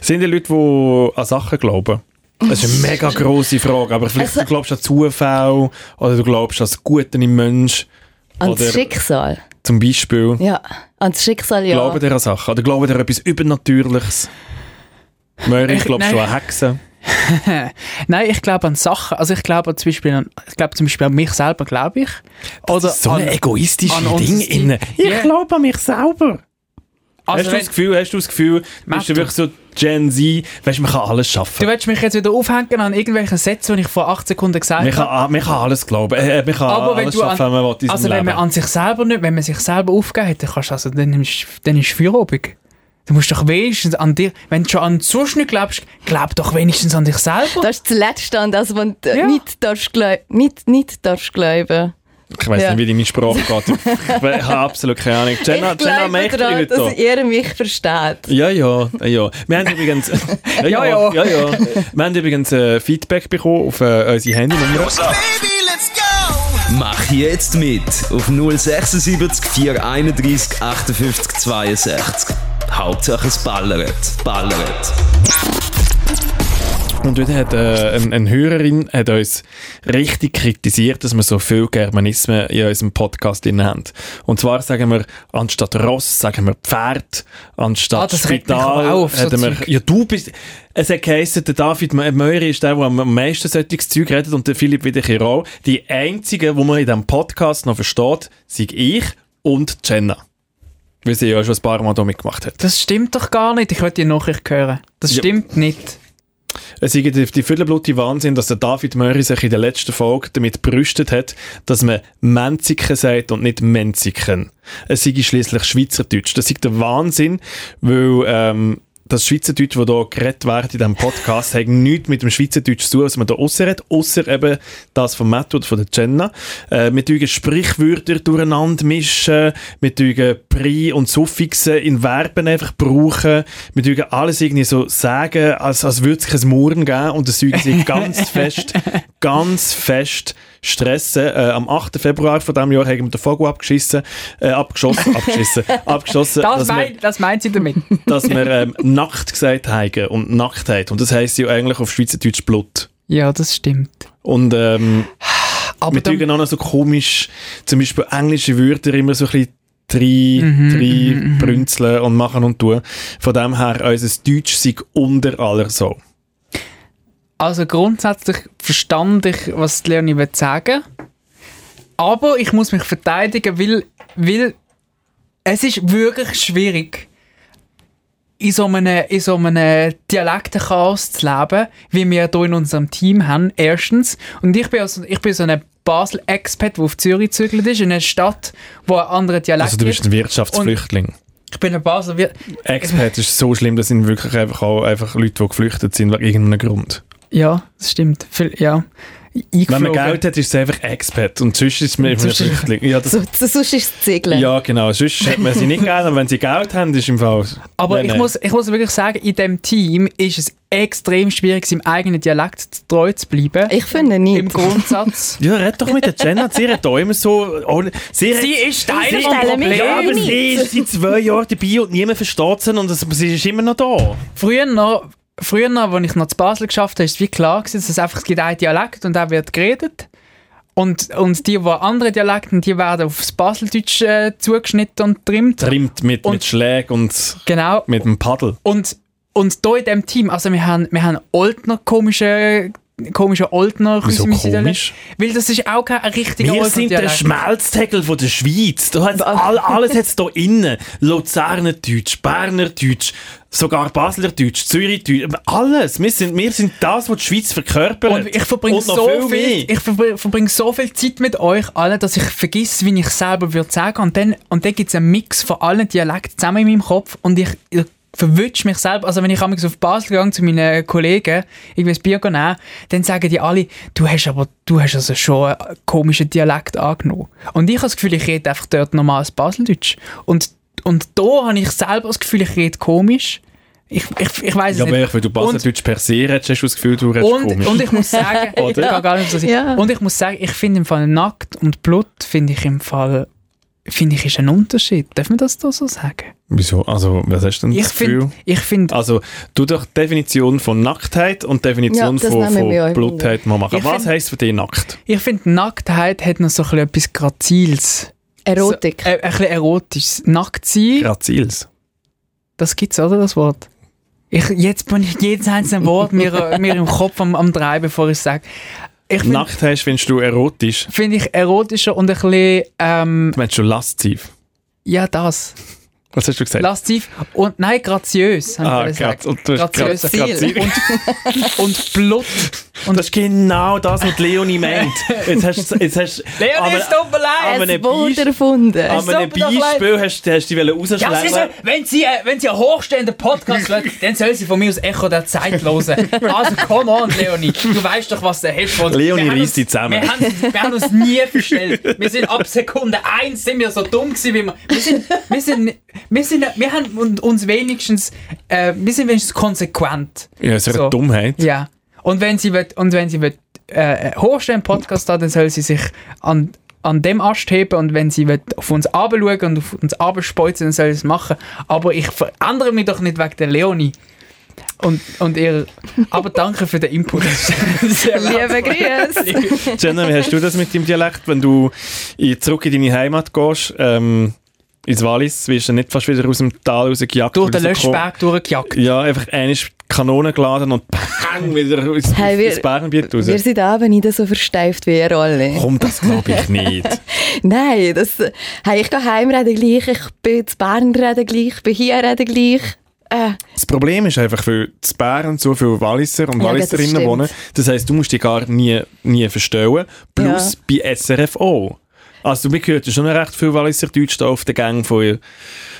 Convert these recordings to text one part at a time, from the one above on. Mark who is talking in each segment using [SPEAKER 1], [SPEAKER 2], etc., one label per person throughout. [SPEAKER 1] Sind die Leute, die an Sachen glauben? Das ist eine mega grosse Frage, aber vielleicht
[SPEAKER 2] Also-
[SPEAKER 1] du glaubst an Zufall oder du glaubst an das Gute im Mensch.
[SPEAKER 2] Ans
[SPEAKER 1] Oder-
[SPEAKER 2] Schicksal.
[SPEAKER 1] Zum Beispiel,
[SPEAKER 2] Ja, ans Schicksal, ja.
[SPEAKER 1] glauben dir an Sachen oder glauben dir an etwas Übernatürliches? Möri, ich glaube schon an Hexen.
[SPEAKER 3] Nein, ich glaube an Sachen. Also ich glaube zum Beispiel an, ich glaube zum Beispiel an mich selber, glaube ich. Oder
[SPEAKER 1] so
[SPEAKER 3] an,
[SPEAKER 1] ein egoistisches
[SPEAKER 3] an uns
[SPEAKER 1] Ding
[SPEAKER 3] ist-
[SPEAKER 1] inne. Ich
[SPEAKER 3] Ja.
[SPEAKER 1] glaube an mich selber.
[SPEAKER 3] also
[SPEAKER 1] hast du
[SPEAKER 3] wenn,
[SPEAKER 1] das Gefühl, hast du das Gefühl, bist du
[SPEAKER 3] Mathe.
[SPEAKER 1] wirklich so Gen Z, weißt du, man kann alles
[SPEAKER 3] du
[SPEAKER 1] schaffen.
[SPEAKER 3] willst mich jetzt wieder aufhängen an irgendwelchen Sätzen, die ich vor acht Sekunden gesagt
[SPEAKER 1] Man
[SPEAKER 3] habe.
[SPEAKER 1] kann, a- man kann alles glauben. Äh, äh, man kann
[SPEAKER 3] Aber wenn
[SPEAKER 1] alles
[SPEAKER 3] du
[SPEAKER 1] schaffen,
[SPEAKER 3] an-
[SPEAKER 1] wenn man will, in diesem
[SPEAKER 3] Also wenn
[SPEAKER 1] Leben.
[SPEAKER 3] man an sich selber nicht, wenn man sich selber aufgegeben hat, dann kannst du also, dann ist, dann ist Feierabend. Du musst doch wenigstens an dir, wenn du schon an sonst nicht glaubst, glaub doch wenigstens an dich selber.
[SPEAKER 2] Das ist das Letzte, an das man d-
[SPEAKER 3] Ja.
[SPEAKER 2] nicht, darfst gläu- nicht, nicht darfst glauben
[SPEAKER 1] Ich weiß
[SPEAKER 2] Ja.
[SPEAKER 1] nicht, wie deine Sprache geht. ich habe absolut keine Ahnung. Jenna,
[SPEAKER 2] ich
[SPEAKER 1] Jenna
[SPEAKER 2] glaube
[SPEAKER 1] merkt die
[SPEAKER 2] daran,
[SPEAKER 1] Leute
[SPEAKER 2] dass
[SPEAKER 1] da.
[SPEAKER 2] ihr mich versteht.
[SPEAKER 1] Ja, ja, ja, ja. Wir haben übrigens, ja, ja, ja,
[SPEAKER 3] Ja,
[SPEAKER 1] ja, Wir haben übrigens äh, Feedback bekommen auf äh, unsere Handynummer.
[SPEAKER 4] Mach jetzt mit auf 076 431 58 62. Hauptsache es ballert. Ballert.
[SPEAKER 1] Und dort hat äh, ein, eine Hörerin hat uns richtig kritisiert, dass wir so viel Germanismen in unserem Podcast drin haben. Und zwar sagen wir, anstatt Ross sagen wir Pferd, anstatt
[SPEAKER 3] Ah, das regt mich
[SPEAKER 1] Spital
[SPEAKER 3] aber auch auf, so
[SPEAKER 1] hätten wir,
[SPEAKER 3] Zeug.
[SPEAKER 1] ja du bist, es hat geheißen, der David Me- Meury ist der, der am am meisten solches Zeug redet und der Philipp Wiederkehr auch. Die Einzigen, die man in diesem Podcast noch versteht, sind ich und Jenna. Weil sie ja schon ein paar Mal da mitgemacht hat.
[SPEAKER 3] Das stimmt doch gar nicht. Ich wollte die Nachricht hören. Das
[SPEAKER 1] Ja.
[SPEAKER 3] stimmt nicht.
[SPEAKER 1] Es ist die, die Füllenblutige Wahnsinn, dass der David Möri sich in der letzten Folge damit brüstet hat, dass man Menziken sagt und nicht Menziken. Es sei schließlich Schweizerdeutsch. Das ist der Wahnsinn, weil ähm, das Schweizerdeutsch, das hier geredet wird in diesem Podcast, hat nichts mit dem Schweizerdeutsch zu tun, was man da ausredet, außer eben das von Matt oder von der Jenna. Äh, wir tun Sprichwörter durcheinander mischen, wir tun Pri- und Suffixe in Verben einfach brauchen, wir tun alles irgendwie so sagen, als, als würde es kein Murren geben und das Zeug sich ganz fest, ganz fest stressen. Äh, am 8. Februar von diesem Jahr haben wir den Vogel abgeschissen, äh, abgeschossen, abgeschissen, abgeschossen,
[SPEAKER 3] Das,
[SPEAKER 1] dass wir-
[SPEAKER 3] mein, das meint sie damit.
[SPEAKER 1] dass wir ähm, Nacht gesagt haben und Nacktheit. Und das heisst ja eigentlich auf Schweizerdeutsch Blut.
[SPEAKER 3] ja, das stimmt.
[SPEAKER 1] Und ähm,
[SPEAKER 3] Aber
[SPEAKER 1] wir
[SPEAKER 3] dann-
[SPEAKER 1] tun auch noch so komisch, zum Beispiel englische Wörter immer so ein bisschen drei,
[SPEAKER 3] Mhm,
[SPEAKER 1] drei brünzeln und machen und tun. Von dem her, unser Deutsch sei unter aller so.
[SPEAKER 3] Also grundsätzlich verstand ich, was die Leonie will sagen Aber ich muss mich verteidigen, weil, weil es ist wirklich schwierig, in so einem, in so einem Dialektenchaos zu leben, wie wir hier in unserem Team haben, erstens. Und ich bin, also, ich bin so ein Basel-Expat, der auf Zürich gezügelt ist, in einer Stadt, wo ein anderer Dialekt
[SPEAKER 1] Also du bist
[SPEAKER 3] gibt.
[SPEAKER 1] ein Wirtschaftsflüchtling.
[SPEAKER 3] Ich bin ein Basel... wir-
[SPEAKER 1] Expat ist so schlimm, das sind wirklich einfach auch einfach Leute, die geflüchtet sind wegen irgendeinem Grund.
[SPEAKER 3] Ja, das stimmt. Viel, ja.
[SPEAKER 1] Wenn man
[SPEAKER 3] Eingeflogen.
[SPEAKER 1] Geld hat, ist es einfach Expat und sonst ist man immer ein
[SPEAKER 3] Sonst ist-
[SPEAKER 1] Flüchtling. Ja, das
[SPEAKER 2] So, sonst ist es Ziegeln.
[SPEAKER 1] Ja, genau. Sonst hat man sie nicht gerne, aber wenn sie Geld haben, ist im Fall.
[SPEAKER 3] Aber
[SPEAKER 1] Nein,
[SPEAKER 3] ich,
[SPEAKER 1] nein.
[SPEAKER 3] Muss, ich muss wirklich sagen, in diesem Team ist es extrem schwierig, seinem eigenen Dialekt treu zu bleiben.
[SPEAKER 2] Ich finde nicht.
[SPEAKER 3] Im Grundsatz.
[SPEAKER 1] Ja, red doch mit der Jenna. Sie redet auch immer so. ohne- Sie,
[SPEAKER 3] Sie ist Teil
[SPEAKER 2] Sie
[SPEAKER 3] vom
[SPEAKER 2] stellen mich
[SPEAKER 1] ja,
[SPEAKER 3] Problem.
[SPEAKER 1] aber sie ist seit zwei Jahren dabei und niemand versteht sie und es- sie ist immer noch da.
[SPEAKER 3] Früher noch, früher noch, als ich noch zu Basel geschafft habe, ist es wie klar gewesen, dass es einfach es gibt einen Dialekt und der wird geredet. Und, und die, die andere Dialekten, die werden aufs Baseldeutsch äh, zugeschnitten und trimmt.
[SPEAKER 1] Trimmt mit, mit
[SPEAKER 3] Und-
[SPEAKER 1] Schlägen und
[SPEAKER 3] Genau.
[SPEAKER 1] mit dem Paddel.
[SPEAKER 3] Und, und hier in diesem Team, also wir haben, wir haben Oldner, komische, komische Oldner.
[SPEAKER 1] Wieso
[SPEAKER 3] Küsse-
[SPEAKER 1] komisch?
[SPEAKER 3] Weil das ist auch kein richtiger
[SPEAKER 1] Wir sind der
[SPEAKER 3] Oldner-Dialekt.
[SPEAKER 1] Schmelztegel von der Schweiz. Da hat's all, alles hat es hier innen. Luzerner Deutsch, Berner Deutsch, sogar Basler Deutsch, Zürich Deutsch. Alles. Wir sind, wir sind das, was die Schweiz verkörpert.
[SPEAKER 3] Und ich verbringe
[SPEAKER 1] Und noch
[SPEAKER 3] so viel,
[SPEAKER 1] mehr.
[SPEAKER 3] ich verbringe, verbringe so viel Zeit mit euch allen, dass ich vergiss, wie ich selber würde sagen. Und dann, und dann gibt es einen Mix von allen Dialekten zusammen in meinem Kopf und ich, ich verwünsche mich selber. Also wenn ich einmal auf Basel gehe zu meinen Kollegen, irgendwie ein Bier nehmen, dann sagen die alle, du hast aber, du hast also schon einen komischen Dialekt angenommen. Und ich habe das Gefühl, ich rede einfach dort normales Baseldeutsch. Und, und da habe ich selber das Gefühl, ich rede komisch. Ich, ich, ich weiß es
[SPEAKER 1] Ja,
[SPEAKER 3] nicht.
[SPEAKER 1] aber ich, wenn du
[SPEAKER 3] Und-
[SPEAKER 1] Baseldeutsch per se redest, hast du das Gefühl, du redest
[SPEAKER 3] und,
[SPEAKER 1] komisch.
[SPEAKER 3] und ich muss sagen, ich
[SPEAKER 1] Oder?
[SPEAKER 3] kann gar nicht so sein.
[SPEAKER 2] Ja.
[SPEAKER 3] Und ich muss sagen, ich finde im Fall nackt und Blut finde ich im Fall finde ich, ist ein Unterschied. Darf man das da so sagen?
[SPEAKER 1] Wieso? Also, was hast du denn
[SPEAKER 3] Ich
[SPEAKER 1] das Gefühl?
[SPEAKER 3] finde, ich finde,
[SPEAKER 1] Also, du doch Definition von Nacktheit und Definition
[SPEAKER 2] Ja, das
[SPEAKER 1] von,
[SPEAKER 2] nehmen wir
[SPEAKER 1] von
[SPEAKER 2] auch.
[SPEAKER 1] Blutheit mal machen.
[SPEAKER 3] Ich
[SPEAKER 1] Was
[SPEAKER 3] find-
[SPEAKER 1] heisst für dich nackt?
[SPEAKER 3] ich finde, Nacktheit hat noch so ein bisschen etwas Graziles.
[SPEAKER 2] Erotik.
[SPEAKER 3] So, äh, ein bisschen Erotisches. Nackt sein,
[SPEAKER 1] Grazils.
[SPEAKER 3] das gibt's, oder, das Wort? Ich, jetzt bin ich jedes einzelne Wort mir, mir im Kopf am, am Drehen, bevor ich es sage. Ich finde
[SPEAKER 1] Nacktheit findest du erotisch.
[SPEAKER 3] find ich erotischer und ein bisschen, ähm,
[SPEAKER 1] Du meinst du lastiv.
[SPEAKER 3] ja, das.
[SPEAKER 1] Was hast du gesagt?
[SPEAKER 3] Lastiv und, nein, graziös, habe
[SPEAKER 1] ah,
[SPEAKER 3] ich gesagt.
[SPEAKER 1] Graz. Und du hast Graz.
[SPEAKER 3] Grazil.
[SPEAKER 1] Grazil.
[SPEAKER 3] Und, und Blut.
[SPEAKER 1] Und das ist genau das, was Leonie meint. Jetzt hast du... Jetzt hast,
[SPEAKER 3] Leonie,
[SPEAKER 1] aber- Äh,
[SPEAKER 3] es tut mir leid.
[SPEAKER 1] aber
[SPEAKER 2] Es
[SPEAKER 1] ein
[SPEAKER 2] wurde
[SPEAKER 1] Beisp-
[SPEAKER 2] erfunden.
[SPEAKER 1] An einem
[SPEAKER 3] tut mir doch
[SPEAKER 1] Beispiel hast, hast du dich rausschlägen
[SPEAKER 3] Ja, sie soll, wenn sie, äh, wenn sie einen hochstehenden Podcast wollen, dann soll sie von mir aus Echo der Zeit hören. Also, come on, Leonie. Du weißt doch, was der hast von
[SPEAKER 1] Leonie
[SPEAKER 3] Wir haben
[SPEAKER 1] reißt
[SPEAKER 3] uns-
[SPEAKER 1] dich zusammen.
[SPEAKER 3] Wir haben, wir haben uns nie verstellt. Wir sind ab Sekunde eins sind wir so dumm gewesen, wie wir, wir sind, wir sind, wir sind, wir haben un- uns wenigstens, äh, wir sind wenigstens konsequent.
[SPEAKER 1] Ja, so eine
[SPEAKER 3] So.
[SPEAKER 1] Dummheit.
[SPEAKER 3] Ja. Und wenn sie will, und wenn sie will, äh, hochstehen Podcast da, dann soll sie sich an, an dem Ast heben und wenn sie will, auf uns abschauen und auf uns abspeuzen, dann soll sie es machen. Aber ich verändere mich doch nicht wegen der Leonie. Und, und ihr. Aber danke für den Input. Sehr wertvoll.
[SPEAKER 2] Liebe Grüße.
[SPEAKER 1] Jenna, wie hast du das mit dem Dialekt, wenn du in- zurück in deine Heimat gehst, ähm, ins Wallis, wirst du nicht fast wieder aus dem Tal rausgejagt?
[SPEAKER 3] Durch
[SPEAKER 1] weil
[SPEAKER 3] den
[SPEAKER 1] du so
[SPEAKER 3] Löschberg durchgejagt.
[SPEAKER 1] Ja, einfach eine Kanone geladen und bang, wieder ins,
[SPEAKER 2] Hey, wir-
[SPEAKER 1] ins Bärenbiet raus.
[SPEAKER 2] Wir sind aber nicht so versteift wie ihr alle.
[SPEAKER 1] Komm, das glaube ich nicht.
[SPEAKER 2] Nein, das, hey, ich gehe heim, rede gleich, ich bin zu Bern, rede gleich, ich bin hier, rede gleich. Äh,
[SPEAKER 1] Das Problem ist einfach, weil in Bären so viele Walliser und
[SPEAKER 2] Ja, das
[SPEAKER 1] Wallisserinnen
[SPEAKER 2] stimmt.
[SPEAKER 1] wohnen. Das heisst, du musst dich gar nie, nie verstellen. Plus bei SRF auch. Also mir gehört schon recht viel Walliser Deutsch da auf den Gang von,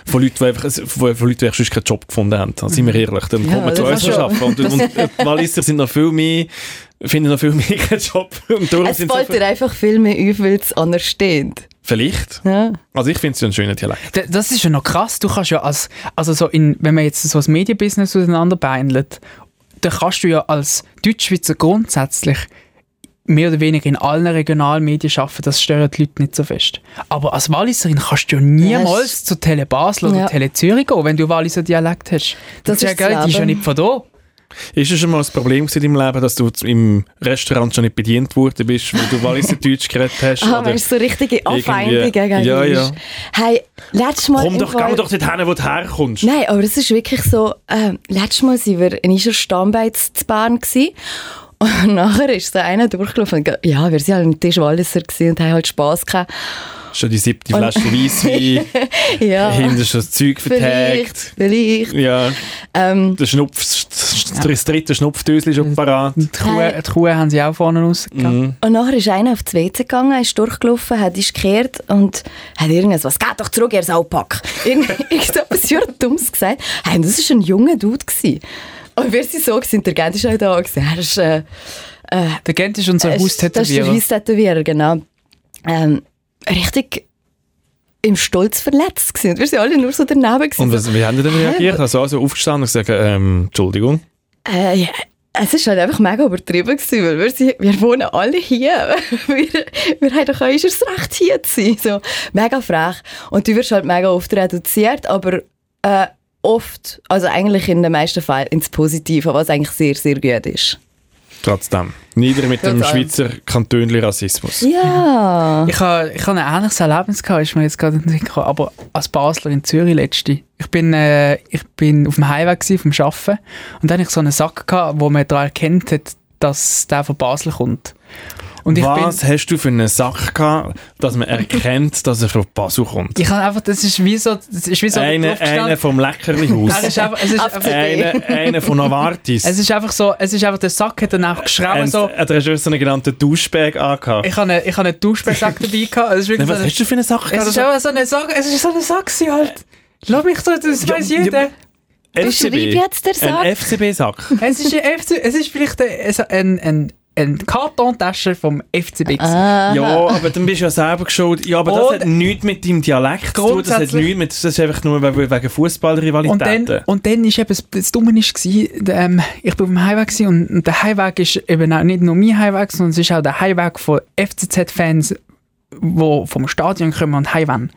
[SPEAKER 1] von Leuten, die einfach von, von Leuten, die sonst keinen Job gefunden haben. Also, sind wir ehrlich, dann
[SPEAKER 2] Mhm. Ja,
[SPEAKER 1] kommt man zu
[SPEAKER 2] das
[SPEAKER 1] uns
[SPEAKER 2] ist schon-
[SPEAKER 1] arbeiten. Und, und, und die Walliser sind noch viel mehr, finden noch viel mehr keinen Job. Und darum
[SPEAKER 2] es
[SPEAKER 1] sind so
[SPEAKER 2] fällt
[SPEAKER 1] viel,
[SPEAKER 2] dir einfach viel mehr auf, weil es anders steht.
[SPEAKER 1] Vielleicht.
[SPEAKER 2] Ja.
[SPEAKER 1] Also ich finde es ja einen schönen Dialekt.
[SPEAKER 3] D- Das ist ja noch krass. Du kannst ja als, also so in, wenn man jetzt so das Medienbusiness auseinanderbeindelt, dann kannst du ja als Deutschschweizer grundsätzlich mehr oder weniger in allen Regionalmedien arbeiten. Das stört die Leute nicht so fest. Aber als Walliserin kannst du ja niemals
[SPEAKER 2] Das-
[SPEAKER 3] zu Tele Basel oder
[SPEAKER 2] Ja.
[SPEAKER 3] Tele Zürich gehen, wenn du Walliser Dialekt hast.
[SPEAKER 2] Das
[SPEAKER 3] ja
[SPEAKER 2] ist
[SPEAKER 3] geil,
[SPEAKER 2] das
[SPEAKER 3] die ist ja
[SPEAKER 2] Leben.
[SPEAKER 3] nicht von da.
[SPEAKER 1] Ist es schon mal ein Problem gewesen in deinem Leben, dass du z- im Restaurant schon nicht bedient worden bist, weil du Walliser Deutsch geredet hast?
[SPEAKER 2] Ah,
[SPEAKER 1] oder-
[SPEAKER 2] meinst du so richtige Anfeindungen
[SPEAKER 1] irgendwie-
[SPEAKER 2] gegen
[SPEAKER 1] Ja, ja.
[SPEAKER 2] uns? Hey, letztes Mal...
[SPEAKER 1] Komm
[SPEAKER 2] im
[SPEAKER 1] doch,
[SPEAKER 2] Fall-
[SPEAKER 1] geh doch nicht hin, wo du herkommst.
[SPEAKER 2] Nein, aber es ist wirklich so, ähm, letztes Mal waren wir in unserer Stammbeiz zu Bern gewesen. und nachher ist so einer durchgelaufen und gesagt, ja, wir sind halt am Tisch Walliser gewesen und haben halt Spass gehabt.
[SPEAKER 1] Schon die siebte Flasche Weisswein,
[SPEAKER 2] Ja,
[SPEAKER 1] hinter schon das Zeug vertagt.
[SPEAKER 2] vielleicht, vielleicht.
[SPEAKER 1] Ja,
[SPEAKER 2] Ähm,
[SPEAKER 1] der Schnupf, das das dritte Schnupfdösel ist schon parat.
[SPEAKER 2] Mhm.
[SPEAKER 3] Die Kuh, die Kuh haben sie auch vorne rausgegangen.
[SPEAKER 2] Und nachher ist einer aufs WC gegangen, ist durchgelaufen, hat ist gekehrt und hat irgendwas, was geht doch zurück, ihr Saupack. Irgendetwas sehr Dummes gesagt. Hey, und das war ein junger Dude. Gewesen. Und wir sind so, gewesen, der Gent ist auch da. Gewesen. Er ist, äh,
[SPEAKER 3] Der Gent ist unser
[SPEAKER 2] er ist- Das ist der
[SPEAKER 3] Haustätowierer.
[SPEAKER 2] Haus-Tätowierer, genau. Ähm, richtig im Stolz verletzt gewesen. Und wir sind alle nur so daneben. Gewesen.
[SPEAKER 1] Und was, wie haben die denn reagiert? Also, also aufgestanden und gesagt, ähm, Entschuldigung.
[SPEAKER 2] Äh, ja, es ist halt einfach mega übertrieben gewesen, weil wir, sind, wir wohnen alle hier. wir, wir haben doch auch unser Recht hier zu sein. So, mega frech. Und du wirst halt mega oft reduziert, aber äh, oft, also eigentlich in den meisten Fällen ins Positive, was eigentlich sehr, sehr gut ist.
[SPEAKER 1] Trotzdem. Nieder mit dem
[SPEAKER 2] Trotzdem.
[SPEAKER 1] Schweizer Kantönli Rassismus.
[SPEAKER 2] Ja.
[SPEAKER 3] Ich habe ich ha ein ähnliches Erlebnis gehabt, ist mir jetzt gerade in den Sinn gekommen, aber als Basler in Zürich letzte. Ich bin, äh, ich bin auf dem Highway gewesen, vom Schaffen und dann hatte ich so einen Sack gehabt, wo man daran erkennt hat, dass der von Basel kommt. Und ich
[SPEAKER 1] Was
[SPEAKER 3] bin,
[SPEAKER 1] hast du für eine Sache gehabt, dass man erkennt, dass er von Basel kommt?
[SPEAKER 3] ich habe einfach, das ist wie so, das ist wie so
[SPEAKER 1] Einer eine vom
[SPEAKER 3] es
[SPEAKER 1] Leckerlihaus.
[SPEAKER 3] ist einfach, es ist,
[SPEAKER 2] Auf-
[SPEAKER 3] einfach-
[SPEAKER 1] Einer eine von Novartis.
[SPEAKER 3] es ist einfach so, es ist einfach der Sack hat danach geschrieben
[SPEAKER 1] Ein-
[SPEAKER 3] so.
[SPEAKER 1] äh, Du hast schon so einen genannten Duschbag angehabt.
[SPEAKER 3] Ich habe einen, ich habe einen Duschbesack dabei gehabt. Also es ist
[SPEAKER 1] Nein,
[SPEAKER 3] wirklich
[SPEAKER 1] was
[SPEAKER 3] so
[SPEAKER 1] hast du für eine Sache
[SPEAKER 3] eine, es ist
[SPEAKER 1] gehabt?
[SPEAKER 3] einfach so eine Sack, es ist so eine Sack gewesen halt. Lass mich so, das
[SPEAKER 1] Ja,
[SPEAKER 3] weiß
[SPEAKER 1] ja,
[SPEAKER 3] jeder.
[SPEAKER 1] Also
[SPEAKER 2] Beschreib jetzt den Sack.
[SPEAKER 1] Ein FCB-Sack.
[SPEAKER 3] Es ist, ein FC, es ist vielleicht ein, ein, ein, ein Kartontasche vom FCB.
[SPEAKER 2] Ah.
[SPEAKER 1] Ja, aber dann bist du ja selber geschuld. Ja, aber das
[SPEAKER 3] Und-
[SPEAKER 1] hat nichts mit deinem Dialekt zu tun. Das hat
[SPEAKER 3] Grundsätzlich-
[SPEAKER 1] nichts mit... Das ist einfach nur we- wegen
[SPEAKER 3] Und dann,
[SPEAKER 1] Fußballrivalitäten.
[SPEAKER 3] und dann ist eben das, das Dumme ist gewesen, ähm, ich bin auf dem Highway gewesen und, und der Highway ist eben auch nicht nur mein Highway, sondern es ist auch der Highway von FCZ-Fans die vom Stadion kommen und heimwollen.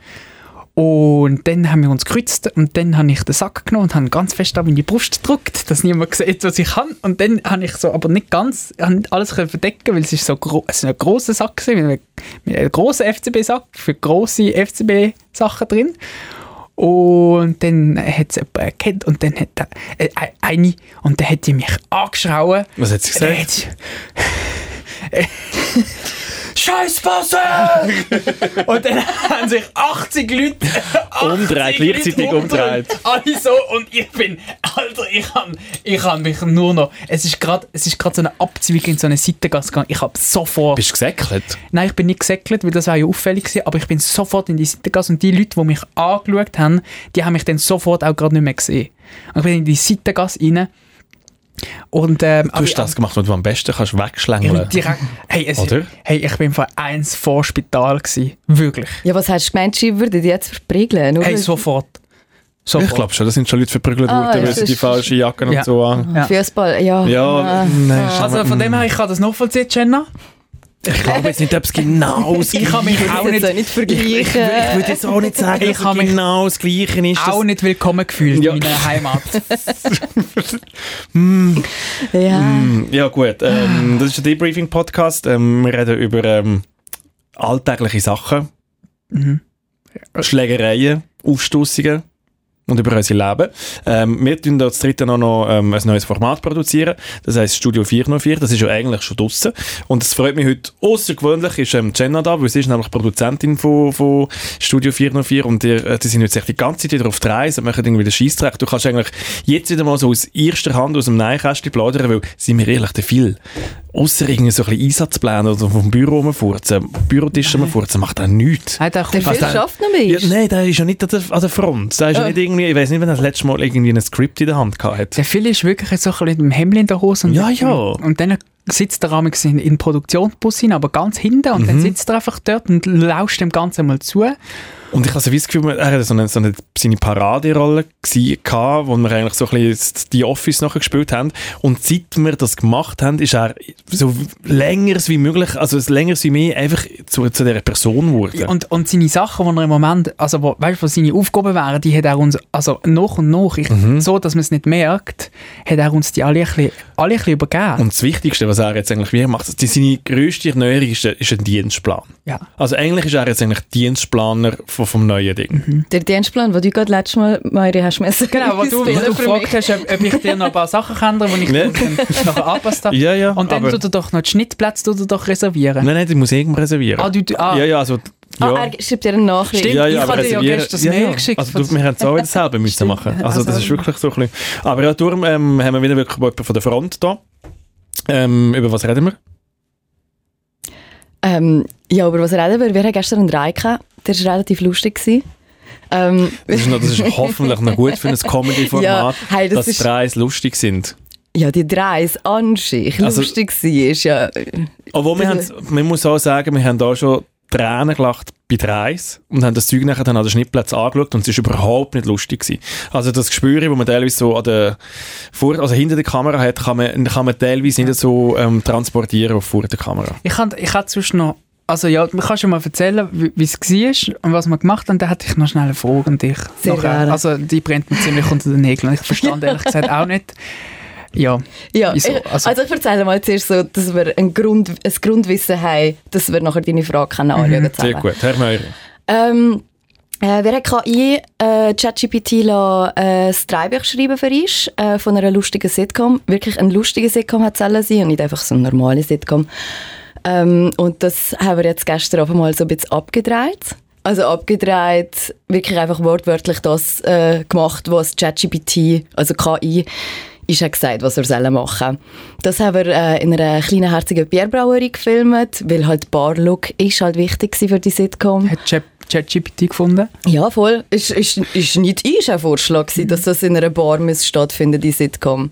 [SPEAKER 3] Und dann haben wir uns gekreuzt und dann habe ich den Sack genommen und habe ganz fest an meine Brust gedrückt, dass niemand sieht, was ich habe. Und dann habe ich so, aber nicht ganz, habe nicht alles können verdecken, weil es ist so gro es ist ein grosser Sack gewesen, mit einem- mit einem grossen FCB-Sack für grosse FCB-Sachen drin. Und dann hat es jemand erkannt und dann hat er, äh, ein- eine, und dann hat die mich angeschrien.
[SPEAKER 1] Was hat sie
[SPEAKER 3] Dann
[SPEAKER 1] gesagt?
[SPEAKER 3] hat sie- Scheiß Bosse! und dann haben sich 80 Leute 80
[SPEAKER 1] Umdreht,
[SPEAKER 3] Leute
[SPEAKER 1] gleichzeitig
[SPEAKER 3] umdreht.
[SPEAKER 1] umdreht.
[SPEAKER 3] Alle so und ich bin, Alter, ich kann, ich kann mich nur noch, es ist gerade so eine Abzweigung in so eine Seitengasse gegangen, ich habe sofort...
[SPEAKER 1] Bist du gesäckelt?
[SPEAKER 3] Nein, ich bin nicht gesäckelt, weil das war ja auffällig gewesen, aber ich bin sofort in die Seitengasse und die Leute, die mich angeschaut haben, die haben mich dann sofort auch gerade nicht mehr gesehen. Und ich bin in die Seitengasse rein und... Ähm,
[SPEAKER 1] Du
[SPEAKER 3] aber
[SPEAKER 1] hast
[SPEAKER 3] ich-
[SPEAKER 1] das gemacht, was du am besten kannst
[SPEAKER 3] ich
[SPEAKER 1] wegschlängeln.
[SPEAKER 3] bin direkt, hey, es,
[SPEAKER 1] Oder?
[SPEAKER 3] hey, ich bin vor eins vor Spital gewesen. Wirklich.
[SPEAKER 2] Ja, was hast du gemeint, sie würden dich jetzt verprügeln? nur
[SPEAKER 3] Hey,
[SPEAKER 2] weil-
[SPEAKER 3] sofort. Sofort.
[SPEAKER 1] Ich glaube schon, da sind schon Leute verprügelt
[SPEAKER 2] Ah,
[SPEAKER 1] worden,
[SPEAKER 2] ja.
[SPEAKER 1] weil sie die
[SPEAKER 2] Sonst-
[SPEAKER 1] falschen Jacken
[SPEAKER 3] Ja.
[SPEAKER 1] und so an.
[SPEAKER 3] Ja.
[SPEAKER 2] Fußball, ja.
[SPEAKER 1] Ja,
[SPEAKER 2] Ah.
[SPEAKER 1] nein. ist
[SPEAKER 3] Also
[SPEAKER 1] aber-
[SPEAKER 3] von dem her, ich kann das nachvollziehen, Jenna.
[SPEAKER 1] ich glaube jetzt nicht, ob es genau das
[SPEAKER 3] Ich kann mich auch
[SPEAKER 2] jetzt
[SPEAKER 3] nicht,
[SPEAKER 2] auch nicht vergleichen.
[SPEAKER 3] Ich, ich, ich würde jetzt
[SPEAKER 1] auch nicht sagen,
[SPEAKER 3] Ich habe mich
[SPEAKER 1] genau das Gleiche ist.
[SPEAKER 3] auch nicht willkommen gefühlt
[SPEAKER 1] Ja.
[SPEAKER 3] in meiner Heimat.
[SPEAKER 2] Ja.
[SPEAKER 3] Mm.
[SPEAKER 1] Ja gut, ähm, das ist der Debriefing-Podcast. Ähm, wir reden über ähm, alltägliche Sachen,
[SPEAKER 3] Mhm.
[SPEAKER 1] Schlägereien, Aufstoßungen und über unser Leben. Ähm, wir tun da als dritte auch noch ähm, ein neues Format produzieren. Das heißt Studio 404. Das ist ja eigentlich schon draussen. Und es freut mich heute außergewöhnlich ist ähm, Jenna da, weil sie ist nämlich Produzentin von, von Studio 404 und die, äh, die sind jetzt echt die ganze Zeit wieder auf der Reise und machen irgendwie den Scheissdreck. Du kannst eigentlich jetzt wieder mal so aus erster Hand aus dem Neinkästchen plaudern, weil, sind wir ehrlich, der viel außer irgendwie so ein bisschen Einsatzpläne oder vom Büro rumfurzen, Bürotisch rumfurzen, macht er nichts.
[SPEAKER 3] Nein, der
[SPEAKER 2] Der
[SPEAKER 3] kommt
[SPEAKER 2] Phil
[SPEAKER 1] dann-
[SPEAKER 2] schafft noch mehr.
[SPEAKER 1] Ja,
[SPEAKER 3] ne.
[SPEAKER 1] nein, der ist ja nicht an der, an der Front. Der ist ja
[SPEAKER 2] Ah.
[SPEAKER 1] nicht irgendwie, ich weiß nicht, wenn er das letzte Mal irgendwie ein Skript in der Hand gehabt hat.
[SPEAKER 3] Der Phil ist wirklich jetzt so ein bisschen mit dem Hemd in der Hose. Und
[SPEAKER 1] Ja, ja.
[SPEAKER 3] Und dann sitzt er amigs in, in den Produktionsbus hin, aber ganz hinten. Und
[SPEAKER 1] Mhm.
[SPEAKER 3] dann sitzt er einfach dort und lauscht dem Ganzen mal zu.
[SPEAKER 1] Und ich habe so wie das Gefühl, er hat so eine, so eine seine Paraderolle gewesen, gehabt, wo wir eigentlich so ein bisschen die Office nachher gespielt haben. Und seit wir das gemacht haben, ist er so länger wie möglich, also es länger wie mehr, einfach zu, zu dieser Person geworden.
[SPEAKER 3] Ja, Und, und seine Sachen, die er im Moment, also wo, weißt du, was seine Aufgaben wären, die hat er uns, also noch und noch, ich,
[SPEAKER 1] Mhm.
[SPEAKER 3] so dass man es nicht merkt, hat er uns die alle ein bisschen, alle ein bisschen übergeben.
[SPEAKER 1] Und das Wichtigste, was er jetzt eigentlich wie macht, die, seine grösste Erneuerung ist, ist ein Dienstplan.
[SPEAKER 3] ja.
[SPEAKER 1] Also eigentlich ist er jetzt eigentlich Dienstplaner von, vom neuen Ding.
[SPEAKER 3] Mhm.
[SPEAKER 2] Der Dienstplan, den du gerade letztes Mal, Mairi, hast müssen.
[SPEAKER 3] Genau, wo du, wo
[SPEAKER 2] ausfüllen
[SPEAKER 3] du
[SPEAKER 2] für mich.
[SPEAKER 3] gefragt hast, ob, ob ich dir noch ein paar Sachen kann, die ich
[SPEAKER 1] Ne.
[SPEAKER 3] dann nachher angepasst habe.
[SPEAKER 1] Ja, ja,
[SPEAKER 3] und dann
[SPEAKER 1] aber-
[SPEAKER 3] tut er doch noch die Schnittplätze tut er doch reservieren.
[SPEAKER 1] Nein, nein, die muss ich irgendwo reservieren.
[SPEAKER 3] Ah, du, du- ah,
[SPEAKER 1] Ja, ja, also. Ja.
[SPEAKER 2] Ah, er schreibt dir eine Nachricht.
[SPEAKER 3] Stimmt. ich
[SPEAKER 1] aber
[SPEAKER 3] habe dir ja
[SPEAKER 1] reservieren-
[SPEAKER 3] gestern das Mail geschickt
[SPEAKER 1] Also,
[SPEAKER 3] von-
[SPEAKER 1] du, wir haben es auch wieder selber müssen machen. Also, das ist wirklich so ein bisschen. Aber ja, darum ähm, haben wir wieder wirklich jemanden von der Front da. Ähm, über was reden wir?
[SPEAKER 2] Ähm, ja, über was reden wir? Wir haben gestern einen Drei gehabt. Der war relativ lustig. gewesen. Ähm,
[SPEAKER 1] Das ist, noch, das ist hoffentlich noch gut für ein Comedy-Format,
[SPEAKER 2] Ja, hey, das
[SPEAKER 1] dass die
[SPEAKER 2] ist-
[SPEAKER 1] Dreis lustig sind.
[SPEAKER 2] ja, die Dreis an sich
[SPEAKER 1] Also-
[SPEAKER 2] lustig war, ist ja...
[SPEAKER 1] Obwohl, wir haben,
[SPEAKER 2] Das-
[SPEAKER 1] man muss auch sagen, wir haben da schon Tränen gelacht bei Dreis und haben das Zeug nachher dann an den Schnittplatz angeschaut und es ist überhaupt nicht lustig gewesen. Also das Gespür, wo man teilweise so an der, vor, also hinter der Kamera hat, kann man, kann man teilweise nicht so ähm, transportieren auf vor der Kamera.
[SPEAKER 3] Ich kann, ich kann sonst noch, also ja, du kannst schon mal erzählen, wie wie es war und was wir gemacht haben, dann hätte ich noch schnell eine Frage an dich.
[SPEAKER 2] Sehr
[SPEAKER 3] Nachher.
[SPEAKER 2] gerne.
[SPEAKER 3] Also die brennt mir ziemlich unter den Nägeln. Ich verstand ehrlich gesagt auch nicht. Ja,
[SPEAKER 2] Ja,
[SPEAKER 3] Wieso?
[SPEAKER 2] ich,
[SPEAKER 3] Also-
[SPEAKER 2] also, ich erzähle mal zuerst so, dass wir ein, Grund, ein Grundwissen haben, dass wir nachher deine Frage können anschauen können.
[SPEAKER 1] Sehr gut, Herr Meurer.
[SPEAKER 2] Ähm, äh, wir haben KI äh, ChatGPT lassen, äh, das Drehbuch schreiben für uns äh, von einer lustigen Sitcom. Wirklich ein lustiger Sitcom hat es sollen sein und nicht einfach so ein normale Sitcom. Ähm, und das haben wir jetzt gestern einfach mal so ein bisschen abgedreht. Also abgedreht, wirklich einfach wortwörtlich das äh, gemacht, was ChatGPT, also KI, ist ja gesagt, was wir sollen machen. Das haben wir äh, in einer kleinen, herzigen Bierbrauerei gefilmt, weil halt Barlook ist halt wichtig gewesen für die Sitcom.
[SPEAKER 3] hat Chat- ChatGPT gefunden.
[SPEAKER 2] Ja, voll. Ist, ist, ist nicht ich ein Vorschlag, gewesen, dass das in einer Bar muss stattfinden die Sitcom.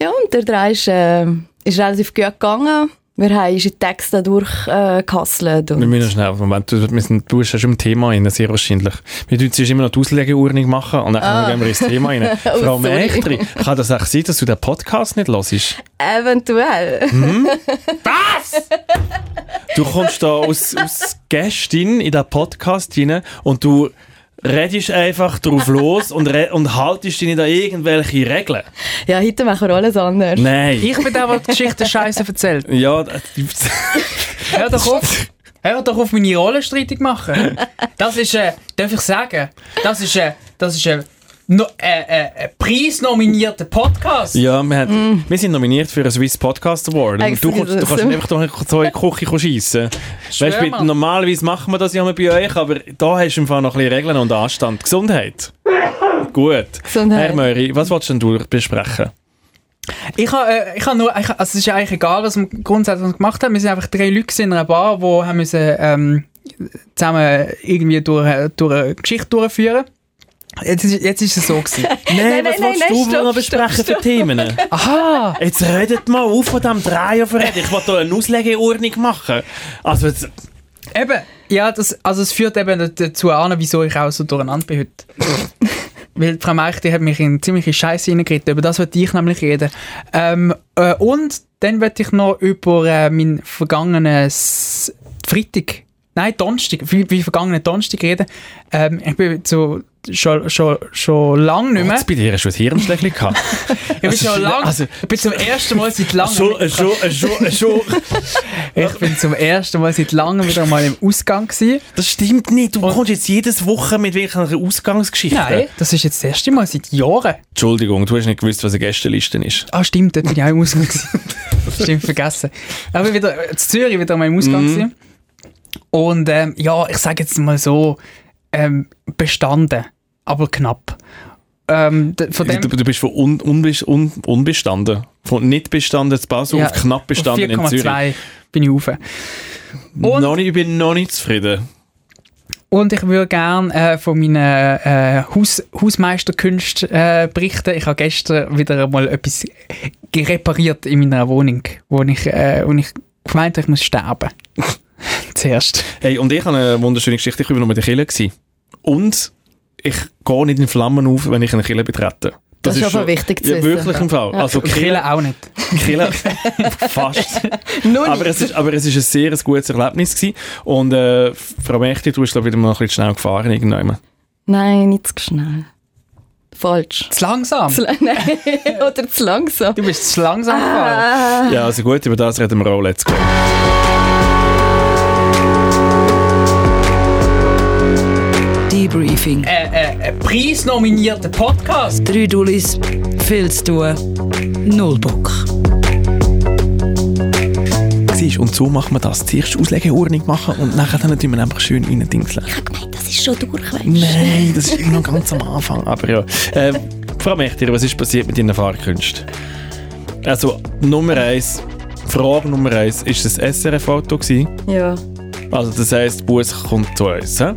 [SPEAKER 2] Ja, und der Drei ist, äh, ist relativ gut gegangen. Wir haben unsere Texte durchgehasselt.
[SPEAKER 1] Wir
[SPEAKER 2] Äh,
[SPEAKER 1] müssen noch schnell, Moment, du, wir sind, du bist ja schon im Thema rein, sehr wahrscheinlich. Wir tun zuerst immer noch die Auslegeordnung machen und dann gehen wir ins Thema rein. Frau
[SPEAKER 2] Ah. Oh, sorry.
[SPEAKER 1] Mechtri, kann das auch sein, dass du den Podcast nicht hörst?
[SPEAKER 2] Eventuell.
[SPEAKER 1] Du kommst da aus, aus Gästin in den Podcast rein und du redest einfach drauf los und, re- und haltest dich nicht an irgendwelche Regeln.
[SPEAKER 2] Ja, heute machen wir alles anders.
[SPEAKER 1] Nein.
[SPEAKER 3] Ich bin der, der die Geschichte scheiße erzählt.
[SPEAKER 1] Ja, das-
[SPEAKER 3] Hör doch auf. Hör doch auf, meine Rollenstreitung machen. Das ist, äh, darf ich sagen, das ist, äh, das ist, äh, no, äh, äh, ein preisnominierter Podcast.
[SPEAKER 1] ja wir, haben,
[SPEAKER 2] Mm.
[SPEAKER 1] wir sind nominiert für einen Swiss Podcast Award. Und du,
[SPEAKER 2] Excuse
[SPEAKER 1] kommst, du
[SPEAKER 2] us.
[SPEAKER 1] kannst nicht einfach durch so in die Küche schiessen. Weißt,
[SPEAKER 3] Schwör
[SPEAKER 1] du,
[SPEAKER 3] mal.
[SPEAKER 1] normalerweise machen wir das ja mal bei euch, aber da hast du im Fall noch ein bisschen Regeln und Anstand. Gesundheit. Gut.
[SPEAKER 2] Gesundheit.
[SPEAKER 1] Herr Möri, was willst denn du besprechen?
[SPEAKER 3] Ich habe äh, ich ha nur, ich, ha- also es ist ja eigentlich egal, was wir grundsätzlich gemacht haben. Wir sind einfach drei Leute in einer Bar, die haben müssen, ähm, zusammen irgendwie durch, äh, durch eine Geschichte durchführen. Jetzt ist, jetzt ist es so gewesen.
[SPEAKER 1] Nein,
[SPEAKER 2] nein,
[SPEAKER 1] was
[SPEAKER 2] nein,
[SPEAKER 1] willst
[SPEAKER 2] nein,
[SPEAKER 1] du
[SPEAKER 2] stopp,
[SPEAKER 1] noch
[SPEAKER 2] stopp,
[SPEAKER 1] besprechen für Themen?
[SPEAKER 3] Aha!
[SPEAKER 1] Jetzt redet mal auf von diesem Dreierverrät. Ich will hier eine Auslegeordnung machen. Also, jetzt,
[SPEAKER 3] Eben, ja, das, also es führt eben dazu an, wieso ich auch so durcheinander bin heute. Weil Frau Meichti hat mich in ziemliche Scheiße hineingeritten. Über das wollte ich nämlich reden. Ähm, äh, und dann wollte ich noch über äh, meinen vergangenen S- Freitag, nein, Donnerstag, wie, wie vergangenen Donnerstag reden. Ähm, ich bin so, schon, schon, schon lange nicht mehr.
[SPEAKER 1] jetzt bei dir hast du ein Hirnschlägchen gehabt.
[SPEAKER 3] Ich bin schon lange,
[SPEAKER 1] also-
[SPEAKER 3] ich bin zum ersten Mal seit langem.
[SPEAKER 1] Schon, äh, schon, äh, schon, äh, schon.
[SPEAKER 3] ich bin zum ersten Mal seit langem wieder mal im Ausgang gewesen.
[SPEAKER 1] Das stimmt nicht. Du kommst jetzt jedes Woche mit welcher Ausgangsgeschichte.
[SPEAKER 3] Nein, das ist jetzt das erste Mal seit Jahren.
[SPEAKER 1] Entschuldigung, du hast nicht gewusst, was eine Gästeliste ist.
[SPEAKER 3] Ah, stimmt, dort bin ich auch im Ausgang. gewesen. stimmt, vergessen. Aber wieder in äh, Zürich wieder mal im
[SPEAKER 1] Mhm.
[SPEAKER 3] Ausgang. gewesen. Und ähm, ja, ich sage jetzt mal so, ähm, bestanden, aber knapp. Ähm, d- von
[SPEAKER 1] Du,
[SPEAKER 3] dem
[SPEAKER 1] Also, du bist von un, unbe- un, unbestanden. Von nicht bestanden zu Basel
[SPEAKER 3] Ja,
[SPEAKER 1] auf knapp bestanden in
[SPEAKER 3] auf
[SPEAKER 1] Zürich.
[SPEAKER 3] 4,2 bin ich rauf. Und-
[SPEAKER 1] Noch nicht, ich bin noch nicht zufrieden.
[SPEAKER 3] Und ich würde gerne äh, von meinen äh, Haus Hausmeisterkünsten äh, berichten. Ich habe gestern wieder einmal etwas repariert in meiner Wohnung, wo ich, äh, wo ich gemeint habe, ich muss sterben. Zuerst.
[SPEAKER 1] Hey, und ich habe eine wunderschöne Geschichte. Ich war noch mit der Kille. gewesen. Und ich gehe nicht in Flammen auf, wenn ich eine Kille betrete.
[SPEAKER 2] Das ist aber wichtig zu
[SPEAKER 1] ja,
[SPEAKER 2] wissen.
[SPEAKER 1] Wirklich im Fall. Also
[SPEAKER 3] Und Killen
[SPEAKER 1] Kille,
[SPEAKER 3] auch nicht.
[SPEAKER 1] Kille, fast.
[SPEAKER 2] Nun,
[SPEAKER 1] Aber es, ist, aber es ist ein sehr ein gutes Erlebnis gewesen. Und äh, Frau Mächti, du bist glaub ich, wieder mal ein bisschen zu schnell gefahren irgendwann.
[SPEAKER 2] Nein, nicht zu schnell. Falsch.
[SPEAKER 3] Zu langsam.
[SPEAKER 2] Zu, nein, oder zu langsam.
[SPEAKER 3] du bist zu langsam gefahren.
[SPEAKER 1] Ja, also gut, über das reden wir auch. Let's go.
[SPEAKER 5] Debriefing.
[SPEAKER 3] Äh, äh, ein preisnominierter Podcast.
[SPEAKER 5] Drei Dullis, viel zu tun, null Bock.
[SPEAKER 1] Siehst, und so machen wir das. Zuerst Auslegeordnung machen und nachher dann tun wir einfach schön rein Dingseln.
[SPEAKER 2] Ich habe gemeint, das ist schon durch, weißt du.
[SPEAKER 1] Nein, das ist immer noch ganz am Anfang. Aber ja. Äh, Frau Mechtir, was ist passiert mit deinen Fahrkünsten? Also, Nummer eins, Frage Nummer eins, ist das SRF-Auto gewesen?
[SPEAKER 2] Ja.
[SPEAKER 1] Also, das heisst, der Bus kommt zu uns. Hä?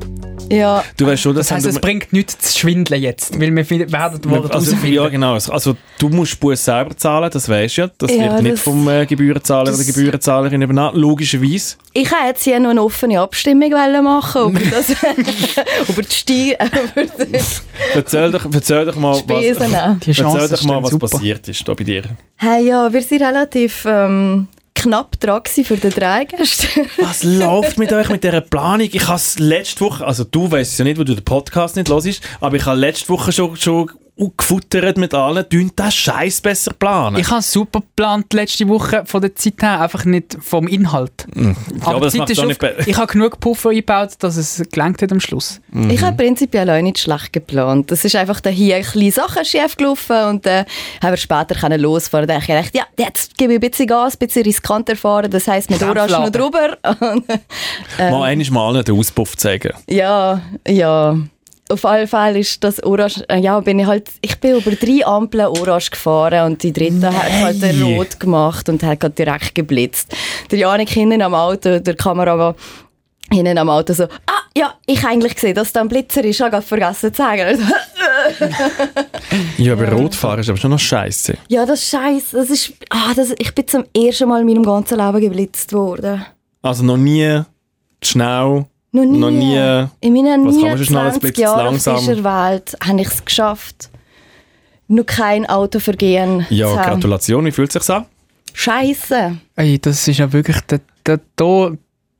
[SPEAKER 2] Ja,
[SPEAKER 1] Du weißt schon, dass
[SPEAKER 3] Das heisst, Also es bringt nichts zu schwindeln jetzt, weil wir fin- werden die Worte
[SPEAKER 1] also,
[SPEAKER 3] herausfinden.
[SPEAKER 1] ja, genau. Also, du musst den Bus selber zahlen, das weißt du ja. Das
[SPEAKER 2] Ja,
[SPEAKER 1] wird nicht
[SPEAKER 2] das-
[SPEAKER 1] vom äh, Gebührenzahler oder Gebührenzahlerin übernommen. Logischerweise.
[SPEAKER 2] ich wollte jetzt hier noch eine offene Abstimmung wollen machen, ob wir das, über die Stei- über die
[SPEAKER 1] Erzähl doch, erzähl doch mal,
[SPEAKER 2] Spesen
[SPEAKER 1] was,
[SPEAKER 2] nehmen.
[SPEAKER 3] Die Chance
[SPEAKER 1] erzähl doch mal,
[SPEAKER 3] stehen
[SPEAKER 1] was
[SPEAKER 3] super.
[SPEAKER 1] passiert ist da bei dir.
[SPEAKER 2] Hey, ja, wir sind relativ ähm, knapp dran gewesen für den Dreigast.
[SPEAKER 1] Was läuft mit euch mit dieser Planung? Ich habe letzte Woche, also du weißt es ja nicht, weil du den Podcast nicht hörst, aber ich habe letzte Woche schon, schon gefuttert mit allen, tun das Scheiß besser planen.
[SPEAKER 3] Ich habe super geplant letzte Woche von der Zeit her, einfach nicht vom Inhalt.
[SPEAKER 1] glaube, Mhm. das
[SPEAKER 3] die
[SPEAKER 1] macht
[SPEAKER 3] Zeit ist
[SPEAKER 1] auch
[SPEAKER 3] auf-
[SPEAKER 1] nicht be-
[SPEAKER 3] Ich habe genug Puffer eingebaut, dass es gelangt hat am Schluss.
[SPEAKER 2] Ich habe prinzipiell auch nicht schlecht geplant. Es ist einfach da hier ein bisschen Sachen schief gelaufen und dann haben wir später können losfahren. Da habe ich gedacht, ja, jetzt gebe ich ein bisschen Gas, ein bisschen riskanter fahren. Das heisst, mit Orange noch drüber. Und, äh,
[SPEAKER 1] mal einiges mal allen den Auspuff zeigen.
[SPEAKER 2] ja, ja. Auf alle Fälle ist das Orange, äh, ja, bin ich halt, ich bin über drei Ampeln Orange gefahren und die dritte hat halt den Rot gemacht und hat grad direkt geblitzt. Der Janik hinten am Auto, der Kameramann, hinten am Auto so, ah, ja, ich habe eigentlich gesehen, dass da ein Blitzer ist, ich habe gerade vergessen zu sagen. Also,
[SPEAKER 1] Ja, aber Rotfahren ist aber schon noch scheiße.
[SPEAKER 2] ja, das ist scheiße, das ist, ah, das, ich bin zum ersten Mal in meinem ganzen Leben geblitzt worden.
[SPEAKER 1] Also noch nie zu schnell.
[SPEAKER 2] Noch nie. äh,
[SPEAKER 1] Noch nie.
[SPEAKER 2] In meinen
[SPEAKER 1] Was kann
[SPEAKER 2] nie
[SPEAKER 1] man sonst noch alles
[SPEAKER 2] 20
[SPEAKER 1] blitzen?
[SPEAKER 2] Jahren auf
[SPEAKER 1] Langsam.
[SPEAKER 2] dieser Welt habe ich es geschafft, noch kein Autovergehen
[SPEAKER 1] Ja,
[SPEAKER 2] zu haben.
[SPEAKER 1] Gratulation, wie fühlt es sich an?
[SPEAKER 2] Scheiße.
[SPEAKER 3] Ey, das ist ja wirklich der, der, da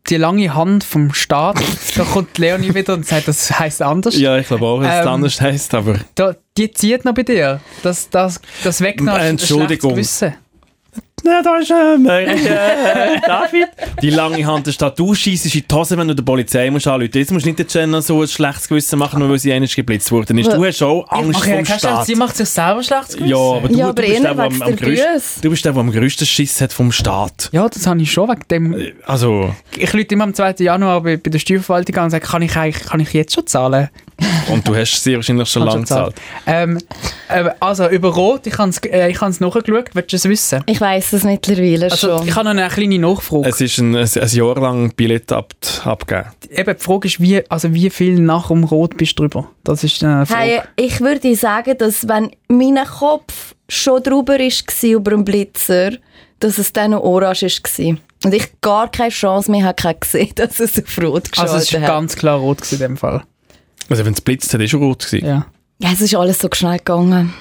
[SPEAKER 3] die lange Hand vom Staat. da kommt Leonie wieder und sagt, das heisst anders.
[SPEAKER 1] Ja, ich glaube auch, dass es
[SPEAKER 3] Ähm,
[SPEAKER 1] anders heisst, aber
[SPEAKER 3] Da, die zieht noch bei dir. Das, das, das weckt noch ein schlechtes
[SPEAKER 1] Entschuldigung.
[SPEAKER 3] Gewissen.
[SPEAKER 1] Na, da ist ein Mörder. David. Die lange Hand ist da. Du schießt in die Hose, wenn du der Polizei musst anrufen musst. Jetzt musst du nicht der Jenna so ein schlechtes Gewissen machen, nur weil sie einmal geblitzt worden ist. Du hast auch Angst
[SPEAKER 3] Okay,
[SPEAKER 1] vom
[SPEAKER 3] kannst du-
[SPEAKER 1] Staat.
[SPEAKER 3] sie macht sich selber schlechtes Gewissen.
[SPEAKER 1] Ja, aber du,
[SPEAKER 2] Ja, aber
[SPEAKER 1] du bist
[SPEAKER 2] eher
[SPEAKER 1] der, der am,
[SPEAKER 2] wegen
[SPEAKER 1] am
[SPEAKER 2] der Grüße.
[SPEAKER 1] grössten, du bist der, der am grössten Schiss hat vom Staat.
[SPEAKER 3] Ja, das habe ich schon wegen dem.
[SPEAKER 1] Also,
[SPEAKER 3] Ich rufe immer am 2. Januar bei, bei der Steuerverwaltung an und sage, kann ich, eigentlich, kann ich jetzt schon zahlen?
[SPEAKER 1] und du hast sie wahrscheinlich schon
[SPEAKER 3] Kannst
[SPEAKER 1] lange
[SPEAKER 3] schon
[SPEAKER 1] gezahlt.
[SPEAKER 3] Ähm, ähm, also, über Rot, ich habe es äh, ich hab's nachgeschaut. Willst du es wissen?
[SPEAKER 2] Ich weiß es mittlerweile
[SPEAKER 3] Also,
[SPEAKER 2] schon.
[SPEAKER 3] ich habe noch eine kleine Nachfrage.
[SPEAKER 1] Es ist ein, ein, ein Jahr lang Billett ab, abgegeben.
[SPEAKER 3] Eben, die Frage ist, wie, also wie viel nach dem Rot bist du drüber? Das ist eine Frage.
[SPEAKER 2] Hey, ich würde sagen, dass wenn mein Kopf schon drüber war über dem Blitzer, dass es dann noch orange war. Und ich gar keine Chance mehr hatte, gesehen, dass es auf Rot geschaltet
[SPEAKER 3] also, es war
[SPEAKER 2] hat.
[SPEAKER 3] ganz klar Rot gewesen in dem Fall.
[SPEAKER 1] Also, wenn es blitzt hat, ist schon rot gewesen.
[SPEAKER 3] Ja.
[SPEAKER 2] ja, es ist alles so schnell gegangen.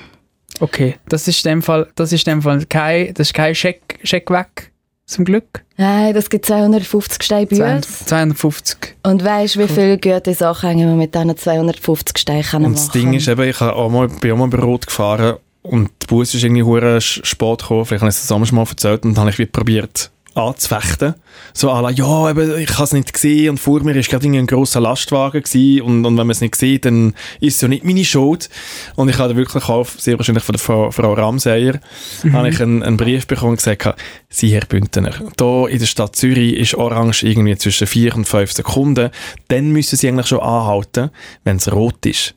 [SPEAKER 3] Okay, das ist in dem Fall, das ist in dem Fall kein, das ist kein Scheck, Scheck weg, zum Glück.
[SPEAKER 2] Nein, das gibt 250 Steine Bühls.
[SPEAKER 3] 250.
[SPEAKER 2] Und weißt, wie viele gute Sachen hängen wir mit diesen 250 Steinen machen
[SPEAKER 1] Und das Ding ist eben, ich hab auch mal, bin auch mal bei Rot gefahren und der Bus ist irgendwie hure sch- spät gekommen, vielleicht habe ich es das damals schon mal erzählt und dann habe ich wieder probiert anzufechten. So à la, ja, eben, ich habe es nicht gesehen und vor mir war gerade irgendwie ein grosser Lastwagen gewesen und, und wenn man es nicht sieht, dann ist es ja nicht meine Schuld. Und ich habe da wirklich auch, sehr wahrscheinlich von der Frau, Frau Ramseyer,
[SPEAKER 2] Mhm.
[SPEAKER 1] habe ich einen, einen Brief bekommen und gesagt, habe, Sie, Herr Bündner, hier in der Stadt Zürich ist Orange irgendwie zwischen 4 und 5 Sekunden. Dann müssen Sie eigentlich schon anhalten, wenn es rot ist.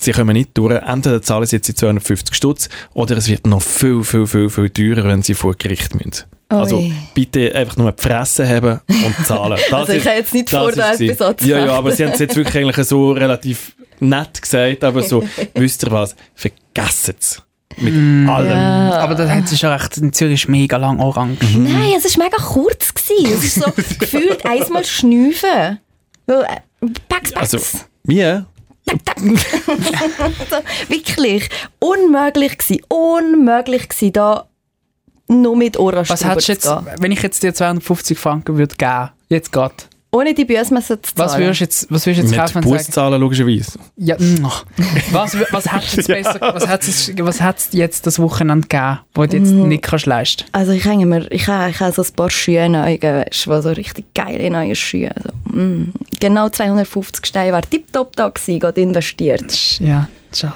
[SPEAKER 1] Sie kommen nicht durch. Entweder zahlen sie jetzt die 250 Stutz oder es wird noch viel, viel, viel, viel teurer, wenn sie vor Gericht müssen. Also
[SPEAKER 2] Ui.
[SPEAKER 1] bitte einfach nur die Fresse haben und zahlen. Das
[SPEAKER 2] Also, ich habe jetzt nicht vor, da
[SPEAKER 1] ist
[SPEAKER 2] etwas
[SPEAKER 1] sie. Ja, ja,
[SPEAKER 2] anzuwenden.
[SPEAKER 1] aber sie haben es jetzt wirklich eigentlich so relativ nett gesagt, aber so, wisst ihr was, vergessen es. Mit
[SPEAKER 3] Mm.
[SPEAKER 1] allem.
[SPEAKER 2] Ah.
[SPEAKER 3] Aber das hat sich schon recht, in Zürich ist mega lang orange.
[SPEAKER 1] Mhm.
[SPEAKER 2] Nein, es war mega kurz. Gewesen. Es ist so gefühlt einmal schnüffeln. So, äh, Packs, packs.
[SPEAKER 1] Also, mir?
[SPEAKER 2] so, wirklich. Unmöglich gewesen. Unmöglich gewesen, da nur mit Orange
[SPEAKER 3] Was
[SPEAKER 2] drüber
[SPEAKER 3] hättest du jetzt,
[SPEAKER 2] zu gehen.
[SPEAKER 3] wenn ich jetzt dir 250 Franken würde geben, jetzt geht.
[SPEAKER 2] Ohne die Büsmesse zu zahlen.
[SPEAKER 3] Was würdest du jetzt, was würdest du
[SPEAKER 1] Mit
[SPEAKER 3] jetzt kaufen und sagen?
[SPEAKER 1] Buszahlen logischerweise.
[SPEAKER 3] Ja, mwah. was, wür- was hättest du jetzt besser, was hättest du- was hättest du jetzt das Wochenende gegeben, wo du jetzt nicht kannst leisten?
[SPEAKER 2] Also ich hänge mir, ich habe, ich habe so ein paar Schuhe neu, weißt du, wo so richtig geile neue Schuhe. Also, mm. Genau 250 Steine war tipptopp da gewesen, gerade investiert.
[SPEAKER 3] Ja, schade.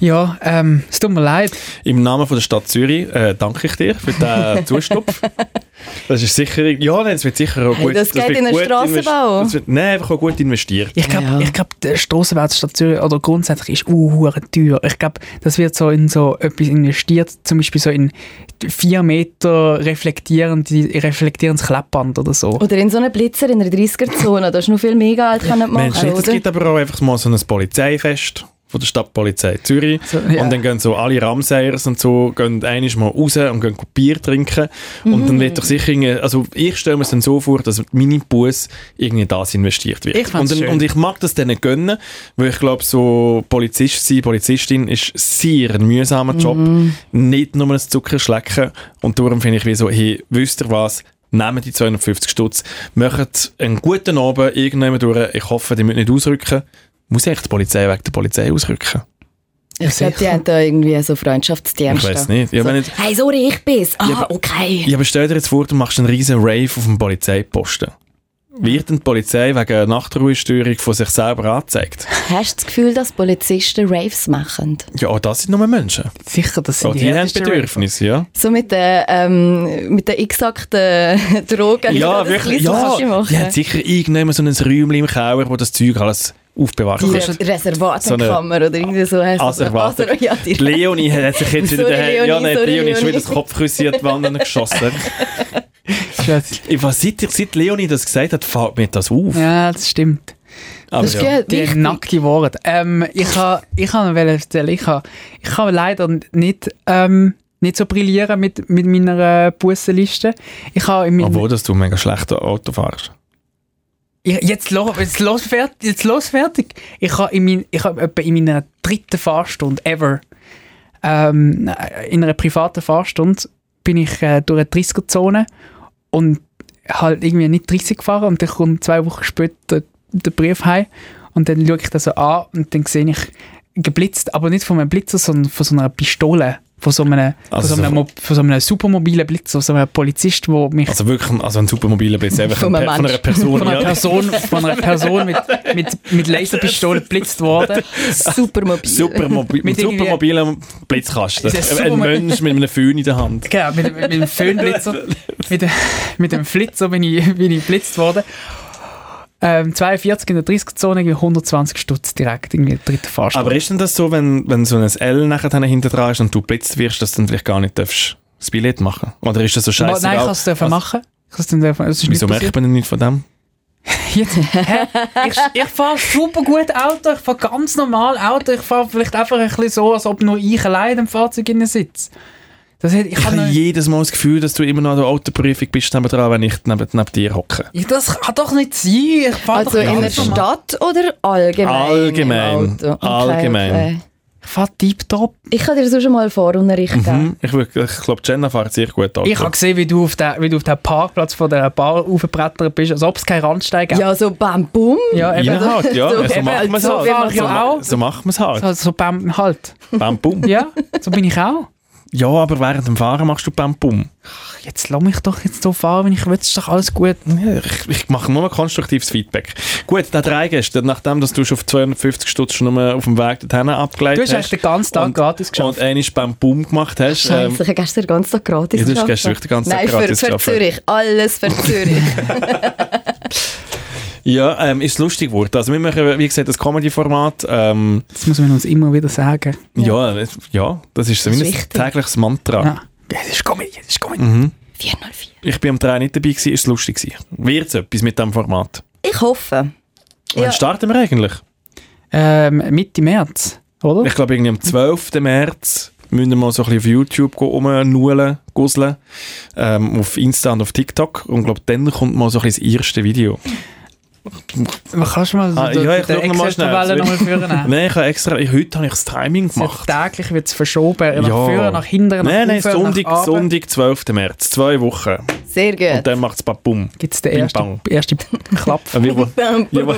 [SPEAKER 3] Ja, ähm, es tut mir leid.
[SPEAKER 1] Im Namen von der Stadt Zürich äh, danke ich dir für den Zustupf. Das ist sicher, ja, nein, es wird sicher auch
[SPEAKER 2] Hey,
[SPEAKER 1] gut.
[SPEAKER 2] das geht
[SPEAKER 1] wird
[SPEAKER 2] in den
[SPEAKER 1] gut
[SPEAKER 2] Strassenbau.
[SPEAKER 1] invest- Das wird, nein, einfach auch gut investiert.
[SPEAKER 3] Ich glaube,
[SPEAKER 2] Ja.
[SPEAKER 3] ich glaub, der Strassenwärtsstadt Zürich oder grundsätzlich ist uh, teuer. Ich glaube, das wird so in so etwas investiert, zum Beispiel so in vier Meter reflektierend, reflektierendes Klappband oder so.
[SPEAKER 2] Oder in so einem Blitzer in der 30er-Zone, da ist noch viel mega alt, kann nicht
[SPEAKER 1] Mensch,
[SPEAKER 2] machen,
[SPEAKER 1] es
[SPEAKER 2] oder?
[SPEAKER 1] gibt aber auch einfach mal so ein Polizeifest von der Stadtpolizei Zürich.
[SPEAKER 3] So, ja.
[SPEAKER 1] Und dann gehen so alle Ramsayers und so, gehen einiges mal raus und gehen Bier trinken. Und dann wird doch sicher, irgendwie- also ich stelle mir es dann so vor, dass meine Bus irgendwie in das investiert wird.
[SPEAKER 3] Ich fand's
[SPEAKER 1] und, dann,
[SPEAKER 3] schön.
[SPEAKER 1] und ich mag das denen gönnen, weil ich glaube, so Polizist sein, Polizistin ist sehr ein mühsamer Job.
[SPEAKER 3] Mhm.
[SPEAKER 1] Nicht nur ein Zuckerschlecken. Und darum finde ich wie so, hey, wisst ihr was? Nehmt die 250 Stutz, macht einen guten Abend irgendjemand durch. Ich hoffe, die müssen nicht ausrücken. Muss eigentlich die Polizei wegen der Polizei ausrücken?
[SPEAKER 2] Ich glaube, die haben da irgendwie so Freundschaftsdienste.
[SPEAKER 1] Ich weiss nicht. Ja,
[SPEAKER 2] so,
[SPEAKER 1] wenn nicht-
[SPEAKER 2] hey, sorry, ich bin's. Ah,
[SPEAKER 1] Ja, aber-
[SPEAKER 2] okay.
[SPEAKER 1] Ja, aber stell dir jetzt vor, du machst einen riesen Rave auf dem Polizeiposten. Wird denn die Polizei wegen Nachtruhestörung von sich selber angezeigt?
[SPEAKER 2] Hast du das Gefühl, dass Polizisten Raves machen?
[SPEAKER 1] Ja, auch das sind nur Menschen.
[SPEAKER 3] Sicher, das sind
[SPEAKER 1] Auch die, haben
[SPEAKER 3] härtesten
[SPEAKER 1] Bedürfnisse, ja.
[SPEAKER 2] So mit den, ähm, mit den exakten Drogen.
[SPEAKER 1] Ja,
[SPEAKER 2] das
[SPEAKER 1] wirklich.
[SPEAKER 2] Kleines,
[SPEAKER 1] Ja,
[SPEAKER 2] kannst du machen.
[SPEAKER 1] die haben sicher irgendjemand so ein Räumchen im Keller, wo das Zeug alles aufbewahrt
[SPEAKER 2] Re-
[SPEAKER 1] wird. so
[SPEAKER 2] Reservatenkammer oder irgendwie so heisst das.
[SPEAKER 1] Aserwarte.
[SPEAKER 2] Aser- ja, die-
[SPEAKER 1] Die Leonie hat sich jetzt wieder
[SPEAKER 2] Sorry,
[SPEAKER 1] daheim-
[SPEAKER 2] Leonie,
[SPEAKER 1] ja, nein, die
[SPEAKER 2] sorry,
[SPEAKER 1] Leonie ist schon wieder
[SPEAKER 2] Leonie.
[SPEAKER 1] das Kopfküsschen an die Wand geschossen.
[SPEAKER 3] ist das.
[SPEAKER 1] Ich weiß, seit, seit Leonie das gesagt hat, fällt mir das auf.
[SPEAKER 3] Ja, das stimmt.
[SPEAKER 1] Aber
[SPEAKER 2] das ist
[SPEAKER 1] ja.
[SPEAKER 2] gut,
[SPEAKER 3] Die
[SPEAKER 2] wichtig.
[SPEAKER 3] nackte Worte. Ähm, ich ha, ich ha noch erzählen, ich ha, ich ha leider nicht, ähm, nicht so brillieren mit, mit meiner äh, Bussenliste. Ich ha in meinem-
[SPEAKER 1] Obwohl, dass du mega schlecht Auto fährst.
[SPEAKER 3] Ja, jetzt, lo- jetzt, los, fertig, jetzt los fertig. Ich habe in, mein, ich hab etwa in meiner dritten Fahrstunde ever, ähm, in einer privaten Fahrstunde, bin ich äh, durch eine 30er-Zone und halt irgendwie nicht 30 gefahren und dann kommt zwei Wochen später der Brief heim und dann schaue ich das so an und dann sehe ich geblitzt, aber nicht von einem Blitzer, sondern von so einer Pistole. Von so einem,
[SPEAKER 1] Also
[SPEAKER 3] von so
[SPEAKER 1] so-
[SPEAKER 3] einem, Mo- von so einem supermobilen Blitzer, so einem Polizist, der mich
[SPEAKER 1] Also wirklich, ein- also ein supermobiler Blitz, einfach
[SPEAKER 2] Von
[SPEAKER 1] ein
[SPEAKER 2] einem
[SPEAKER 1] Pe- von einer Person.
[SPEAKER 2] Mensch.
[SPEAKER 3] von einer
[SPEAKER 1] ja.
[SPEAKER 3] Person, von einer Person mit, mit, mit Laserpistole geblitzt worden.
[SPEAKER 2] Super mobil.
[SPEAKER 1] Supermobi mit
[SPEAKER 3] Mit irgendwie-
[SPEAKER 1] supermobilen Blitzkasten.
[SPEAKER 3] Ist das
[SPEAKER 1] Ein
[SPEAKER 3] Supermo-
[SPEAKER 1] Mensch mit einem Föhn in der Hand.
[SPEAKER 3] Genau, mit, mit dem Föhnblitzer, mit, dem- mit dem Flitzer bin ich, bin ich geblitzt worden. Ähm, 42 in der 30er-Zone, irgendwie 120 Stutz direkt, irgendwie dritte Fahrstunde.
[SPEAKER 1] Aber ist denn das so, wenn, wenn so ein L nachher dann hinten dran ist und du blitzt wirst, dass du dann vielleicht gar nicht darfst das Billett machen? Oder ist das so
[SPEAKER 3] Ma-
[SPEAKER 1] scheiße?
[SPEAKER 3] Nein, ich kann es dürfen machen. Ich kann's dann dürfen. Es ist
[SPEAKER 1] Wieso
[SPEAKER 3] nicht Ah,
[SPEAKER 1] merkt man denn nicht von dem?
[SPEAKER 3] Jetzt, hä? ich ich fahre super gut Auto, ich fahre ganz normal Auto, ich fahre vielleicht einfach ein bisschen so, als ob nur ich allein im Fahrzeug innen sitze. Das hätte, ich
[SPEAKER 1] Ich
[SPEAKER 3] kann
[SPEAKER 1] habe
[SPEAKER 3] noch-
[SPEAKER 1] jedes Mal das Gefühl, dass du immer noch an der Autoprüfung bist, neben dran, wenn ich neben, neben dir hocke.
[SPEAKER 3] Ja, das kann doch nicht sein. Ich fahre
[SPEAKER 2] Also
[SPEAKER 3] doch
[SPEAKER 2] in der
[SPEAKER 3] ganz normal.
[SPEAKER 2] Stadt oder allgemein?
[SPEAKER 1] Allgemein.
[SPEAKER 2] im Auto? Okay,
[SPEAKER 1] Allgemein.
[SPEAKER 2] okay.
[SPEAKER 3] Ich fahre tiptop.
[SPEAKER 2] Ich kann dir so schon mal Vorunterricht geben.
[SPEAKER 1] Hm? Ich, würd- ich glaube, Jenna fährt sehr gut Auto.
[SPEAKER 3] Ich habe gesehen, wie du auf den, wie du auf den Parkplatz von der Bar aufgebrettert bist, als ob es keinen Randsteig gab.
[SPEAKER 2] Ja, so bam, bum.
[SPEAKER 3] ja eben.
[SPEAKER 1] Reinhard, ja,
[SPEAKER 2] So,
[SPEAKER 1] so
[SPEAKER 3] eben,
[SPEAKER 1] macht man es
[SPEAKER 3] so
[SPEAKER 1] halt.
[SPEAKER 3] fahr ich
[SPEAKER 1] So, ma-
[SPEAKER 3] auch.
[SPEAKER 1] so macht man es halt.
[SPEAKER 3] So, so bam, halt.
[SPEAKER 1] Bam, bum.
[SPEAKER 3] Ja, so bin ich auch.
[SPEAKER 1] Ja, aber während dem Fahren machst du Bam, bum.
[SPEAKER 3] Ach, Jetzt lass mich doch jetzt so fahren, wenn ich will, ist doch alles gut.
[SPEAKER 1] Ja, Ich, ich mache nur noch konstruktives Feedback. Gut, der Dreigäste, nachdem dass du schon auf 250 Stutz schon nur auf dem Weg dorthin abgeleitet
[SPEAKER 3] Du hast eigentlich den ganzen Tag
[SPEAKER 1] und-
[SPEAKER 3] gratis geschafft.
[SPEAKER 1] und einmal Bam, bum gemacht hast, ähm,
[SPEAKER 2] Scheiße, ich habe gestern den ganzen Tag gratis
[SPEAKER 1] ja, du hast
[SPEAKER 2] gearbeitet.
[SPEAKER 1] gestern wirklich den ganzen Tag
[SPEAKER 2] Nein, für,
[SPEAKER 1] gratis
[SPEAKER 2] für
[SPEAKER 1] gearbeitet.
[SPEAKER 2] Zürich. Alles für Zürich.
[SPEAKER 1] ja, ähm, ist lustig geworden. Also wir machen, wie gesagt, das Comedy-Format. Ähm,
[SPEAKER 3] Das muss man uns immer wieder sagen.
[SPEAKER 1] ja. Ja, es- ja, das ist zumindest
[SPEAKER 2] wichtig.
[SPEAKER 1] tägliches Mantra.
[SPEAKER 3] Ja. Das ist Comedy, das ist Comedy.
[SPEAKER 1] Mhm.
[SPEAKER 2] 404.
[SPEAKER 1] Ich bin am Dreh nicht dabei, gewesen, ist es lustig gewesen. Wird es etwas mit diesem Format?
[SPEAKER 2] Ich hoffe.
[SPEAKER 1] Wann
[SPEAKER 2] Ja.
[SPEAKER 1] starten wir eigentlich?
[SPEAKER 3] Ähm, Mitte März, oder?
[SPEAKER 1] Ich glaube, irgendwie am 12. März müssen wir mal so ein bisschen auf YouTube go- rumnudeln, gusseln. Ähm, auf Insta und auf TikTok. Und ich glaube, dann kommt mal so ein bisschen das erste Video.
[SPEAKER 3] Man kannst du mal so
[SPEAKER 1] Ah,
[SPEAKER 3] den-
[SPEAKER 1] ja, ich
[SPEAKER 3] den
[SPEAKER 1] schau noch mal schnell.
[SPEAKER 3] Excel-Tabelle nochmal führen.
[SPEAKER 1] Nein, ich habe extra, ich, heute habe ich das Timing gemacht.
[SPEAKER 3] Täglich wird es verschoben, nach
[SPEAKER 1] Ja.
[SPEAKER 3] vorne, nach hinten, nach
[SPEAKER 1] Nein, nein,
[SPEAKER 3] oben, nach
[SPEAKER 1] Sonntag,
[SPEAKER 3] oben.
[SPEAKER 1] Sonntag, 12. März. Zwei Wochen.
[SPEAKER 2] Sehr
[SPEAKER 1] Und
[SPEAKER 2] gut.
[SPEAKER 1] dann macht es Babum.
[SPEAKER 3] Gibt es den
[SPEAKER 1] Bing
[SPEAKER 3] ersten,
[SPEAKER 1] bang.
[SPEAKER 3] ersten Klapp?
[SPEAKER 1] Äh, wir wo-
[SPEAKER 2] Bam,
[SPEAKER 1] Ja,
[SPEAKER 2] bum.
[SPEAKER 1] aber-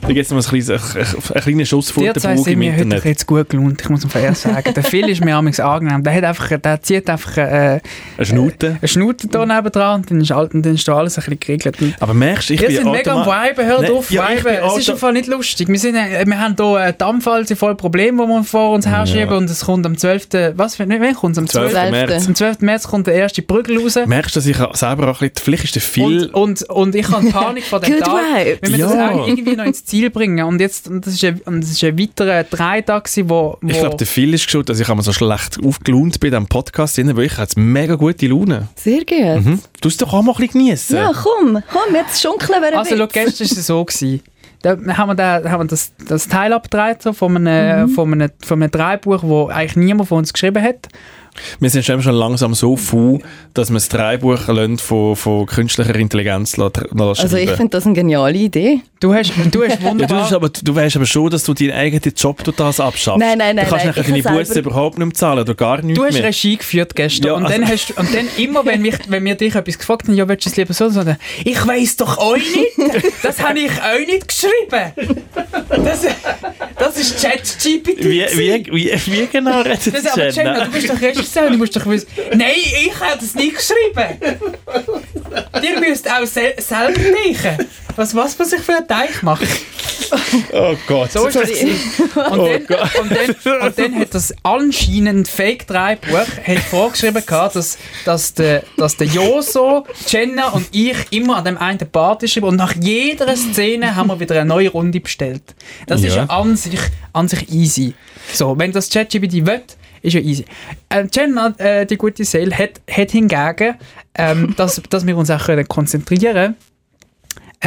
[SPEAKER 1] Da gibt es noch ein kleines- ein- ein- einen kleinen Schuss vor
[SPEAKER 3] Die
[SPEAKER 1] der
[SPEAKER 3] zwei
[SPEAKER 1] Bug
[SPEAKER 3] sind
[SPEAKER 1] im
[SPEAKER 3] mir heute ein
[SPEAKER 1] Internet.
[SPEAKER 3] bisschen zu gut gelohnt, ich muss ihm fair sagen. Der Phil ist mir amigs angenehm. Der, hat einfach, der zieht einfach äh,
[SPEAKER 1] Eine Schnute.
[SPEAKER 3] eine Schnute da nebendran und dann ist, all- und dann ist da alles ein bisschen geregelt. Und
[SPEAKER 1] Aber merkst du, ich
[SPEAKER 3] wir
[SPEAKER 1] bin
[SPEAKER 3] sind mega am
[SPEAKER 1] automat-
[SPEAKER 3] Viben, hört
[SPEAKER 1] Nein,
[SPEAKER 3] auf,
[SPEAKER 1] ja, ich
[SPEAKER 3] Viben.
[SPEAKER 1] bin
[SPEAKER 3] Es ist
[SPEAKER 1] auto-
[SPEAKER 3] einfach nicht lustig. Wir, sind, äh, wir haben hier einen Dampfhall, sie voll Probleme, die wir vor uns herschieben und es kommt am 12. Was? für- Wann kommt es? Am 12.
[SPEAKER 1] 12. März.
[SPEAKER 3] Am 12. März kommt der erste Brügel raus.
[SPEAKER 1] Merkst du, dass ich selber auch ein bisschen, vielleicht ist der viel...
[SPEAKER 3] Und, und, und ich habe Panik vor dem
[SPEAKER 2] Good
[SPEAKER 3] Tag,
[SPEAKER 2] vibes.
[SPEAKER 3] wenn wir
[SPEAKER 1] Ja.
[SPEAKER 3] das auch irgendwie noch ins Ziel bringen. Und jetzt, und das ist ein, und das ist ein weiterer Dreitag, gewesen, wo, wo
[SPEAKER 1] Ich glaube, der Phil ist schuld, dass ich immer so schlecht aufgelohnt bin am Podcast, drin, weil ich habe jetzt mega gute Laune.
[SPEAKER 2] Sehr gut.
[SPEAKER 1] Hm? Du musst doch auch mal ein bisschen geniessen.
[SPEAKER 2] Ja, komm, komm, jetzt schunkeln wir ein
[SPEAKER 3] Also, schau,
[SPEAKER 2] bisschen.
[SPEAKER 3] gestern war es so. Gewesen. Da haben wir, da, haben wir das, das Teil abgedreht so von, einem,
[SPEAKER 1] Mhm.
[SPEAKER 3] von, einem, von einem Dreibuch, wo eigentlich niemand von uns geschrieben hat.
[SPEAKER 1] Wir sind schon schon langsam so faul, dass wir das Dreibuch lassen von, von künstlicher Intelligenz lassen- lassen
[SPEAKER 2] Also ich
[SPEAKER 1] schreiben.
[SPEAKER 2] finde das eine geniale Idee.
[SPEAKER 3] Du hast, du hast
[SPEAKER 1] ja, du,
[SPEAKER 3] wunderbar...
[SPEAKER 1] hast aber, du weißt aber schon, dass du deinen eigenen Job durch das abschaffst.
[SPEAKER 2] Nein, nein, nein,
[SPEAKER 1] Du kannst
[SPEAKER 2] nein,
[SPEAKER 1] nachher
[SPEAKER 2] ich
[SPEAKER 1] deine
[SPEAKER 2] selber-
[SPEAKER 1] Busse überhaupt nicht mehr zahlen oder gar nichts
[SPEAKER 3] Du hast
[SPEAKER 1] mehr.
[SPEAKER 3] Regie geführt gestern
[SPEAKER 1] Ja,
[SPEAKER 3] und,
[SPEAKER 1] also-
[SPEAKER 3] dann hast, du- und dann immer, wenn, mich, wenn wir dich etwas gefragt haben, ja, willst du es lieber so, und so dann, ich weiss doch auch nicht, das habe ich auch nicht geschrieben. Das, das ist ChatGPT.
[SPEAKER 1] wie,
[SPEAKER 3] gewesen.
[SPEAKER 1] wie, wie, wie genau redet
[SPEAKER 3] Das ist aber Jenna, du bist doch Regisseur, du musst doch wissen. Nein, ich habe das nicht geschrieben. Ihr müsst auch sel selber teichen. Was, was muss ich für einen Teich machen?
[SPEAKER 1] Oh Gott.
[SPEAKER 3] So ist das. Und dann, und, dann, und dann hat das anscheinend Fake 3 Buch hat vorgeschrieben, gehabt, dass, dass, der, dass der Joso, Jenna und ich immer an dem einen Party schreiben und nach jeder Szene haben wir wieder eine neue Runde bestellt. Das ist
[SPEAKER 1] Ja.
[SPEAKER 3] ja an sich, an sich easy. So, wenn das ChatGPT will, ist ja easy. Ähm, Jenna, äh, die gute Seele, hat, hat hingegen, ähm, dass, dass wir uns auch können konzentrieren können,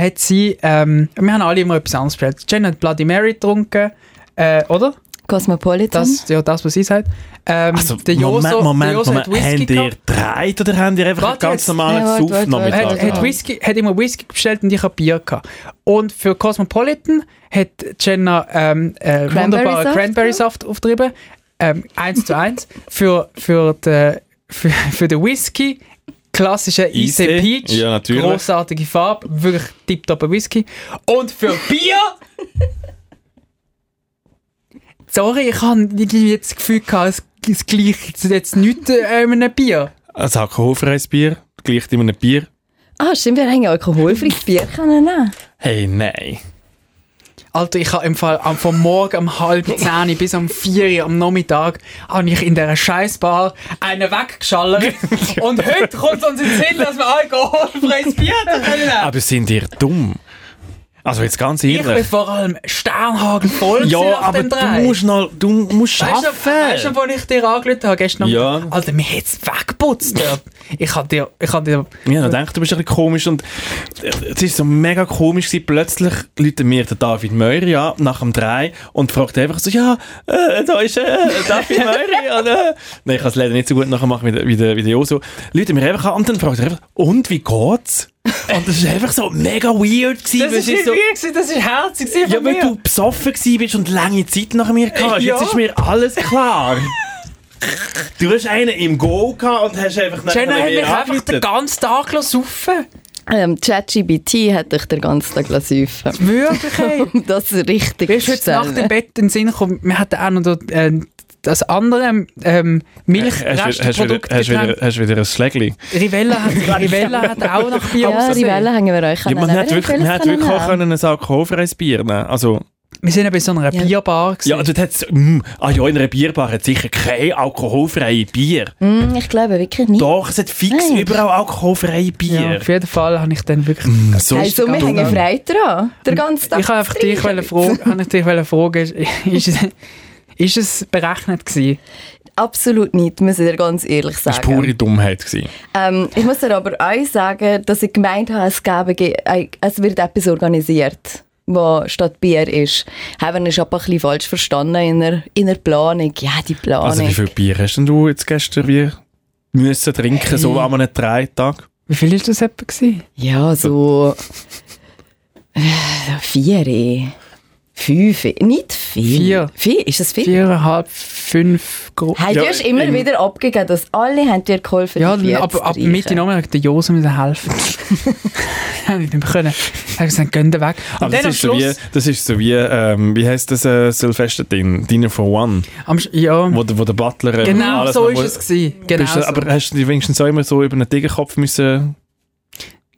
[SPEAKER 3] hat sie, ähm, wir haben alle immer etwas anderes bestellt. Jenna hat Bloody Mary getrunken, äh, oder?
[SPEAKER 2] Cosmopolitan.
[SPEAKER 3] Das, ja, das, was sie sagt. Ähm,
[SPEAKER 1] Also,
[SPEAKER 3] der Joso,
[SPEAKER 1] Moment,
[SPEAKER 3] der
[SPEAKER 1] Moment,
[SPEAKER 3] Joso
[SPEAKER 1] Moment.
[SPEAKER 3] hat Whisky
[SPEAKER 1] Habt ihr
[SPEAKER 3] gehabt.
[SPEAKER 1] drei oder habt ihr einfach einen
[SPEAKER 3] Warte
[SPEAKER 1] ganz
[SPEAKER 3] jetzt.
[SPEAKER 1] normalen
[SPEAKER 2] Ja, warte,
[SPEAKER 1] Suff
[SPEAKER 2] warte,
[SPEAKER 1] Nachmittag?
[SPEAKER 2] warte,
[SPEAKER 3] hat, hat,
[SPEAKER 2] gehabt.
[SPEAKER 3] Whisky, hat immer Whisky bestellt und ich habe Bier gehabt. Und für Cosmopolitan hat Jenna ähm, äh,
[SPEAKER 2] Cranberry
[SPEAKER 3] wunderbaren
[SPEAKER 2] Saft,
[SPEAKER 3] Cranberry Saft auftrieben. Ähm, eins zu eins. Für, für, den, für, für den Whisky klassischer
[SPEAKER 1] Easy.
[SPEAKER 3] Easy Peach.
[SPEAKER 1] Ja, natürlich.
[SPEAKER 3] Grossartige Farbe. Wirklich tipptopp Whisky. Und für Bier... Sorry, ich habe jetzt das Gefühl gehabt, es- es gleicht jetzt nichts äh, einem Bier.
[SPEAKER 1] Ein alkoholfreies Bier, gleich immer ein Bier.
[SPEAKER 2] Ah, stimmt, wir haben ja alkoholfreies Bier können nehmen.
[SPEAKER 1] Hey, nein.
[SPEAKER 3] Alter, ich habe im Fall am- vom Morgen um halb zehn bis um vier Uhr am Nachmittag habe ich in dieser Scheißbar einen weggeschallert. Und heute kommt es uns in den Sinn, dass wir alkoholfreies Bier trinken können.
[SPEAKER 1] Aber sind ihr dumm? Also jetzt ganz
[SPEAKER 3] Ich bin
[SPEAKER 1] ehrlich.
[SPEAKER 3] vor allem Sternhagen voll
[SPEAKER 1] Ja, aber
[SPEAKER 3] dem
[SPEAKER 1] du
[SPEAKER 3] drei.
[SPEAKER 1] musst noch, du musst
[SPEAKER 3] Weißt du, weißt du,
[SPEAKER 1] schaffen.
[SPEAKER 3] wo ich dir angelötet habe gestern
[SPEAKER 1] Ja.
[SPEAKER 3] Abend? Alter, mir hat's weggeputzt. dort. Ich hab dir, ich hab dir,
[SPEAKER 1] Ich habe gedacht, du bist ein bisschen komisch und äh, es ist so mega komisch gewesen. Plötzlich läuten mir der David Meury an, nach dem 3 und fragt einfach so, ja, äh, da ist äh, David Meury. und, äh. Nein, ich kann es leider nicht so gut nachher machen wie der, wie der, wie der Joso. Läuten mir einfach an und dann fragt er einfach, und, wie geht's? Und das ist einfach so mega weird gewesen.
[SPEAKER 3] das
[SPEAKER 1] weil
[SPEAKER 3] ist
[SPEAKER 1] sie
[SPEAKER 3] nicht
[SPEAKER 1] so,
[SPEAKER 3] so, das ist herzig gewesen
[SPEAKER 1] Ja,
[SPEAKER 3] von
[SPEAKER 1] weil
[SPEAKER 3] mir.
[SPEAKER 1] du besoffen gewesen bist und lange Zeit nach mir gehabt hast. Jetzt
[SPEAKER 3] Ja.
[SPEAKER 1] ist mir alles klar. du hast einen im Go gehabt und hast einfach nachher
[SPEAKER 3] Jenna hat mich
[SPEAKER 1] mehr
[SPEAKER 3] einfach den
[SPEAKER 1] angerufen.
[SPEAKER 3] ganzen Tag saufen
[SPEAKER 2] Ähm, ChatGBT hat dich den ganzen Tag säufen lassen.
[SPEAKER 3] Wirklich, ey.
[SPEAKER 2] Um Das richtig
[SPEAKER 3] Mir ist
[SPEAKER 2] zu
[SPEAKER 3] heute Nacht
[SPEAKER 2] stellen.
[SPEAKER 3] im Bett in den Sinn gekommen, wir hatten auch noch dort, äh, das andere ähm,
[SPEAKER 1] Hast du wieder,
[SPEAKER 3] Milchrestprodukt.
[SPEAKER 1] hast wieder, hast wieder ein Schlägli?
[SPEAKER 3] Rivella, hat, Rivella hat auch nach
[SPEAKER 2] Ja,
[SPEAKER 3] Bier ausgesehen.
[SPEAKER 2] Rivella hängen wir euch
[SPEAKER 1] Ja, man
[SPEAKER 2] nehmen.
[SPEAKER 1] hat
[SPEAKER 2] Wir
[SPEAKER 1] wirklich,
[SPEAKER 2] haben
[SPEAKER 1] man hat
[SPEAKER 2] vieles
[SPEAKER 1] wirklich auch
[SPEAKER 2] nehmen.
[SPEAKER 1] können ein alkoholfreies Bier nehmen Also,
[SPEAKER 3] Wir sind ja bei so einer
[SPEAKER 2] Ja.
[SPEAKER 3] Bierbar. gewesen.
[SPEAKER 1] ja, dort hat's, mm, ah ja, in einer Bierbar hat sicher kein alkoholfreie Bier.
[SPEAKER 2] Hm, ich glaube wirklich nicht.
[SPEAKER 1] Doch, es hat fix
[SPEAKER 2] Nein.
[SPEAKER 1] überall alkoholfreie
[SPEAKER 3] Ja,
[SPEAKER 1] Bier.
[SPEAKER 3] auf jeden Fall habe ich dann wirklich...
[SPEAKER 1] so
[SPEAKER 2] Hey,
[SPEAKER 1] ist
[SPEAKER 2] so, Also, wir
[SPEAKER 1] dumm.
[SPEAKER 2] hängen frei dran. Den ganzen Tag.
[SPEAKER 3] ich habe einfach dich wollen fragen, habe ich dich wollen fragen, ist, ist, es, ist es berechnet gewesen?
[SPEAKER 2] Absolut nicht, muss ich dir ganz ehrlich
[SPEAKER 1] Das war
[SPEAKER 2] sagen.
[SPEAKER 1] pure Dummheit. Gewesen.
[SPEAKER 2] Ähm, ich muss dir aber auch sagen, dass ich gemeint habe, es, gäbe, ge- äh, es wird etwas organisiert, was statt Bier ist. Haben ist aber ein bisschen falsch verstanden in der, in der Planung. Ja, die Planung.
[SPEAKER 1] Also, wie viel Bier hast denn du jetzt gestern wie müssen trinken, so
[SPEAKER 3] Äh.
[SPEAKER 1] an einem Dreitag?
[SPEAKER 3] Wie viel ist das etwa gewesen?
[SPEAKER 2] Ja, so. äh, Vier. eh. Fünf. eh. Nicht viel.
[SPEAKER 3] Vier.
[SPEAKER 2] Vier? Ist das viel?
[SPEAKER 3] Viereinhalb, fünf... Gro
[SPEAKER 2] Hey,
[SPEAKER 1] Ja,
[SPEAKER 2] du hast immer
[SPEAKER 1] im-
[SPEAKER 2] wieder abgegeben, dass alle haben dir geholfen
[SPEAKER 3] Ja,
[SPEAKER 2] die Vier
[SPEAKER 3] ab,
[SPEAKER 2] zu
[SPEAKER 3] ab
[SPEAKER 2] streichen.
[SPEAKER 3] Mitte Nachmittag den Josen müssen helfen. Hätte ich nicht mehr können. Ich habe gesagt, gehen weg. Und
[SPEAKER 1] Aber Also, das
[SPEAKER 3] dann am
[SPEAKER 1] ist, so
[SPEAKER 3] Schluss,
[SPEAKER 1] wie, das ist so wie, ähm, wie heisst das, äh, Silvester-Ding, Dinner for One,
[SPEAKER 3] am, Sch- ja,
[SPEAKER 1] wo, der- wo der Butler... äh,
[SPEAKER 3] genau
[SPEAKER 1] alles
[SPEAKER 3] so
[SPEAKER 1] noch
[SPEAKER 3] ist
[SPEAKER 1] muss-
[SPEAKER 3] es gewesen.
[SPEAKER 1] Bist
[SPEAKER 3] Genau
[SPEAKER 1] du,
[SPEAKER 3] so.
[SPEAKER 1] Aber äh hast du dich wenigstens auch immer so über den Degenkopf müssen...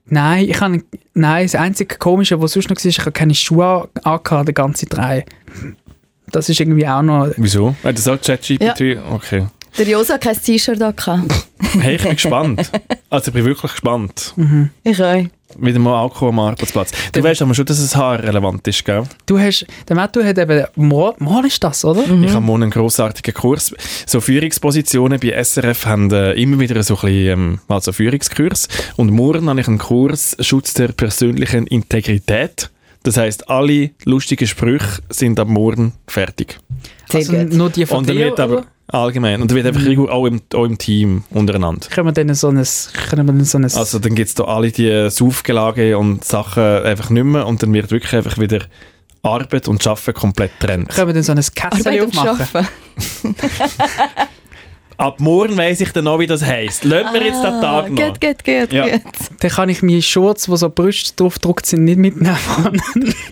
[SPEAKER 3] nein, ich habe, nein, das einzige Komische, was sonst noch war, ist, ich habe keine Schuhe an- angehabt, die ganze drei. Das ist irgendwie auch noch...
[SPEAKER 1] Wieso? Hat das auch ChatGPT? Okay.
[SPEAKER 2] Der Josa hat kein T-Shirt da gehabt.
[SPEAKER 1] Hey, ich bin gespannt. Also ich bin wirklich gespannt.
[SPEAKER 2] Ich auch.
[SPEAKER 1] Wieder mal Alkohol am Arbeitsplatz. Du
[SPEAKER 3] Genau.
[SPEAKER 1] weißt aber schon, dass es haarrelevant ist, gell?
[SPEAKER 3] Du hast... Der Matthew hat eben... Mor- Morgen ist das, oder?
[SPEAKER 2] Mhm.
[SPEAKER 1] Ich habe morgen einen grossartigen Kurs. So Führungspositionen bei SRF haben äh, immer wieder so ein bisschen, ähm, mal so Führungskurs. Und morgen habe ich einen Kurs Schutz der persönlichen Integrität. Das heisst, alle lustigen Sprüche sind ab morgen fertig.
[SPEAKER 2] Sehr
[SPEAKER 3] Also
[SPEAKER 2] gut.
[SPEAKER 3] nur die von
[SPEAKER 1] und dann
[SPEAKER 3] dir,
[SPEAKER 1] wird aber
[SPEAKER 3] oder?
[SPEAKER 1] allgemein. Und dann wird einfach mhm. auch, im, auch im Team untereinander.
[SPEAKER 3] Können wir dann so ein... Können wir dann so ein...
[SPEAKER 1] Also dann gibt es da alle die äh, Saufgelage und Sachen einfach nicht mehr. Und dann wird wirklich einfach wieder Arbeit und Schaffen komplett getrennt.
[SPEAKER 3] können wir dann so ein Kessel
[SPEAKER 2] Arbeit und
[SPEAKER 3] aufmachen?
[SPEAKER 2] Schaffen.
[SPEAKER 1] Ab morgen weiss ich dann auch, wie das heisst. Lassen wir jetzt den
[SPEAKER 3] Ah,
[SPEAKER 1] Tag noch.
[SPEAKER 2] Gut, gut, gut,
[SPEAKER 1] Ja.
[SPEAKER 2] gut.
[SPEAKER 3] Dann kann ich meine Shorts, wo so Brüste drauf gedruckt sind, nicht mitnehmen.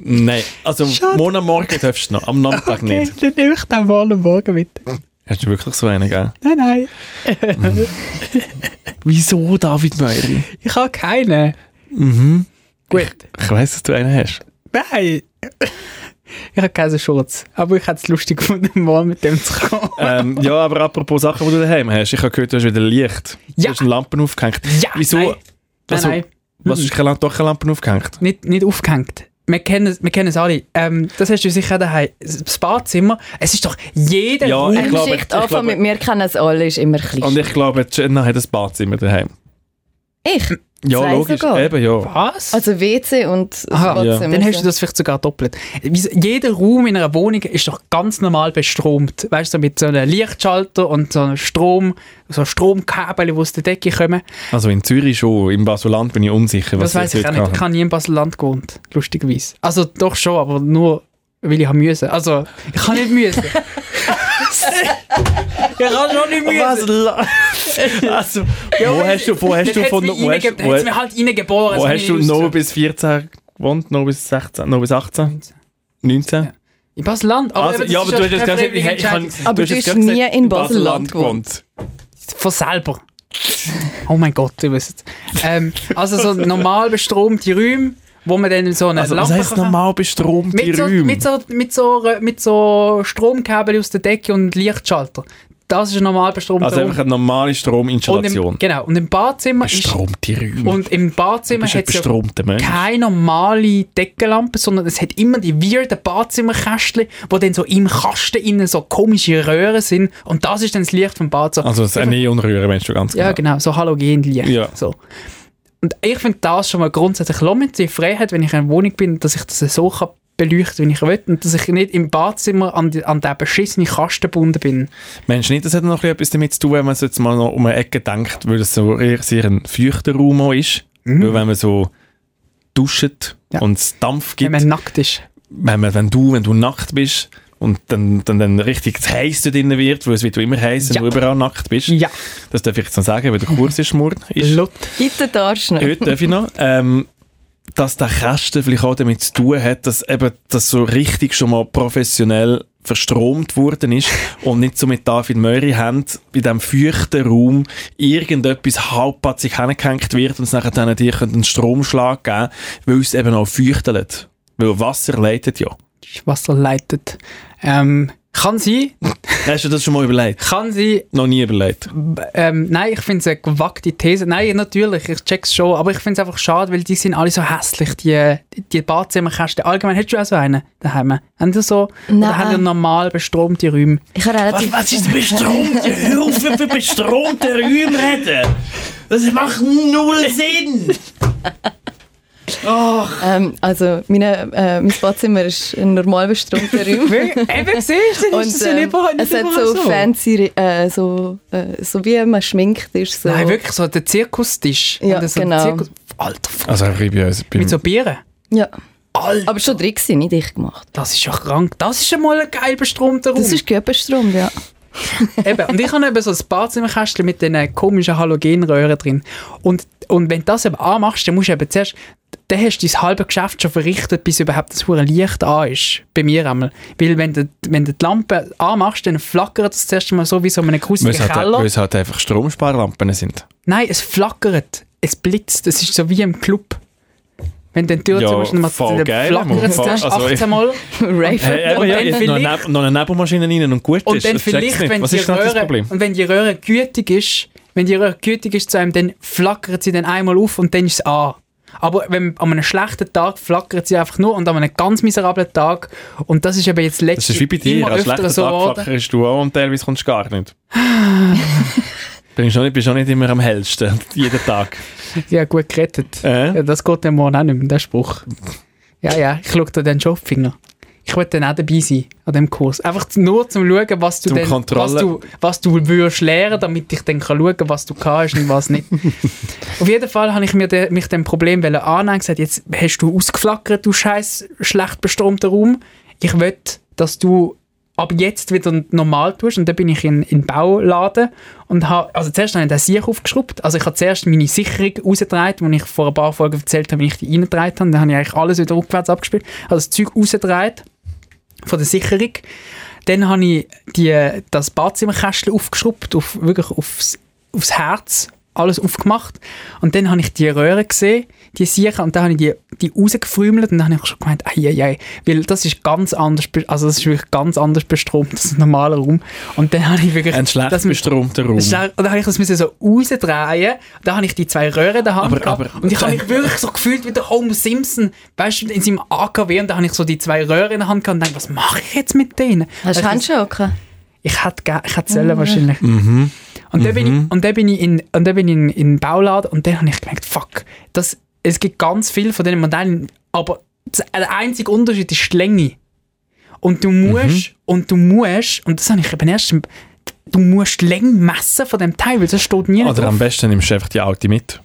[SPEAKER 1] Nein, also morgen am Morgen darfst du noch, am Nachmittag nicht.
[SPEAKER 3] Dann nehme ich den mal am Morgen mit.
[SPEAKER 1] Hast du wirklich so einen, gell?
[SPEAKER 3] Nein, nein.
[SPEAKER 1] Wieso, David Meury?
[SPEAKER 3] Ich habe keine.
[SPEAKER 1] Mhm.
[SPEAKER 3] Gut.
[SPEAKER 1] Ich weiss, dass du einen hast.
[SPEAKER 3] Nein. Ich habe keinen Schurz. Aber ich hätte es lustig gefunden, mal mit dem zu kommen.
[SPEAKER 1] ähm, ja, aber apropos Sachen, die du daheim hast. Ich habe gehört, du hast wieder Licht. Du
[SPEAKER 3] Ja.
[SPEAKER 1] hast eine Lampe aufgehängt.
[SPEAKER 3] Ja,
[SPEAKER 1] Wieso?
[SPEAKER 3] Nein, nein.
[SPEAKER 1] Also,
[SPEAKER 3] nein.
[SPEAKER 1] Was, hast du keine Lampe, doch keine Lampe aufgehängt?
[SPEAKER 3] Nicht, nicht aufgehängt. wir kennen, es- wir kennen es alle. Ähm, das hast du sicher auch daheim. Das Badzimmer, es ist doch jeder
[SPEAKER 1] Ja,
[SPEAKER 3] Raum.
[SPEAKER 1] ich
[SPEAKER 2] Eine
[SPEAKER 1] glaube- ich
[SPEAKER 2] Geschichte anfangen
[SPEAKER 1] glaube-
[SPEAKER 2] mit «Wir kennen es alle» ist immer klein.
[SPEAKER 1] Und ich glaube, Jenna hat ein Badzimmer daheim.
[SPEAKER 2] Ich?
[SPEAKER 1] Ja,
[SPEAKER 2] Zwei
[SPEAKER 1] logisch.
[SPEAKER 2] sogar.
[SPEAKER 1] Eben, ja.
[SPEAKER 3] Was?
[SPEAKER 2] Also WC und
[SPEAKER 3] Aha,
[SPEAKER 1] ja.
[SPEAKER 3] Dann hast du das vielleicht sogar doppelt. Wieso- Jeder Raum in einer Wohnung ist doch ganz normal bestromt. Weißt du, mit so einem Lichtschalter und so einem Strom, so Stromkabel, die aus der Decke kommen.
[SPEAKER 1] Also in Zürich schon, im Baselland bin ich unsicher, was
[SPEAKER 3] das weiß
[SPEAKER 1] sie
[SPEAKER 3] ich auch
[SPEAKER 1] dort
[SPEAKER 3] nicht. Ich
[SPEAKER 1] machen.
[SPEAKER 3] habe nie in Basel-Land gewohnt, lustigerweise. Also doch schon, aber nur, weil ich habe müssen. Also, ich habe nicht müssen. ich habe schon nicht
[SPEAKER 1] Was?
[SPEAKER 3] müssen.
[SPEAKER 1] la- Also, wo hast du, wo hast
[SPEAKER 3] Dort
[SPEAKER 1] du
[SPEAKER 3] hat's
[SPEAKER 1] von,
[SPEAKER 3] mich
[SPEAKER 1] wo hast,
[SPEAKER 3] reingeb-
[SPEAKER 1] wo,
[SPEAKER 3] hat's mich halt reingeboren.
[SPEAKER 1] wo
[SPEAKER 3] das
[SPEAKER 1] hast
[SPEAKER 3] bin
[SPEAKER 1] du
[SPEAKER 3] ich
[SPEAKER 1] noch
[SPEAKER 3] raus.
[SPEAKER 1] bis 14 gewohnt, noch bis 16, noch bis 18? 19?
[SPEAKER 3] In Basel-Land. Aber,
[SPEAKER 1] Also,
[SPEAKER 3] eben, das
[SPEAKER 1] ja,
[SPEAKER 3] ist
[SPEAKER 1] aber du hast
[SPEAKER 3] keine
[SPEAKER 1] jetzt gesagt, ich,
[SPEAKER 3] freiwillige
[SPEAKER 1] ich kann,
[SPEAKER 3] Entscheidung.
[SPEAKER 2] Aber
[SPEAKER 1] hast
[SPEAKER 2] du
[SPEAKER 1] jetzt
[SPEAKER 2] hast
[SPEAKER 1] gerade
[SPEAKER 2] nie
[SPEAKER 1] gesagt,
[SPEAKER 2] in
[SPEAKER 1] im
[SPEAKER 2] Baselland
[SPEAKER 3] von selber. Oh mein Gott, du weißt. Ähm, also so normal bestromte Räume, wo man dann so eine
[SPEAKER 1] Also, was
[SPEAKER 3] Lampe
[SPEAKER 1] heisst
[SPEAKER 3] kann-
[SPEAKER 1] normal bestromte
[SPEAKER 3] mit so,
[SPEAKER 1] Räume?
[SPEAKER 3] mit, so, mit, so, mit so Stromkabel aus der Decke und Lichtschalter. Das ist ein normal bestromter
[SPEAKER 1] also einfach
[SPEAKER 3] Raum.
[SPEAKER 1] eine normale
[SPEAKER 3] Und im,
[SPEAKER 1] Strominstallation.
[SPEAKER 3] genau, und im Badzimmer ist...
[SPEAKER 1] Bestromte Räume.
[SPEAKER 3] Und im Badzimmer
[SPEAKER 1] bist ein
[SPEAKER 3] hat es ja
[SPEAKER 1] bestromter Mensch.
[SPEAKER 3] keine normale Deckenlampe, sondern es hat immer die weirden Badzimmerkästchen, wo dann so im Kasten innen so komische Röhren sind und das ist dann das Licht vom Badzimmer.
[SPEAKER 1] Also es ist eine Neonröhre, meinst du ganz
[SPEAKER 3] Ja,
[SPEAKER 1] genau.
[SPEAKER 3] genau, so Halogenlicht.
[SPEAKER 1] Ja.
[SPEAKER 3] So. Und ich finde das schon mal grundsätzlich lohnt die Freiheit, wenn ich in einer Wohnung bin, dass ich das so kann beleuchten, wie ich will und dass ich nicht im Badzimmer an, die, an den beschissenen Kasten gebunden bin.
[SPEAKER 1] Meinst du nicht, das hat noch etwas damit zu tun, wenn man es jetzt mal noch um eine Ecke denkt, weil es so eher sehr ein feuchter Raum auch ist? Weil wenn man so duscht
[SPEAKER 3] Mhm. Ja.
[SPEAKER 1] und es Dampf gibt,
[SPEAKER 3] Wenn man nackt ist.
[SPEAKER 1] wenn, man, wenn, du, wenn du nackt bist und dann, dann, dann richtig zu heiß dort drinnen wird, weil es wird immer heiß, wenn
[SPEAKER 3] Ja.
[SPEAKER 1] du überall nackt bist.
[SPEAKER 3] Ja.
[SPEAKER 1] Das darf ich jetzt noch sagen, weil der Kurs ist morgen. Ist.
[SPEAKER 3] Lut.
[SPEAKER 2] Bitte darfst du nicht.
[SPEAKER 1] Heute darf ich noch. Ähm, dass der Kasten vielleicht auch damit zu tun hat, dass eben das so richtig schon mal professionell verstromt worden ist und nicht so mit David Möri Hand in diesem feuchten Raum irgendetwas halbpatzig hingehängt wird und es nachher dann dir könnte einen Stromschlag geben weil es eben auch feuchtelt. Weil Wasser leitet ja.
[SPEAKER 3] Wasser leitet. Ähm, kann sie,
[SPEAKER 1] Hast du das schon mal überlegt?
[SPEAKER 3] kann sie,
[SPEAKER 1] Noch nie überlegt.
[SPEAKER 3] ähm, nein, ich finde es eine gewagte These. Nein, natürlich, ich check's schon, aber ich finde es einfach schade, weil die sind alle so hässlich, die, die Badzimmerkästen. Allgemein, hättest du auch so einen daheim? Haben die so,
[SPEAKER 2] Nein.
[SPEAKER 3] oder haben die normal bestromte Räume?
[SPEAKER 2] Ich habe relativ...
[SPEAKER 1] ist bestromt? Hör auf, über bestromte Räume reden! Das macht null Sinn!
[SPEAKER 2] Ähm, also, meine, äh, mein Badzimmer ist ein normal bestromter Raum.
[SPEAKER 3] Eben, siehst du, ist das ja
[SPEAKER 2] ähm,
[SPEAKER 3] nicht überhaupt nicht
[SPEAKER 2] es hat
[SPEAKER 3] überall
[SPEAKER 2] so, fancy, äh, so, äh, so wie man schminkt ist. So.
[SPEAKER 3] Nein, wirklich, so der Zirkustisch.
[SPEAKER 2] Ja,
[SPEAKER 3] Und so ein
[SPEAKER 2] genau.
[SPEAKER 3] Zirkus- Alter, f-
[SPEAKER 1] Also einfach ich bin, ich bin
[SPEAKER 3] mit so Bieren.
[SPEAKER 2] Ja.
[SPEAKER 3] Alter,
[SPEAKER 2] Aber schon drin gewesen, nicht ich gemacht.
[SPEAKER 3] das ist ja krank. Das ist ja mal ein geil bestromter Raum.
[SPEAKER 2] Das ist Körperstrom, ja.
[SPEAKER 3] eben. Und ich habe eben so ein Badzimmerkästchen mit diesen komischen Halogenröhren drin. Und, und wenn du das eben anmachst, dann musst du eben zuerst, dann hast du dein halbe Geschäft schon verrichtet, bis überhaupt das hure Licht an ist. Bei mir einmal. Weil wenn du, wenn du die Lampe anmachst, dann flackert es zuerst mal so wie so in einem
[SPEAKER 1] Weil es,
[SPEAKER 3] grusigen
[SPEAKER 1] halt,
[SPEAKER 3] Keller.
[SPEAKER 1] weil es halt einfach Stromsparlampen sind.
[SPEAKER 3] Nein, es flackert. Es blitzt. Es ist so wie im Club. Wenn du die Tür
[SPEAKER 1] Ja,
[SPEAKER 3] zumachst, dann
[SPEAKER 1] voll
[SPEAKER 3] flackert
[SPEAKER 1] geil,
[SPEAKER 3] es
[SPEAKER 1] Mann.
[SPEAKER 3] zuerst
[SPEAKER 1] Also ich-
[SPEAKER 3] 18 Mal.
[SPEAKER 2] Raven.
[SPEAKER 1] Hey, aber
[SPEAKER 3] Und
[SPEAKER 1] ja,
[SPEAKER 3] dann
[SPEAKER 1] jetzt noch eine,
[SPEAKER 3] vielleicht-
[SPEAKER 1] Neb- noch eine Nebelmaschine rein und gut
[SPEAKER 3] Und
[SPEAKER 1] ist.
[SPEAKER 3] dann
[SPEAKER 1] das check's
[SPEAKER 3] vielleicht,
[SPEAKER 1] nicht.
[SPEAKER 3] wenn
[SPEAKER 1] Was
[SPEAKER 3] die,
[SPEAKER 1] ist denn das
[SPEAKER 3] Röhre,
[SPEAKER 1] Problem?
[SPEAKER 3] und wenn die Röhre gütig ist, wenn die Röhre gütig ist zu einem, dann flackert sie dann einmal auf und dann ist es an. Aber wenn, an einem schlechten Tag flackert sie einfach nur und an einem ganz miserablen Tag. Und das ist eben jetzt
[SPEAKER 1] Das
[SPEAKER 3] letztlich
[SPEAKER 1] ist wie bei dir.
[SPEAKER 3] immer
[SPEAKER 1] Als
[SPEAKER 3] öfter
[SPEAKER 1] schlechter
[SPEAKER 3] so
[SPEAKER 1] Tag
[SPEAKER 3] geworden.
[SPEAKER 1] flackerst du auch und teilweise kommst du gar nicht. bist auch nicht, bist auch nicht immer am hellsten, jeden Tag.
[SPEAKER 3] Ja, gut gerettet.
[SPEAKER 1] Äh?
[SPEAKER 3] Ja, das geht dann morgen auch nicht mehr, der Spruch. Ja, ja, ich schaue dir dann schon auf die Finger. Ich will dann auch dabei sein an dem Kurs. Einfach z- nur zum schauen, was du,
[SPEAKER 1] Zum
[SPEAKER 3] denn, was
[SPEAKER 1] Kontrolle-
[SPEAKER 3] du, was du würdest lernen, damit ich dann kann schauen kann, was du kannst und was nicht. auf jeden Fall habe ich mir de, mich dem Problem wollen annehmen und gesagt, jetzt hast du ausgeflackert, du scheiß schlecht bestromter Raum. Ich will, dass du ab jetzt wieder normal tust. Und dann bin ich in, in den Bauladen und habe, also zuerst habe ich den Sieg aufgeschraubt. Also ich habe zuerst meine Sicherung rausgetragen, die ich vor ein paar Folgen erzählt habe, wie ich die reingetragen habe. Dann habe ich eigentlich alles wieder rückwärts abgespielt. Also das Zeug rausgetragen von der Sicherung. Dann habe ich die, das Badzimmerkästchen aufgeschraubt, auf, wirklich aufs, aufs Herz alles aufgemacht. Und dann habe ich die Röhre gesehen, die Sicher, und dann habe ich die, die rausgefrümelt und dann habe ich schon gemeint, ei, ei, ei, weil das ist ganz anders, be- also das ist wirklich ganz anders bestromt als ein normaler Raum. Und dann habe ich wirklich...
[SPEAKER 1] Ein schlecht
[SPEAKER 3] das-
[SPEAKER 1] bestromter Raum.
[SPEAKER 3] das ist dann- Und dann habe ich das müssen so rausdrehen. Da habe ich die zwei Röhren in der Hand
[SPEAKER 1] Aber-
[SPEAKER 3] gehabt.
[SPEAKER 1] aber-
[SPEAKER 3] und ich habe mich wirklich so gefühlt wie der Homer Simpson, weißt du, in seinem AKW. Und da habe ich so die zwei Röhren in der Hand gehabt und dachte, was mache ich jetzt mit denen?
[SPEAKER 2] Hast du
[SPEAKER 3] Weißt du,
[SPEAKER 2] Handschuhe gehabt?
[SPEAKER 3] ich hätte ge- ich hätte sollen wahrscheinlich.
[SPEAKER 1] Mhm.
[SPEAKER 3] Und dann bin ich, und dann bin ich in, und dann bin ich in, in den Bauladen und dann habe ich gemerkt, fuck, das, es gibt ganz viel von diesen Modellen, aber das, der einzige Unterschied ist die Länge. Und
[SPEAKER 1] Mhm.
[SPEAKER 3] du musst, und du musst, und das habe ich eben erst, im- du musst die Länge messen von dem Teil, weil das steht nie
[SPEAKER 1] Oder am besten nimmst du einfach die alte mit.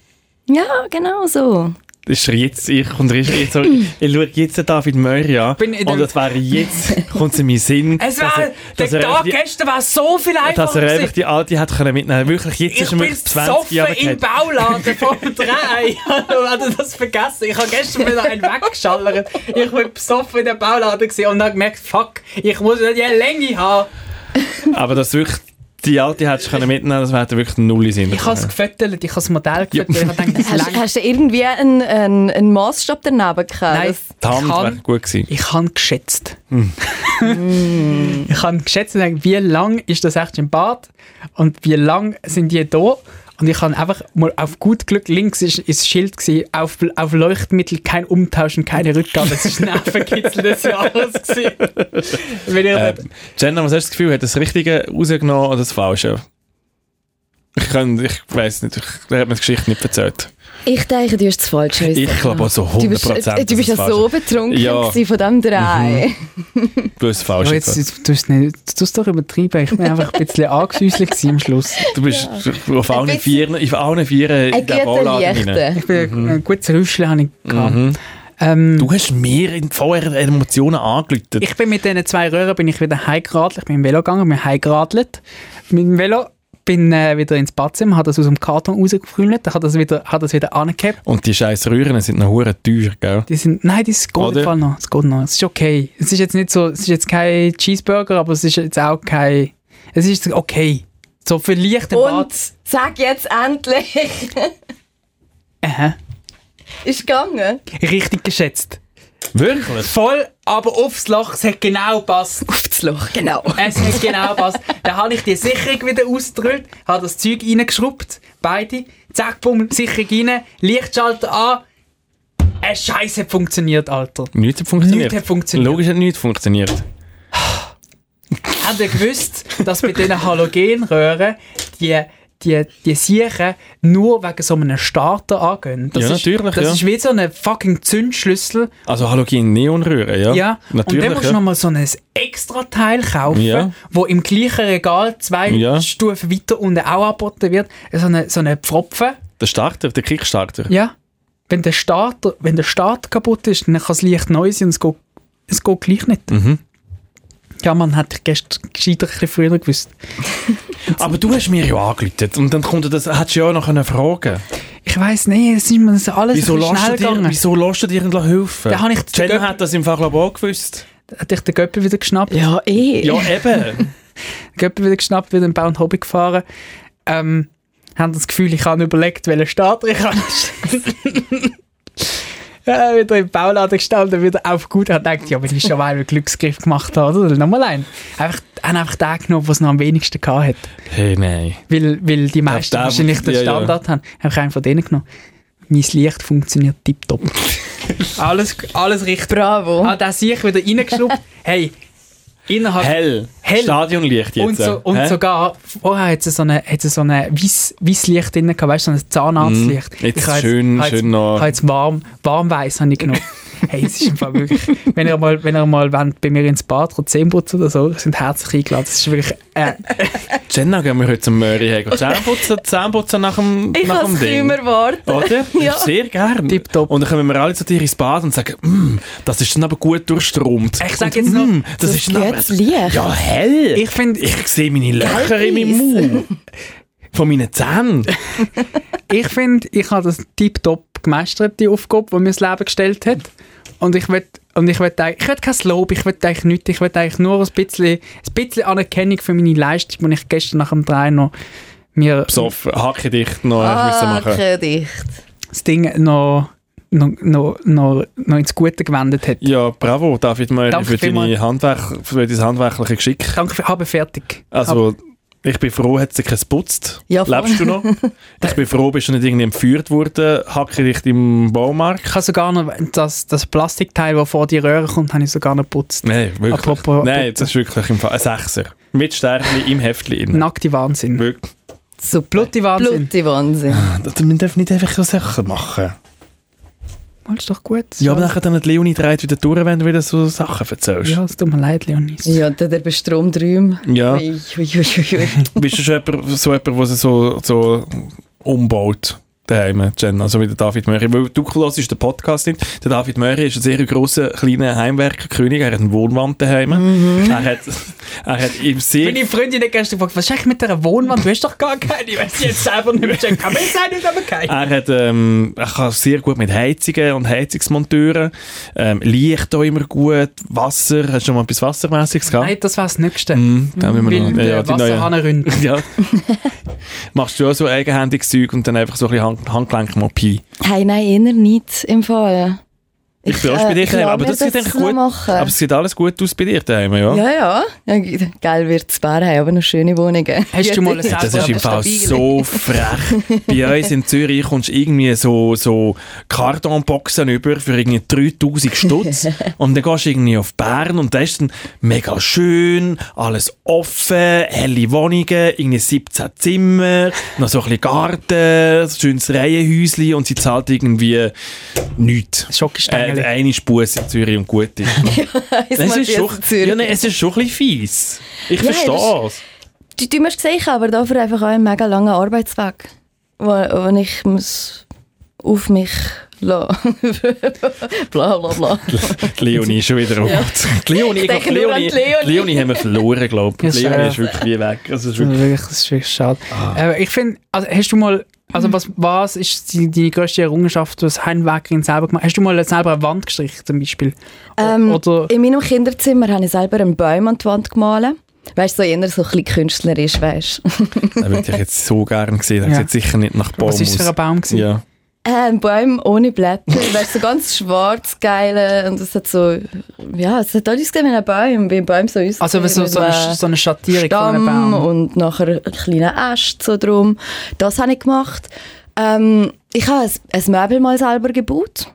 [SPEAKER 2] Ja, genau so.
[SPEAKER 1] Ist er jetzt, ich und er ist jetzt so, ich schaue jetzt David Möri an
[SPEAKER 3] Bin in
[SPEAKER 1] und
[SPEAKER 3] dem-
[SPEAKER 1] das wäre jetzt, kommt es in meinen Sinn,
[SPEAKER 3] Es
[SPEAKER 1] dass
[SPEAKER 3] war,
[SPEAKER 1] er-
[SPEAKER 3] der
[SPEAKER 1] dass er
[SPEAKER 3] Tag
[SPEAKER 1] einfach die-
[SPEAKER 3] gestern war so viel einfacher.
[SPEAKER 1] dass er einfach
[SPEAKER 3] gewesen.
[SPEAKER 1] die alte hat können mitnehmen. Wirklich, jetzt
[SPEAKER 3] ich
[SPEAKER 1] ist er
[SPEAKER 3] bin
[SPEAKER 1] wirklich 20
[SPEAKER 3] besoffen
[SPEAKER 1] Jahre
[SPEAKER 3] im
[SPEAKER 1] alt.
[SPEAKER 3] Bauladen vor drei. Hallo, hatte das vergessen. Ich habe gestern wieder einen weggeschallert. Ich war besoffen in der Bauladen gewesen und habe gemerkt, fuck, ich muss ja die Länge haben.
[SPEAKER 1] Aber dass wirklich die alte hättest können mitnehmen, das wäre wirklich null Sinn.
[SPEAKER 3] Ich habe es gefüttert, ich habe das Modell gefüttert. Ich habe gedacht, das
[SPEAKER 2] Hast,
[SPEAKER 3] reicht.
[SPEAKER 2] hast du irgendwie einen, einen, einen Maßstab daneben gehabt?
[SPEAKER 3] Nein,
[SPEAKER 2] Das-
[SPEAKER 1] Die Hand
[SPEAKER 3] ich
[SPEAKER 1] wäre
[SPEAKER 3] habe
[SPEAKER 1] gut gewesen.
[SPEAKER 3] ich habe geschätzt.
[SPEAKER 1] Hm.
[SPEAKER 3] ich habe geschätzt und gedacht, wie lang ist das echt im Bad und wie lang sind die da? Und ich habe einfach mal auf gut Glück, links ist, ist das Schild gewesen, auf, auf Leuchtmittel kein Umtauschen, keine Rückgabe. Das ist ein Nervenkitzel des Jahres gewesen. Wenn ihr
[SPEAKER 1] Ähm, Jenna, was hast du das Gefühl, hat das Richtige rausgenommen oder das Falsche? Ich, kann, ich weiss nicht, ich er hat mir die Geschichte nicht erzählt.
[SPEAKER 2] Ich denke, du hast das falsche
[SPEAKER 1] Ich glaube auch so
[SPEAKER 2] Du bist,
[SPEAKER 1] 100%.
[SPEAKER 2] äh, du bist ja
[SPEAKER 1] dass es
[SPEAKER 2] so
[SPEAKER 1] falsch
[SPEAKER 2] betrunken
[SPEAKER 1] Ja.
[SPEAKER 2] gewesen von dem Drei.
[SPEAKER 1] ist. Du hast das Falsche.
[SPEAKER 3] ja, jetzt,
[SPEAKER 1] gesagt.
[SPEAKER 3] jetzt tust du es nicht, tust doch übertrieben. Ich bin einfach ein bisschen angesäuselt gewesen am Schluss.
[SPEAKER 1] Du bist auf allen
[SPEAKER 2] bisschen-
[SPEAKER 1] Vieren, auf allen Vieren
[SPEAKER 2] Ein
[SPEAKER 1] in der
[SPEAKER 2] guter
[SPEAKER 1] Bauladen rein.
[SPEAKER 2] Lichter.
[SPEAKER 3] Ich bin
[SPEAKER 1] Mhm.
[SPEAKER 3] ein gutes Rüschel habe ich gehabt. Hm.
[SPEAKER 1] Du hast mir in- vorher Emotionen angelötet.
[SPEAKER 3] Ich bin mit diesen zwei Röhren bin ich wieder heimgeradelt. Ich bin im Velo gegangen, bin heimgeradelt. Mit dem Velo bin äh, wieder ins Badzimmer, habe das aus dem Karton rausgefrühlt, habe das wieder, habe das wieder angehabt.
[SPEAKER 1] Und die scheiß Röhren sind noch hure teuer, gell?
[SPEAKER 3] Die sind, nein, das geht
[SPEAKER 1] Oder?
[SPEAKER 3] im Fall noch, das geht noch. Es ist okay. Es ist jetzt nicht so, es ist jetzt kein Cheeseburger, aber es ist jetzt auch kein, es ist okay. So vielleicht im
[SPEAKER 2] Und
[SPEAKER 3] Bad.
[SPEAKER 2] sag jetzt endlich,
[SPEAKER 3] Aha.
[SPEAKER 2] ist gegangen.
[SPEAKER 3] Richtig geschätzt.
[SPEAKER 1] Wirklich?
[SPEAKER 3] Voll, aber aufs Loch, es hat genau passt.
[SPEAKER 2] Aufs Loch, genau.
[SPEAKER 3] Es hat genau passt. Dann habe ich die Sicherung wieder ausgedrückt, habe das Zeug reingeschraubt, beide, zack, bumm, Sicherung rein, Lichtschalter an. Ein Scheiß hat funktioniert, Alter.
[SPEAKER 1] Nichts hat funktioniert.
[SPEAKER 3] Nichts hat funktioniert.
[SPEAKER 1] Logisch hat nichts funktioniert.
[SPEAKER 3] Habt ihr gewusst, dass bei diesen Halogenröhren die, die, die Siechen nur wegen so einem Starter angehen? Das
[SPEAKER 1] Ja,
[SPEAKER 3] ist,
[SPEAKER 1] natürlich,
[SPEAKER 3] Das
[SPEAKER 1] ja.
[SPEAKER 3] ist wie so ein fucking Zündschlüssel,
[SPEAKER 1] Also Halogen Neonröhren, ja?
[SPEAKER 3] Ja,
[SPEAKER 1] Natürlich.
[SPEAKER 3] und dann musst du
[SPEAKER 1] ja.
[SPEAKER 3] nochmal so ein extra Teil kaufen,
[SPEAKER 1] Ja.
[SPEAKER 3] wo im gleichen Regal zwei
[SPEAKER 1] Ja.
[SPEAKER 3] Stufen weiter unten auch angeboten wird. So eine, so eine Pfropfen.
[SPEAKER 1] Der Starter, der Kickstarter.
[SPEAKER 3] Ja. Wenn der, Starter, wenn der Start kaputt ist, dann kann das Licht neu sein und es geht, es geht gleich nicht.
[SPEAKER 1] Mhm.
[SPEAKER 3] Ja, man hätte ich gestern gescheiter ein bisschen früher gewusst.
[SPEAKER 1] Aber du hast mir ja angelötet und dann kommt das, hättest du ja auch noch eine Frage.
[SPEAKER 3] Ich weiss nicht, es ist mir das alles
[SPEAKER 1] Wieso
[SPEAKER 3] ein bisschen
[SPEAKER 1] lässt du
[SPEAKER 3] schnell
[SPEAKER 1] dir,
[SPEAKER 3] gegangen.
[SPEAKER 1] wieso lässt du dir nicht helfen?
[SPEAKER 3] Da habe ich-
[SPEAKER 1] Jenna hat das im Fall glaub ich, auch gewusst.
[SPEAKER 3] Hat dich der Göppel wieder geschnappt?
[SPEAKER 2] Ja, eh.
[SPEAKER 1] Ja, eben.
[SPEAKER 3] Göppe wieder geschnappt, wieder im Bau und Hobby gefahren. Ähm, haben das Gefühl, ich habe überlegt, welchen Starter ich habe. ja, wieder im Bauladen gestanden, wieder auf gut. Hat gedacht, ja, wenn ich schon mal einen Glücksgriff gemacht habe, oder? Nochmal einen. Einfach, haben einfach den genommen, was noch am wenigsten gehabt hat.
[SPEAKER 1] hey, nein.
[SPEAKER 3] Weil, weil die meisten
[SPEAKER 1] der-
[SPEAKER 3] wahrscheinlich den
[SPEAKER 1] ja, ja.
[SPEAKER 3] Standard haben. Habe ich einen von denen genommen. Mein Licht funktioniert tiptop. Ah, alles, alles richtig.
[SPEAKER 2] Bravo.
[SPEAKER 3] Hat er sich wieder reingeschraubt. Hey, innerhalb
[SPEAKER 1] Hell.
[SPEAKER 3] Also, Hell.
[SPEAKER 1] Stadionlicht jetzt. äh.
[SPEAKER 3] und, so, und
[SPEAKER 1] hä?
[SPEAKER 3] sogar, vorher hat es so eine, hat es so eine weiss, weiss Licht drin gehabt, weißt du, so ein Zahnarztlicht.
[SPEAKER 1] Mm, jetzt
[SPEAKER 3] habe
[SPEAKER 1] schön-
[SPEAKER 3] habe
[SPEAKER 1] schön noch-
[SPEAKER 3] Ich habe jetzt warm, warm weiß habe ich genommen. hey, es ist einfach wirklich, wenn ihr mal, wenn ihr mal wollt, bei mir ins Bad oder Zähne putzen oder so, sind herzlich eingeladen. Es ist wirklich, äh,
[SPEAKER 1] Jenna, gehen wir heute zum Möri her. gehen Zähneputzen, Zähneputzen nach dem,
[SPEAKER 2] Ich
[SPEAKER 1] nach
[SPEAKER 2] kann
[SPEAKER 1] dem
[SPEAKER 2] es
[SPEAKER 1] Ding.
[SPEAKER 2] kaum erwarten.
[SPEAKER 1] Oder?
[SPEAKER 2] Ja.
[SPEAKER 1] Sehr gern.
[SPEAKER 3] Tipptopp.
[SPEAKER 1] Und dann kommen wir alle zu dir ins Bad und sagen, «Mm, das ist dann aber gut durchstromt.
[SPEAKER 3] Ich sag
[SPEAKER 1] Und,
[SPEAKER 3] jetzt noch,
[SPEAKER 1] «Mm, das, ist dann
[SPEAKER 2] geht's Licht.
[SPEAKER 1] Ja, hell.
[SPEAKER 3] ich finde, ich,
[SPEAKER 1] Ich sehe meine Löcher in meinem Mund. Von meinen Zähnen.
[SPEAKER 3] ich finde, ich habe das tiptop gemeistert, die Aufgabe, die mir das Leben gestellt hat. Und ich will, und ich will, eigentlich- ich will kein Lob, ich will eigentlich nichts, ich will eigentlich nur ein bisschen, ein bisschen Anerkennung für meine Leistung, die ich gestern nach dem Drei noch wir
[SPEAKER 1] besoffen, hacke dicht noch ah, müssen
[SPEAKER 2] Ah,
[SPEAKER 1] machen.
[SPEAKER 2] Kredicht.
[SPEAKER 3] das Ding noch, noch, noch, noch, noch ins Gute gewendet hat.
[SPEAKER 1] Ja, bravo, David Möri,
[SPEAKER 3] Danke
[SPEAKER 1] für, deine
[SPEAKER 3] vielmals.
[SPEAKER 1] Handwerk, für dein handwerkliche Geschick.
[SPEAKER 3] Danke für Habe fertig.
[SPEAKER 1] Also, ich bin froh, hat sich kein putzt.
[SPEAKER 2] Ja, voll.
[SPEAKER 1] Lebst du noch? ich bin froh, bist du nicht irgendwie entführt worden, hacke dich im Baumarkt.
[SPEAKER 3] ich habe sogar noch das, das Plastikteil, das vor die Röhre kommt, habe ich sogar noch geputzt.
[SPEAKER 1] Nein, wirklich.
[SPEAKER 3] Apropos-
[SPEAKER 1] Nein, das ist wirklich im Fall ein Sechser. Mit Sternchen im Heftchen. drin.
[SPEAKER 3] Nackte Wahnsinn.
[SPEAKER 1] Wirklich.
[SPEAKER 2] Super.
[SPEAKER 3] Blutti Wahnsinn.
[SPEAKER 2] Blutti Wahnsinn.
[SPEAKER 1] Das- Man darf nicht einfach so Sachen machen.
[SPEAKER 3] Blut. ist doch gut.
[SPEAKER 1] Ja, aber nachher dann die Leonie dreht wieder durch, wenn du wieder so Sachen erzählst.
[SPEAKER 3] ja, es tut mir leid, Leonis.
[SPEAKER 2] Ja, der, der Bestromträum.
[SPEAKER 1] Ja.
[SPEAKER 2] Ui, ui, ui, ui, ui.
[SPEAKER 1] Bist du schon jemand, so jemand, der sie so, so umbaut? Daheim, Jen, also wie der David Möri. Weil du hörst den Podcast nicht. Der David Möri ist ein sehr grosser, kleiner Heimwerkerkönig. Er hat eine Wohnwand daheim. Er, hat, er hat im See...
[SPEAKER 3] Mhm. Meine Freundin hat gestern gefragt, was ist eigentlich mit dieser Wohnwand? Du hast doch gar keine. Ich weiß jetzt selber nicht mehr. Ich kann mir jetzt auch nicht aber keine.
[SPEAKER 1] Er, hat, ähm, er kann sehr gut mit Heizungen und Heizungsmonteuren. Ähm, Licht auch immer gut. Wasser. Hast du schon mal etwas Wassermäßiges gehabt?
[SPEAKER 3] Nein, das wäre das Nächste.
[SPEAKER 1] Mhm, da haben wir
[SPEAKER 3] Weil
[SPEAKER 1] noch.
[SPEAKER 3] der
[SPEAKER 1] Ja, ja, die neue-
[SPEAKER 3] Wasserhahn rinnt.
[SPEAKER 1] Ja. Machst du auch so eigenhändiges Zeug und dann einfach so ein bisschen Hand Handgelenkmopie?
[SPEAKER 2] Hey, nein, eher nicht im Fall.
[SPEAKER 1] Ich bin auch bei dir
[SPEAKER 2] äh, lass
[SPEAKER 1] daheim, aber
[SPEAKER 2] mir
[SPEAKER 1] das sieht eigentlich
[SPEAKER 2] noch
[SPEAKER 1] gut-
[SPEAKER 2] Machen.
[SPEAKER 1] Aber es sieht alles gut aus bei dir daheim, ja?
[SPEAKER 2] ja, ja. ja ge- geil wird es Bär haben, aber noch schöne Wohnungen.
[SPEAKER 3] Hast du mal ein
[SPEAKER 1] Das
[SPEAKER 3] selber
[SPEAKER 1] ist im Fall so frech. Bei uns in Zürich kommst du irgendwie so, so Kartonboxen über für irgendwie 3000 Stutz und dann gehst du irgendwie auf Bern und da ist dann mega schön, alles offen, helle Wohnungen, irgendwie 17 Zimmer, noch so ein bisschen Garten, so schönes Reihenhäuschen und sie zahlt irgendwie nichts.
[SPEAKER 3] Schokostängel.
[SPEAKER 1] Äh, eine Spuss in Zürich und gut ist. Es ist, schon, ja, nein, es ist schon ein bisschen fies. Ich
[SPEAKER 2] Ja,
[SPEAKER 1] verstehe es.
[SPEAKER 2] Du, du musst sehen, aber dafür einfach auch einen mega langen Arbeitsweg, wo, wo ich muss auf mich lassen. bla bla bla.
[SPEAKER 1] Die Leonie ist schon wieder rot. Die Leonie, ich
[SPEAKER 2] Ich denke
[SPEAKER 1] glaub,
[SPEAKER 2] nur an
[SPEAKER 1] Leonie,
[SPEAKER 2] die Leonie.
[SPEAKER 1] die Leonie haben wir verloren, glaube
[SPEAKER 3] Ja,
[SPEAKER 1] ich. Die Leonie
[SPEAKER 3] schade.
[SPEAKER 1] ist wirklich wie weg. Also, es ist
[SPEAKER 3] Das
[SPEAKER 1] wirklich
[SPEAKER 3] ist wirklich, das ist wirklich schade.
[SPEAKER 1] Ah.
[SPEAKER 3] Äh, ich finde, also hast du mal,
[SPEAKER 2] Mhm.
[SPEAKER 3] also was, was ist die, deine grösste Errungenschaft, du als Heimwerkerin selber gemacht hast? du mal selber eine Wand gestrichen zum Beispiel? O-
[SPEAKER 2] Ähm,
[SPEAKER 3] Oder
[SPEAKER 2] In meinem Kinderzimmer habe ich selber einen Baum an die Wand gemalt. Weißt du, so eher so ein bisschen künstlerisch, weißt du.
[SPEAKER 1] das würde ich jetzt so gerne gesehen. Das
[SPEAKER 3] Mhm. Ja.
[SPEAKER 1] sieht sicher nicht nach Baum
[SPEAKER 3] was ist es für ein
[SPEAKER 1] aus.
[SPEAKER 3] Baum? Gewesen?
[SPEAKER 1] Ja.
[SPEAKER 2] Äh, ein Baum ohne Blätter, weißt du, so ganz schwarz, geil. Und es hat so, ja, es hat alles gesehen wie ein Baum, wie ein Baum so aussieht.
[SPEAKER 3] Also so,
[SPEAKER 2] mit
[SPEAKER 3] so, eine,
[SPEAKER 2] einem
[SPEAKER 3] so eine Schattierung von einem
[SPEAKER 2] Stamm
[SPEAKER 3] Baum.
[SPEAKER 2] und nachher einen kleinen Ast so drum. Das habe ich gemacht. Ähm, ich habe ein, ein Möbel mal selber gebaut.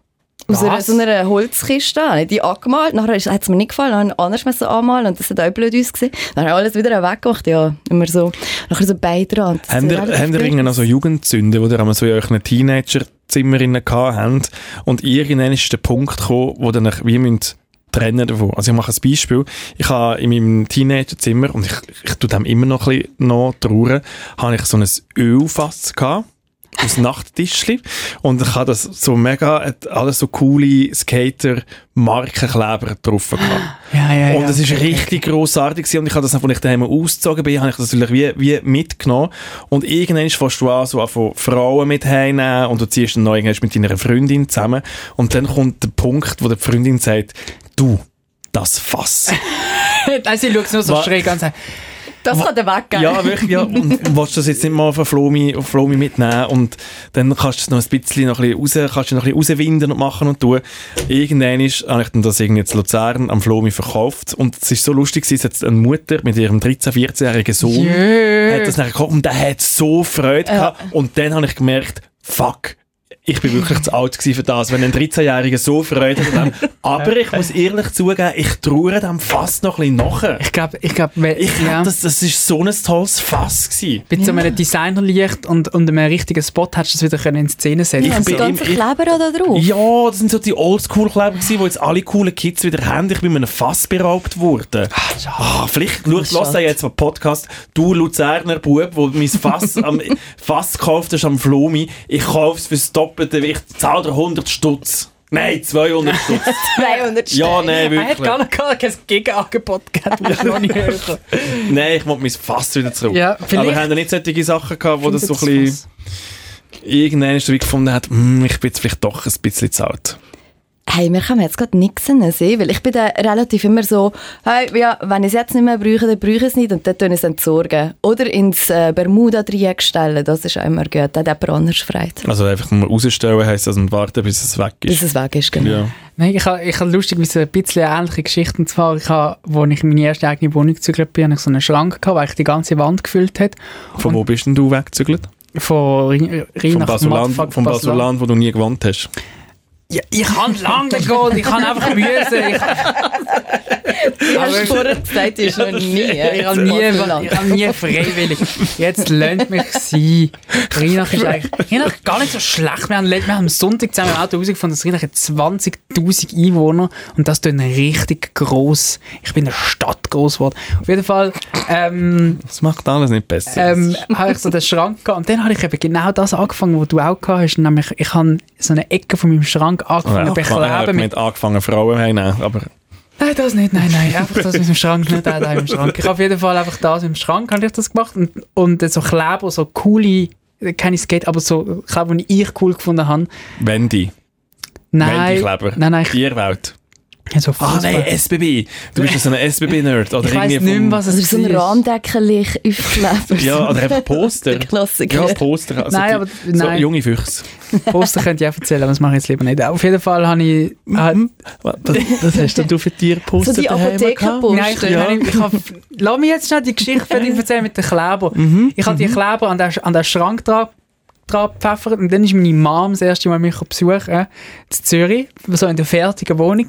[SPEAKER 2] Aus
[SPEAKER 3] Was?
[SPEAKER 2] einer, so einer Holzkiste habe ich die angemalt. Nachher ist- hat es mir nicht gefallen, dann habe ich anders müssen anmalen und das hat auch blöd ausgesehen. Dann habe ich alles wieder weggemacht, ja, immer so. Nachher so beide dran. Das
[SPEAKER 1] Haben
[SPEAKER 2] sieht
[SPEAKER 1] ihr,
[SPEAKER 2] alles
[SPEAKER 1] habt ihr
[SPEAKER 2] blöd
[SPEAKER 1] irgendwie noch
[SPEAKER 2] aus.
[SPEAKER 1] so Jugendsünden, wo ihr einmal so in euren Teenager-Zimmerinnen gehabt habt und irgendwann ist der Punkt gekommen, wo dann euch wie müsst trennen davon. Also ich mache ein Beispiel. Ich habe in meinem Teenager-Zimmer, und ich, ich tue dem immer noch ein bisschen noch trauern, habe ich so ein Ölfass gehabt aus Nachttischli und ich habe das so mega, hat alles so coole Skater-Markenkleber drauf gehabt.
[SPEAKER 3] Ja, ja, ja.
[SPEAKER 1] Und es ist richtig grossartig gewesen. und ich habe das, als ich daheim ausgezogen bin, habe ich das natürlich wie, wie mitgenommen und irgendwann fängst du an, so an von Frauen mit heimnehmen und du ziehst dann noch irgendwann mit deiner Freundin zusammen und dann kommt der Punkt, wo die Freundin sagt, du, das Fass.
[SPEAKER 3] also ich schaue es nur so
[SPEAKER 1] Wa-
[SPEAKER 3] schräg an. und sage,
[SPEAKER 2] Das kann der weggehen.
[SPEAKER 1] ja, wirklich, ja. Und willst du das jetzt nicht mal auf Flomi, auf Flomi mitnehmen und dann kannst du es noch ein bisschen, noch ein bisschen raus, kannst du noch ein bisschen rauswinden und machen und tun. Irgendwann ist, habe ich dann das irgendwie zu Luzern am Flomi verkauft und es ist so lustig gewesen, es hat eine Mutter mit ihrem 13-, 14-jährigen Sohn
[SPEAKER 3] Jö.
[SPEAKER 1] hat das nachher gekauft und der hat so Freude gehabt. Und dann habe ich gemerkt, fuck, ich bin wirklich zu alt gewesen für das, wenn ein 13-Jähriger so Freude hat. an dem. Aber ich muss ehrlich zugeben, ich traue dem fast noch ein bisschen nachher.
[SPEAKER 3] Ich glaube, ich glaube, wenn-
[SPEAKER 1] Ich
[SPEAKER 3] ja,
[SPEAKER 1] hab das, das ist so ein tolles Fass gewesen.
[SPEAKER 3] mit so einem Designerlicht und, und einem richtigen Spot hättest du das wieder können in Szene setzen
[SPEAKER 1] Ich
[SPEAKER 2] Und
[SPEAKER 1] bin
[SPEAKER 2] das ganze
[SPEAKER 1] also im- ich-
[SPEAKER 2] Kleber auch da drauf.
[SPEAKER 1] Ja, das sind so die Oldschool-Kleber gewesen, die jetzt alle coolen Kids wieder haben. Ich bin mit einem Fass beraubt worden. Ah, vielleicht, schau,
[SPEAKER 3] ist
[SPEAKER 1] lass
[SPEAKER 3] schade.
[SPEAKER 1] dir jetzt mal Podcast. Du Luzerner Bub, wo mein Fass am, Fass gekauft hast am Flomi. Ich kauf's fürs Doppelte. Ich zahl dir 100 Stutz. Nein, 200 Stutz.
[SPEAKER 2] 200
[SPEAKER 1] Ja, nein,
[SPEAKER 3] Er hat
[SPEAKER 1] wirklich.
[SPEAKER 3] gar nicht gar kein Gegenangebot gegeben, das ist noch nicht hören.
[SPEAKER 1] Nein, ich will mein Fass wieder zurück.
[SPEAKER 3] Ja,
[SPEAKER 1] Aber
[SPEAKER 3] vielleicht-
[SPEAKER 1] haben da nicht solche Sachen gehabt, wo das so ein
[SPEAKER 3] Findet
[SPEAKER 1] bisschen...
[SPEAKER 3] was.
[SPEAKER 1] Irgendwann ist er gefunden hat, «Hm, ich bin jetzt vielleicht doch ein bisschen zu alt.
[SPEAKER 2] hey, mir kann man jetzt gerade nichts sehen, weil ich bin da relativ immer so, hey, ja, wenn ich es jetzt nicht mehr brauche, dann brauche ich es nicht und dann tun ich es entsorgen. Oder ins äh, Bermuda-Dreieck stellen, das ist auch immer gut, dann hat jemand anders Freude.
[SPEAKER 1] Also einfach mal rausstellen heisst das und warten, bis es weg
[SPEAKER 2] Bis
[SPEAKER 1] ist.
[SPEAKER 2] es weg ist, genau.
[SPEAKER 1] ja.
[SPEAKER 3] Nein, ich habe ich hab lustig, wie so ein bisschen eine ähnliche Geschichte. Und zwar, ich habe, als ich in meine erste eigene Wohnung gezügelt bin, habe ich so einen Schrank gehabt, weil ich die ganze Wand gefüllt hat.
[SPEAKER 1] Von wo bist denn du weggezügelt?
[SPEAKER 3] Von Rin- Rin
[SPEAKER 1] Vom
[SPEAKER 3] nach
[SPEAKER 1] Basuland,
[SPEAKER 3] Motherfuck-
[SPEAKER 1] vom
[SPEAKER 3] Basuland.
[SPEAKER 1] Basuland, wo du nie gewohnt hast.
[SPEAKER 3] Ja, ich kann lange gehen, ich kann einfach müssen. Ich,
[SPEAKER 2] Du hast
[SPEAKER 3] Aber-
[SPEAKER 2] vorher gesagt, die ist noch nie.
[SPEAKER 3] ich habe nie, ich hab nie freiwillig. Jetzt lönt mich sein. Rinach ist eigentlich Rinach gar nicht so schlecht. Wir haben, le- wir haben am Sonntag zusammen im Auto herausgefunden, dass Rinach hat 20.000 Einwohner und das tun richtig gross. Ich bin in der Stadt gross geworden. Auf jeden Fall ähm,
[SPEAKER 1] Das macht alles nicht besser.
[SPEAKER 3] ähm, habe ich so den Schrank gehabt und dann habe ich eben genau das angefangen, was du auch gehabt hast. Nämlich, ich habe so eine Ecke von meinem Schrank angefangen zu
[SPEAKER 1] ich habe
[SPEAKER 3] bekleben mit
[SPEAKER 1] mit angefangen Frauen heimnehmen, aber
[SPEAKER 3] Nein, das nicht, nein, nein. Einfach das mit dem Schrank, nicht auch da im Schrank. Ich habe auf jeden Fall einfach das im Schrank, habe ich das gemacht. Und, und so Kleber, so coole, keine Skate, aber so Kleber, die ich cool gefunden habe.
[SPEAKER 1] Wendy,
[SPEAKER 3] Nein,
[SPEAKER 1] Wendy-Kleber,
[SPEAKER 3] nein, nein, ich,
[SPEAKER 1] Tierwelt.
[SPEAKER 3] so
[SPEAKER 1] Ah
[SPEAKER 3] Fußball.
[SPEAKER 1] nein, SBB. Du bist ja so ein SBB-Nerd.
[SPEAKER 3] ich weiss nicht mehr, was es
[SPEAKER 2] Also so ein
[SPEAKER 3] war.
[SPEAKER 2] Rahmdeckerlich aufkleber.
[SPEAKER 1] Ja, oder einfach
[SPEAKER 2] Der
[SPEAKER 1] Poster.
[SPEAKER 2] Klassiker.
[SPEAKER 1] Ja, Poster. Also
[SPEAKER 3] Nein,
[SPEAKER 1] die,
[SPEAKER 3] aber-
[SPEAKER 1] So
[SPEAKER 3] nein.
[SPEAKER 1] junge Füchse.
[SPEAKER 3] Poster könnte ich auch erzählen, aber das mache ich jetzt lieber nicht. Auf jeden Fall habe ich...
[SPEAKER 2] Mhm.
[SPEAKER 3] Äh,
[SPEAKER 1] Was, was hast denn du für Tierposter
[SPEAKER 2] So die
[SPEAKER 1] daheim gehabt?
[SPEAKER 2] Apothekerposter.
[SPEAKER 3] nein, ich, ich, ich habe... Lass mich jetzt schnell die Geschichte fertig erzählen mit den Kleber.
[SPEAKER 1] Mhm.
[SPEAKER 3] Ich habe die Kleber an den, an den Schrank dran dran gepfeffert. Und dann ist meine Mom das erste Mal mich besuchen äh, zu Zürich, so in der fertigen Wohnung.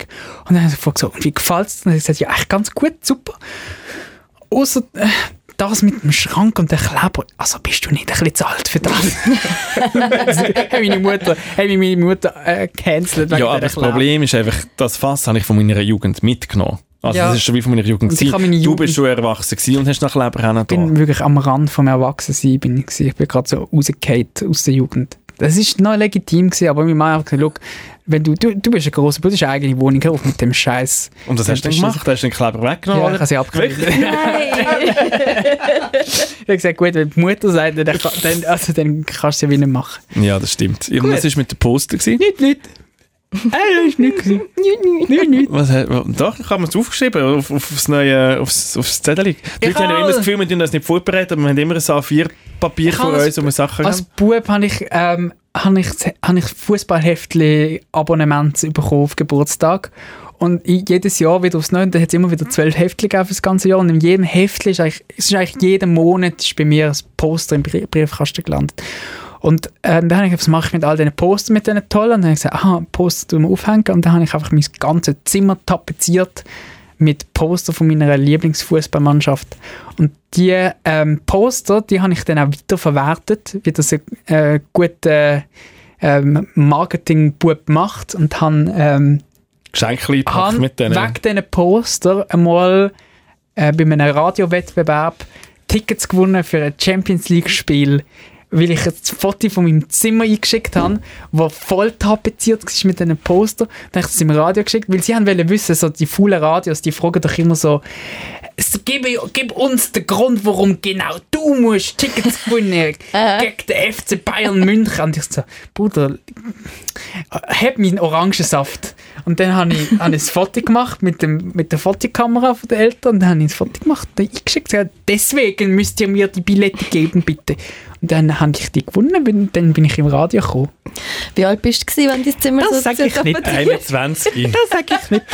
[SPEAKER 3] Und dann hat sie gefragt, so, wie gefällt es? Und dann hat sie gesagt, ja, echt ganz gut, super. Außer äh, das mit dem Schrank und dem Kleber. Also bist du nicht ein bisschen zu alt für das? hat meine Mutter, hat mich meine Mutter äh, gecancelt. wegen
[SPEAKER 1] Ja, aber
[SPEAKER 3] dieser
[SPEAKER 1] das
[SPEAKER 3] Kleber.
[SPEAKER 1] Problem ist einfach, das Fass habe ich von meiner Jugend mitgenommen. Also
[SPEAKER 3] Ja.
[SPEAKER 1] das ist schon wie von meiner Jugend.
[SPEAKER 3] Und ich
[SPEAKER 1] gewesen.
[SPEAKER 3] habe meine
[SPEAKER 1] Du
[SPEAKER 3] Jugend-
[SPEAKER 1] bist schon erwachsen gewesen und hast nach Leber
[SPEAKER 3] Ich bin
[SPEAKER 1] hingetan.
[SPEAKER 3] wirklich am Rand vom Erwachsensein bin ich, gewesen. ich bin gerade so rausgefallen aus der Jugend. Das ist noch legitim gewesen, aber mein Mann hat gesagt, «Schau, wenn du, du, du bist ein grosser, du hast eine eigene Wohnung, hör auf mit dem Scheiß.
[SPEAKER 1] Und das hast du
[SPEAKER 3] Das
[SPEAKER 1] dann
[SPEAKER 3] ist-
[SPEAKER 1] gemacht? Hast du den Kleber weggenommen?
[SPEAKER 3] Ja, ich habe sie abgelehnt. ich habe gesagt, gut, wenn die Mutter sagt, dann, kann- dann, also, dann kannst du es ja wieder machen.
[SPEAKER 1] Ja, das stimmt. Ja, Und was war mit dem Poster? Gewesen?
[SPEAKER 3] Nicht, nicht. Äh, das ist nicht gewesen. Nicht, nicht. nicht.
[SPEAKER 1] Was, hat- doch, ich habe es aufgeschrieben, auf, auf das neue, aufs, aufs Zettel. Die Leute haben ja
[SPEAKER 3] habe-
[SPEAKER 1] immer das Gefühl, wir tun das nicht vorbereitet, aber wir haben immer ein A4-Papier
[SPEAKER 3] Ich
[SPEAKER 1] vor
[SPEAKER 3] habe
[SPEAKER 1] uns, wo wir Sachen
[SPEAKER 3] Als
[SPEAKER 1] haben.
[SPEAKER 3] Bub habe ich, ähm, habe ich, habe ich Fußballheftli-Abonnements bekommen auf Geburtstag. Und i- jedes Jahr wieder aufs Neue, und dann hat es immer wieder zwölf Heftli gegeben für das ganze Jahr. Und in jedem Heftli ist eigentlich, es ist eigentlich jeden Monat ist bei mir ein Poster im Brie- Briefkasten gelandet. Und ähm, dann habe ich gesagt, was mache ich mit all diesen Postern, mit diesen tollen? Und dann habe ich gesagt, aha, Poster tun wir aufhängen. Und dann habe ich einfach mein ganzes Zimmer tapeziert mit Poster von meiner Lieblingsfußballmannschaft. Und die ähm, Poster, die habe ich dann auch weiterverwertet, wie das ein äh, guter ähm, Marketing-Bub macht. Und habe ähm,
[SPEAKER 1] Geschenke gepackt
[SPEAKER 3] habe
[SPEAKER 1] mit denen.
[SPEAKER 3] wegen diesen Poster einmal äh, bei einem Radiowettbewerb Tickets gewonnen für ein Champions League-Spiel, weil ich ein Foto von meinem Zimmer eingeschickt habe, wo voll tapeziert war mit diesen Poster. Dann habe ich es im Radio geschickt, weil sie haben wollen wissen, so die faulen Radios, die fragen doch immer so, "S- gib, gib uns den Grund, warum genau du musst Tickets gewinnen gegen den FC Bayern München. Und ich so, Bruder, hab meinen Orangensaft. Und dann habe ich, habe ich ein Foto gemacht mit, dem, mit der Fotokamera von den Eltern. Und dann habe ich ein Foto gemacht und eingeschickt. Ja, deswegen müsst ihr mir die Billette geben, bitte. Und dann habe ich die gewonnen. Bin, dann bin ich im Radio gekommen.
[SPEAKER 2] Wie alt bist du, gewesen, wenn dein Zimmer so
[SPEAKER 3] sag ich nicht.
[SPEAKER 1] 21.
[SPEAKER 3] Das sage ich nicht.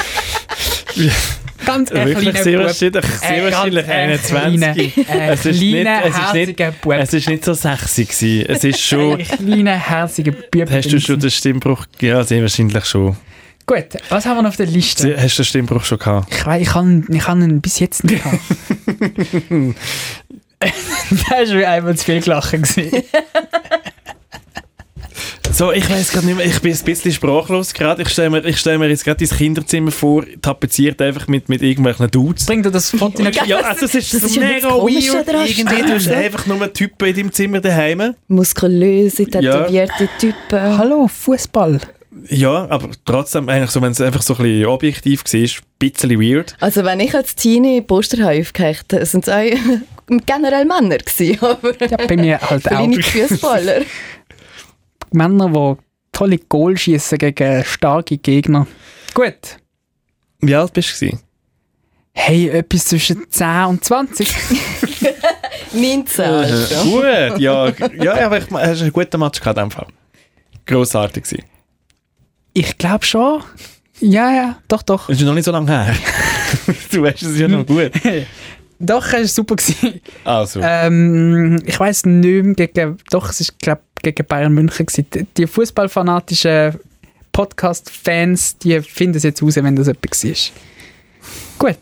[SPEAKER 3] Ganz ein
[SPEAKER 1] Äh, Wirklich
[SPEAKER 3] kleiner
[SPEAKER 1] sehr
[SPEAKER 3] Bub.
[SPEAKER 1] wahrscheinlich, sehr
[SPEAKER 3] Ein ganz
[SPEAKER 1] wahrscheinlich
[SPEAKER 3] ein
[SPEAKER 1] 21.
[SPEAKER 3] kleiner,
[SPEAKER 1] Es ist nicht-
[SPEAKER 3] kleiner,
[SPEAKER 1] es ist nicht-
[SPEAKER 3] herziger Bub.
[SPEAKER 1] Es war nicht so sexy. Gewesen. Es ist schon...
[SPEAKER 3] Ein kleiner, herziger Bub.
[SPEAKER 1] Hast du schon den Stimmbruch? Ja, sehr wahrscheinlich schon.
[SPEAKER 3] Gut, was haben wir noch auf der Liste?
[SPEAKER 1] Hast du den Stimmbruch schon gehabt?
[SPEAKER 3] Ich weiß, ich kann, ich kann ihn bis jetzt nicht haben. das war mir einmal zu viel gelachen. gewesen.
[SPEAKER 1] So, ich weiß gerade nicht mehr, ich bin ein bisschen sprachlos gerade. Ich stelle mir, ich stell mir jetzt gerade dein Kinderzimmer vor, tapeziert einfach mit, mit irgendwelchen Dudes.
[SPEAKER 3] Bring dir das Foto nicht.
[SPEAKER 1] Ja, also es ist,
[SPEAKER 2] Das ist
[SPEAKER 1] so
[SPEAKER 2] ja
[SPEAKER 1] mega
[SPEAKER 2] das Komische
[SPEAKER 1] weird.
[SPEAKER 2] daran.
[SPEAKER 1] Irgendwie du hast einfach nur Typen in deinem Zimmer daheim.
[SPEAKER 2] Muskulöse,
[SPEAKER 1] Ja.
[SPEAKER 2] tätowierte Typen.
[SPEAKER 3] Hallo, Fußball.
[SPEAKER 1] Ja, aber trotzdem, eigentlich so, wenn es einfach so ein bisschen objektiv war, ist ein bisschen weird.
[SPEAKER 2] Also wenn ich als Teenie Poster habe aufgehängt habe, sind es auch generell Männer gewesen, aber
[SPEAKER 3] Ja, bei mir halt auch
[SPEAKER 2] kleine Fußballer.
[SPEAKER 3] Männer, die tolle Goal schießen gegen starke Gegner. Gut.
[SPEAKER 1] Wie alt bist du? gewesen?
[SPEAKER 3] Hey, etwas zwischen 10 und 20.
[SPEAKER 2] 19. also.
[SPEAKER 1] Äh, Gut, ja. Ja, aber ich, hast einen guten Match gehabt in dem Fall. Grossartig gewesen.
[SPEAKER 3] Ich glaube schon. Ja, ja, doch, doch.
[SPEAKER 1] Ist noch nicht so lange her. du weißt, es ist ja noch gut.
[SPEAKER 3] Doch, es war super. gewesen.
[SPEAKER 1] Also,
[SPEAKER 3] ähm, ich weiß nicht mehr, gegen, doch, es war, glaube gegen Bayern München. Gewesen. Die- Die fußballfanatischen Podcast-Fans, die finden es jetzt raus, wenn das etwas war. Gut.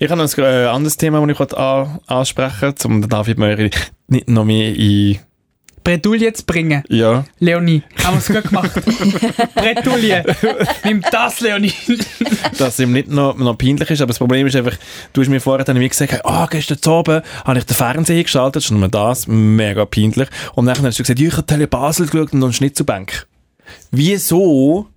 [SPEAKER 1] ich habe noch ein äh, anderes Thema, das ich wollte an, ansprechen wollte, um den David Möri nicht noch mehr in.
[SPEAKER 3] Bredouille zu bringen.
[SPEAKER 1] Ja.
[SPEAKER 3] Leonie, haben wir es gut gemacht. Bretouille, nimm das, Leonie.
[SPEAKER 1] dass ihm nicht noch, noch peinlich ist. Aber das Problem ist einfach, du hast mir vorher dann wie gesagt, ah, gestern oben habe ich den Fernseher eingeschaltet, schon nur das, mega peinlich. Und dann hast du gesagt, ja, ich habe Tele Basel geschaut und dann nicht zur Bank. Wieso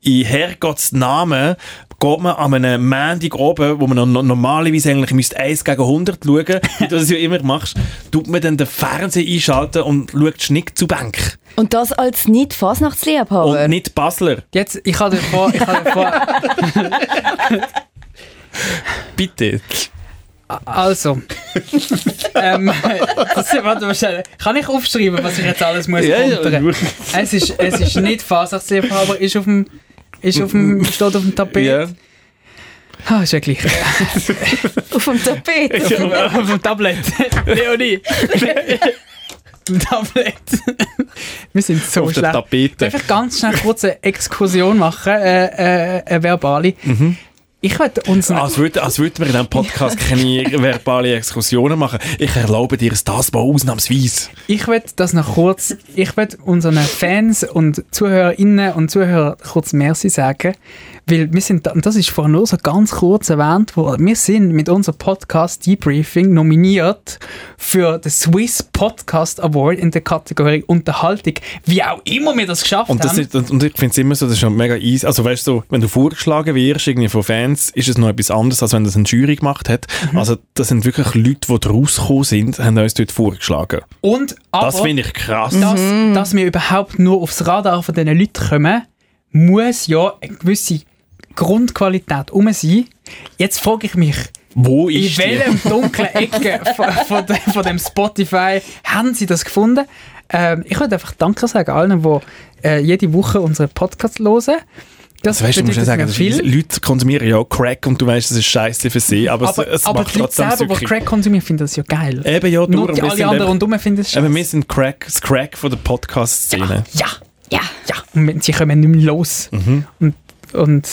[SPEAKER 1] in Herrgotts Namen geht man an einem Montag oben, wo man noch- noch normalerweise eigentlich müsste 1 gegen 100 schauen, wie du das ja immer machst, tut man dann den Fernseher einschalten und schaut nicht zur Bank.
[SPEAKER 2] Und das als nicht Fasnachtsliebhaber.
[SPEAKER 1] Und nicht Basler.
[SPEAKER 3] Jetzt, ich habe dir vor, ich habe dir vor.
[SPEAKER 1] Bitte.
[SPEAKER 3] Also. ähm, das, warte, warte, kann ich aufschreiben, was ich jetzt alles muss Also kontern? es, ist, es ist nicht Fasachtsliebhaber, ist auf dem, ist auf dem, steht auf dem Tapet.
[SPEAKER 1] Ja.
[SPEAKER 3] Ah, ist ja gleich.
[SPEAKER 2] Auf dem Tapet.
[SPEAKER 3] auf, auf dem Tablet. Leonie. Tablet. Wir sind so
[SPEAKER 1] Auf der
[SPEAKER 3] schlecht.
[SPEAKER 1] Tapete.
[SPEAKER 3] Darf ich ganz schnell kurz eine Exkursion machen, äh, äh, eine verbale?
[SPEAKER 1] Mhm.
[SPEAKER 3] Ich würde uns
[SPEAKER 1] Ah, Als würden als würd wir in diesem Podcast keine verbale Exkursionen machen. Ich erlaube dir das mal ausnahmsweise.
[SPEAKER 3] Ich will das noch kurz, ich will unseren Fans und Zuhörerinnen und Zuhörern kurz Merci sagen, weil wir sind, da- und das ist vorhin nur so ganz kurz erwähnt worden, wir sind mit unserem Podcast Debriefing nominiert für den Swiss Podcast Award in der Kategorie Unterhaltung, wie auch immer wir das geschafft
[SPEAKER 1] Und, das
[SPEAKER 3] haben.
[SPEAKER 1] ist, und, und ich finde es immer so, das ist schon mega easy. Also weißt du, so, wenn du vorgeschlagen wirst irgendwie von Fans, ist es noch etwas anderes, als wenn das eine Jury gemacht hat.
[SPEAKER 3] Mhm.
[SPEAKER 1] Also das sind wirklich Leute, die draus gekommen sind, haben uns dort vorgeschlagen.
[SPEAKER 3] und aber,
[SPEAKER 1] Das finde ich krass.
[SPEAKER 3] dass, dass wir überhaupt nur aufs Radar von diesen Leuten kommen, muss ja eine gewisse Grundqualität um sein. Jetzt frage ich mich,
[SPEAKER 1] Wo
[SPEAKER 3] In
[SPEAKER 1] ist die?
[SPEAKER 3] welchem dunklen Ecke von, von, de- von dem Spotify haben Sie das gefunden? Ähm, ich würde einfach Danke sagen allen, die äh, jede Woche unseren Podcast hören. Das
[SPEAKER 1] Also, weißt du, du musst ja
[SPEAKER 3] bedeutet
[SPEAKER 1] sagen,
[SPEAKER 3] mir
[SPEAKER 1] das ist,
[SPEAKER 3] viel.
[SPEAKER 1] Leute konsumieren ja auch Crack und du weißt, das ist scheiße für sie, aber,
[SPEAKER 3] Aber,
[SPEAKER 1] es, es
[SPEAKER 3] aber
[SPEAKER 1] macht
[SPEAKER 3] die Leute
[SPEAKER 1] trotzdem Äh,
[SPEAKER 3] selber, die
[SPEAKER 1] süchtig.
[SPEAKER 3] Crack konsumieren, finden das ja geil.
[SPEAKER 1] Eben, ja,
[SPEAKER 3] Nur
[SPEAKER 1] darum,
[SPEAKER 3] die
[SPEAKER 1] wir
[SPEAKER 3] alle
[SPEAKER 1] sind
[SPEAKER 3] anderen
[SPEAKER 1] eben-
[SPEAKER 3] rundherum finden es
[SPEAKER 1] Eben,
[SPEAKER 3] scheiße.
[SPEAKER 1] Äh, wir sind Crack, das Crack von der Podcast-Szene.
[SPEAKER 3] Ja,
[SPEAKER 2] Ja.
[SPEAKER 3] ja. Und wenn- sie kommen nicht mehr los. Und, und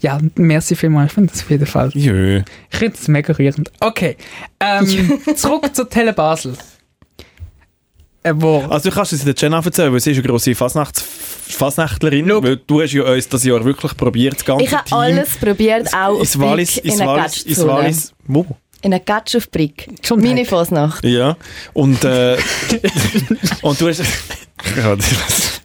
[SPEAKER 3] ja, merci vielmals. Ich finde das auf jeden Fall.
[SPEAKER 1] Jö.
[SPEAKER 3] Ich finde es mega rührend. Okay, ähm, zurück zur Tele Basel. Äh, wo
[SPEAKER 1] Also du kannst es der Jenna erzählen, weil sie ist eine grosse Fasnachts Fasnachtlerin,
[SPEAKER 3] Schau.
[SPEAKER 1] weil du hast ja uns das Jahr wirklich probiert, das ganze
[SPEAKER 2] Ich habe
[SPEAKER 1] Team.
[SPEAKER 2] alles probiert, auch
[SPEAKER 1] ins
[SPEAKER 2] auf
[SPEAKER 1] Wallis,
[SPEAKER 2] Brick
[SPEAKER 1] ins
[SPEAKER 2] in einen
[SPEAKER 1] Wallis,
[SPEAKER 2] Gatsch
[SPEAKER 1] ins
[SPEAKER 2] zu holen.
[SPEAKER 1] Wallis, wo?
[SPEAKER 2] In einen Gatsch auf Brick.
[SPEAKER 3] Gesundheit.
[SPEAKER 2] Meine Fasnacht.
[SPEAKER 1] Ja. Und, äh, und du hast... Ja, das-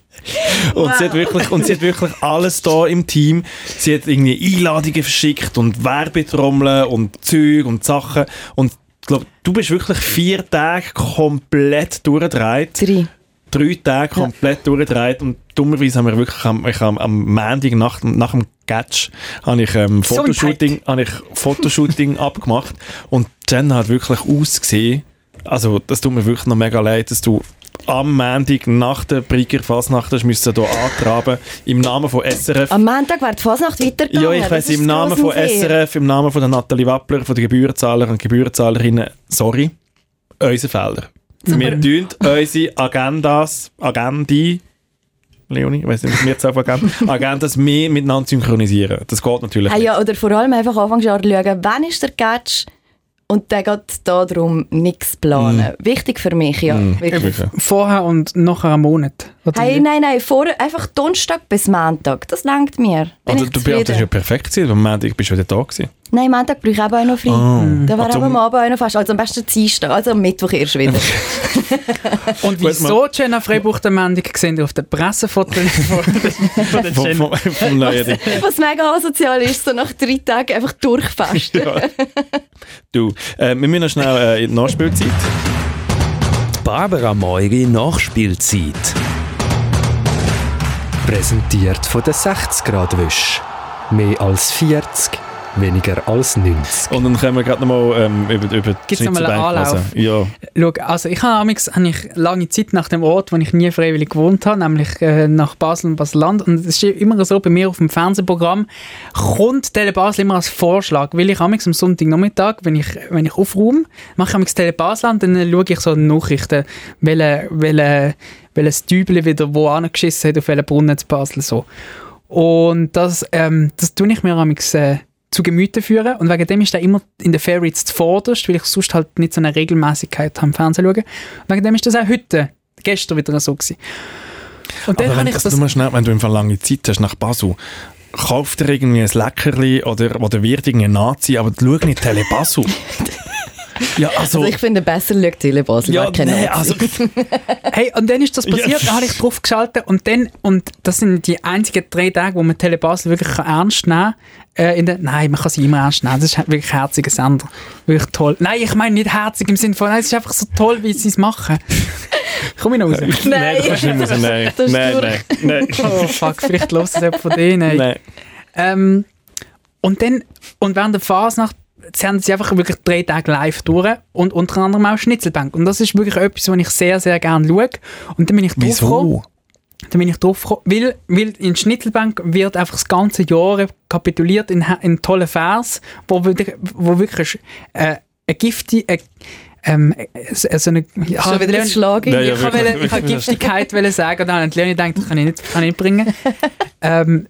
[SPEAKER 1] und, sie hat wirklich, und sie hat wirklich alles da im Team. Sie hat irgendwie Einladungen verschickt und Werbetrommeln und Zeug und Sachen. Und ich glaube, du bist wirklich vier Tage komplett durchgedreht.
[SPEAKER 2] Drei.
[SPEAKER 1] drei Tage komplett durchgedreht und dummerweise haben wir wirklich am, ich am, am Montag nach, nach dem Catch habe ich ähm, Fotoshooting, habe ich Fotoshooting abgemacht und Jen hat wirklich ausgesehen, also das tut mir wirklich noch mega leid, dass du am Montag nach der Bricker Fasnacht hast müssen hier antraben im Namen von SRF.
[SPEAKER 2] Am Montag wäre die Fasnacht weitergegangen.
[SPEAKER 1] ja, ich
[SPEAKER 2] Das
[SPEAKER 1] weiss,
[SPEAKER 2] ist
[SPEAKER 1] im Namen von
[SPEAKER 2] grossem Fehler.
[SPEAKER 1] SRF, im Namen von der Nathalie Wappler, von den Gebührenzahler und Gebührenzahlerinnen, sorry, unser Fehler. Wir tun unsere Agendas, Agendi, Leonie, ich weiß nicht, was wir jetzt auf Agenda, Agendas mehr miteinander synchronisieren. Das geht natürlich
[SPEAKER 2] Ah
[SPEAKER 1] nicht.
[SPEAKER 2] ja, oder vor allem einfach Anfang Jahr schauen, wann ist der Catch und dann geht darum nichts planen. Wichtig für mich, ja. Wirklich.
[SPEAKER 1] Mm. Wirklich.
[SPEAKER 3] vorher und nachher einen Monat. Oder
[SPEAKER 2] Hey,
[SPEAKER 3] wie?
[SPEAKER 2] nein, nein, vor, einfach Donnerstag bis Montag. Das langt mir. Bin
[SPEAKER 1] Also,
[SPEAKER 2] ich
[SPEAKER 1] du bist das ist ja
[SPEAKER 2] zufrieden.
[SPEAKER 1] perfekt gewesen, weil am Montag bist du wieder da gewesen.
[SPEAKER 2] Nein, Montag brauche ich eben auch noch frei. Da wäre
[SPEAKER 1] Also-
[SPEAKER 2] aber am Abend auch noch fast. Also am besten Dienstag, also am Mittwoch erst wieder.
[SPEAKER 3] Und wieso Jenna Freibuch der Mendig gesehen auf der Pressefoto von, von der
[SPEAKER 1] Vom,
[SPEAKER 3] Jenna?
[SPEAKER 1] vom, vom neuen Ding.
[SPEAKER 2] Was mega asozial ist, so nach drei Tagen einfach durchfest.
[SPEAKER 1] Ja. Du, äh, wir müssen noch schnell äh, in die Nachspielzeit.
[SPEAKER 4] Barbara Meuri Nachspielzeit.
[SPEAKER 6] Präsentiert von der 60 Grad Wisch. Mehr als 40, weniger als 90.
[SPEAKER 1] Und dann können wir gerade nochmal ähm, über, über die
[SPEAKER 3] Gibt's noch mal einen
[SPEAKER 1] Schnitzelbank
[SPEAKER 3] Anlauf?
[SPEAKER 1] Ja.
[SPEAKER 3] Schau, also ich habe amigs- habe ich lange Zeit nach dem Ort, wo ich nie freiwillig gewohnt habe, nämlich äh, nach Basel und Baseland. Und es ist immer so, bei mir auf dem Fernsehprogramm kommt Tele Basel immer als Vorschlag, weil ich amigs am Sonntagnachmittag, wenn ich, wenn ich aufräume, mache ich amigs Tele Basel an, dann äh, schaue ich so Nachrichten, welche, welche, welches Dübel wieder wo angeschissen hat, auf welchen Brunnen zu Basel so. Und das, ähm, das tue ich mir amigs äh, zu Gemüte führen. Und wegen dem ist er immer in den Favorites zuvorderst, weil ich sonst halt nicht so eine Regelmäßigkeit habe im Fernsehen schauen. Und wegen dem ist das auch heute, gestern wieder so gewesen. Und dann
[SPEAKER 1] Aber
[SPEAKER 3] habe
[SPEAKER 1] wenn,
[SPEAKER 3] ich
[SPEAKER 1] das
[SPEAKER 3] das...
[SPEAKER 1] nur schnell, wenn du einfach lange Zeit hast nach Basel, kauf dir irgendwie ein Leckerli oder, oder wird irgendein Nazi, aber schau nicht Tele Basel. ja, also...
[SPEAKER 2] Also ich finde, besser schaut Tele Basel,
[SPEAKER 1] ja,
[SPEAKER 2] wer kennt
[SPEAKER 1] nee,
[SPEAKER 2] sie?
[SPEAKER 1] also...
[SPEAKER 3] Hey, und dann ist das passiert,
[SPEAKER 1] Ja.
[SPEAKER 3] dann habe ich drauf geschaltet und dann, und das sind die einzigen drei Tage, wo man Tele Basel wirklich kann ernst nehmen kann. Äh, in der, nein, man kann sie immer ernst nehmen, das ist halt wirklich ein herziger Sender. Wirklich toll. Nein, ich meine nicht herzig im Sinne von, nein, es ist einfach so toll, wie sie es machen. Komm ich noch raus?
[SPEAKER 1] Nein, das kannst du nicht mehr so... Nein,
[SPEAKER 2] Das ist
[SPEAKER 1] nein,
[SPEAKER 2] durch.
[SPEAKER 1] nein, nein.
[SPEAKER 3] Oh fuck, vielleicht los es jemand von denen.
[SPEAKER 1] nein.
[SPEAKER 3] Ähm, und dann, und während der Fasnacht sie haben sie einfach wirklich drei Tage live durch und unter anderem auch Schnitzelbank. Und das ist wirklich etwas, was ich sehr, sehr gerne schaue. Und dann bin ich draufgekommen.
[SPEAKER 1] Wieso?
[SPEAKER 3] Dann bin ich draufgekommen, weil, weil in Schnittelbank wird einfach das ganze Jahr kapituliert in, in tollen Vers, wo, wirklich- wo wirklich äh, eine giftige, äh, ähm, äh, so eine...
[SPEAKER 2] Schon wieder ein Schlag.
[SPEAKER 1] also- Nein, ja,
[SPEAKER 3] ich kann,
[SPEAKER 1] wirklich,
[SPEAKER 3] wollen, ich kann
[SPEAKER 1] wirklich.
[SPEAKER 3] Giftigkeit wollen sagen, dann hat Leonie gedacht, das kann ich nicht, kann ich nicht bringen. ähm,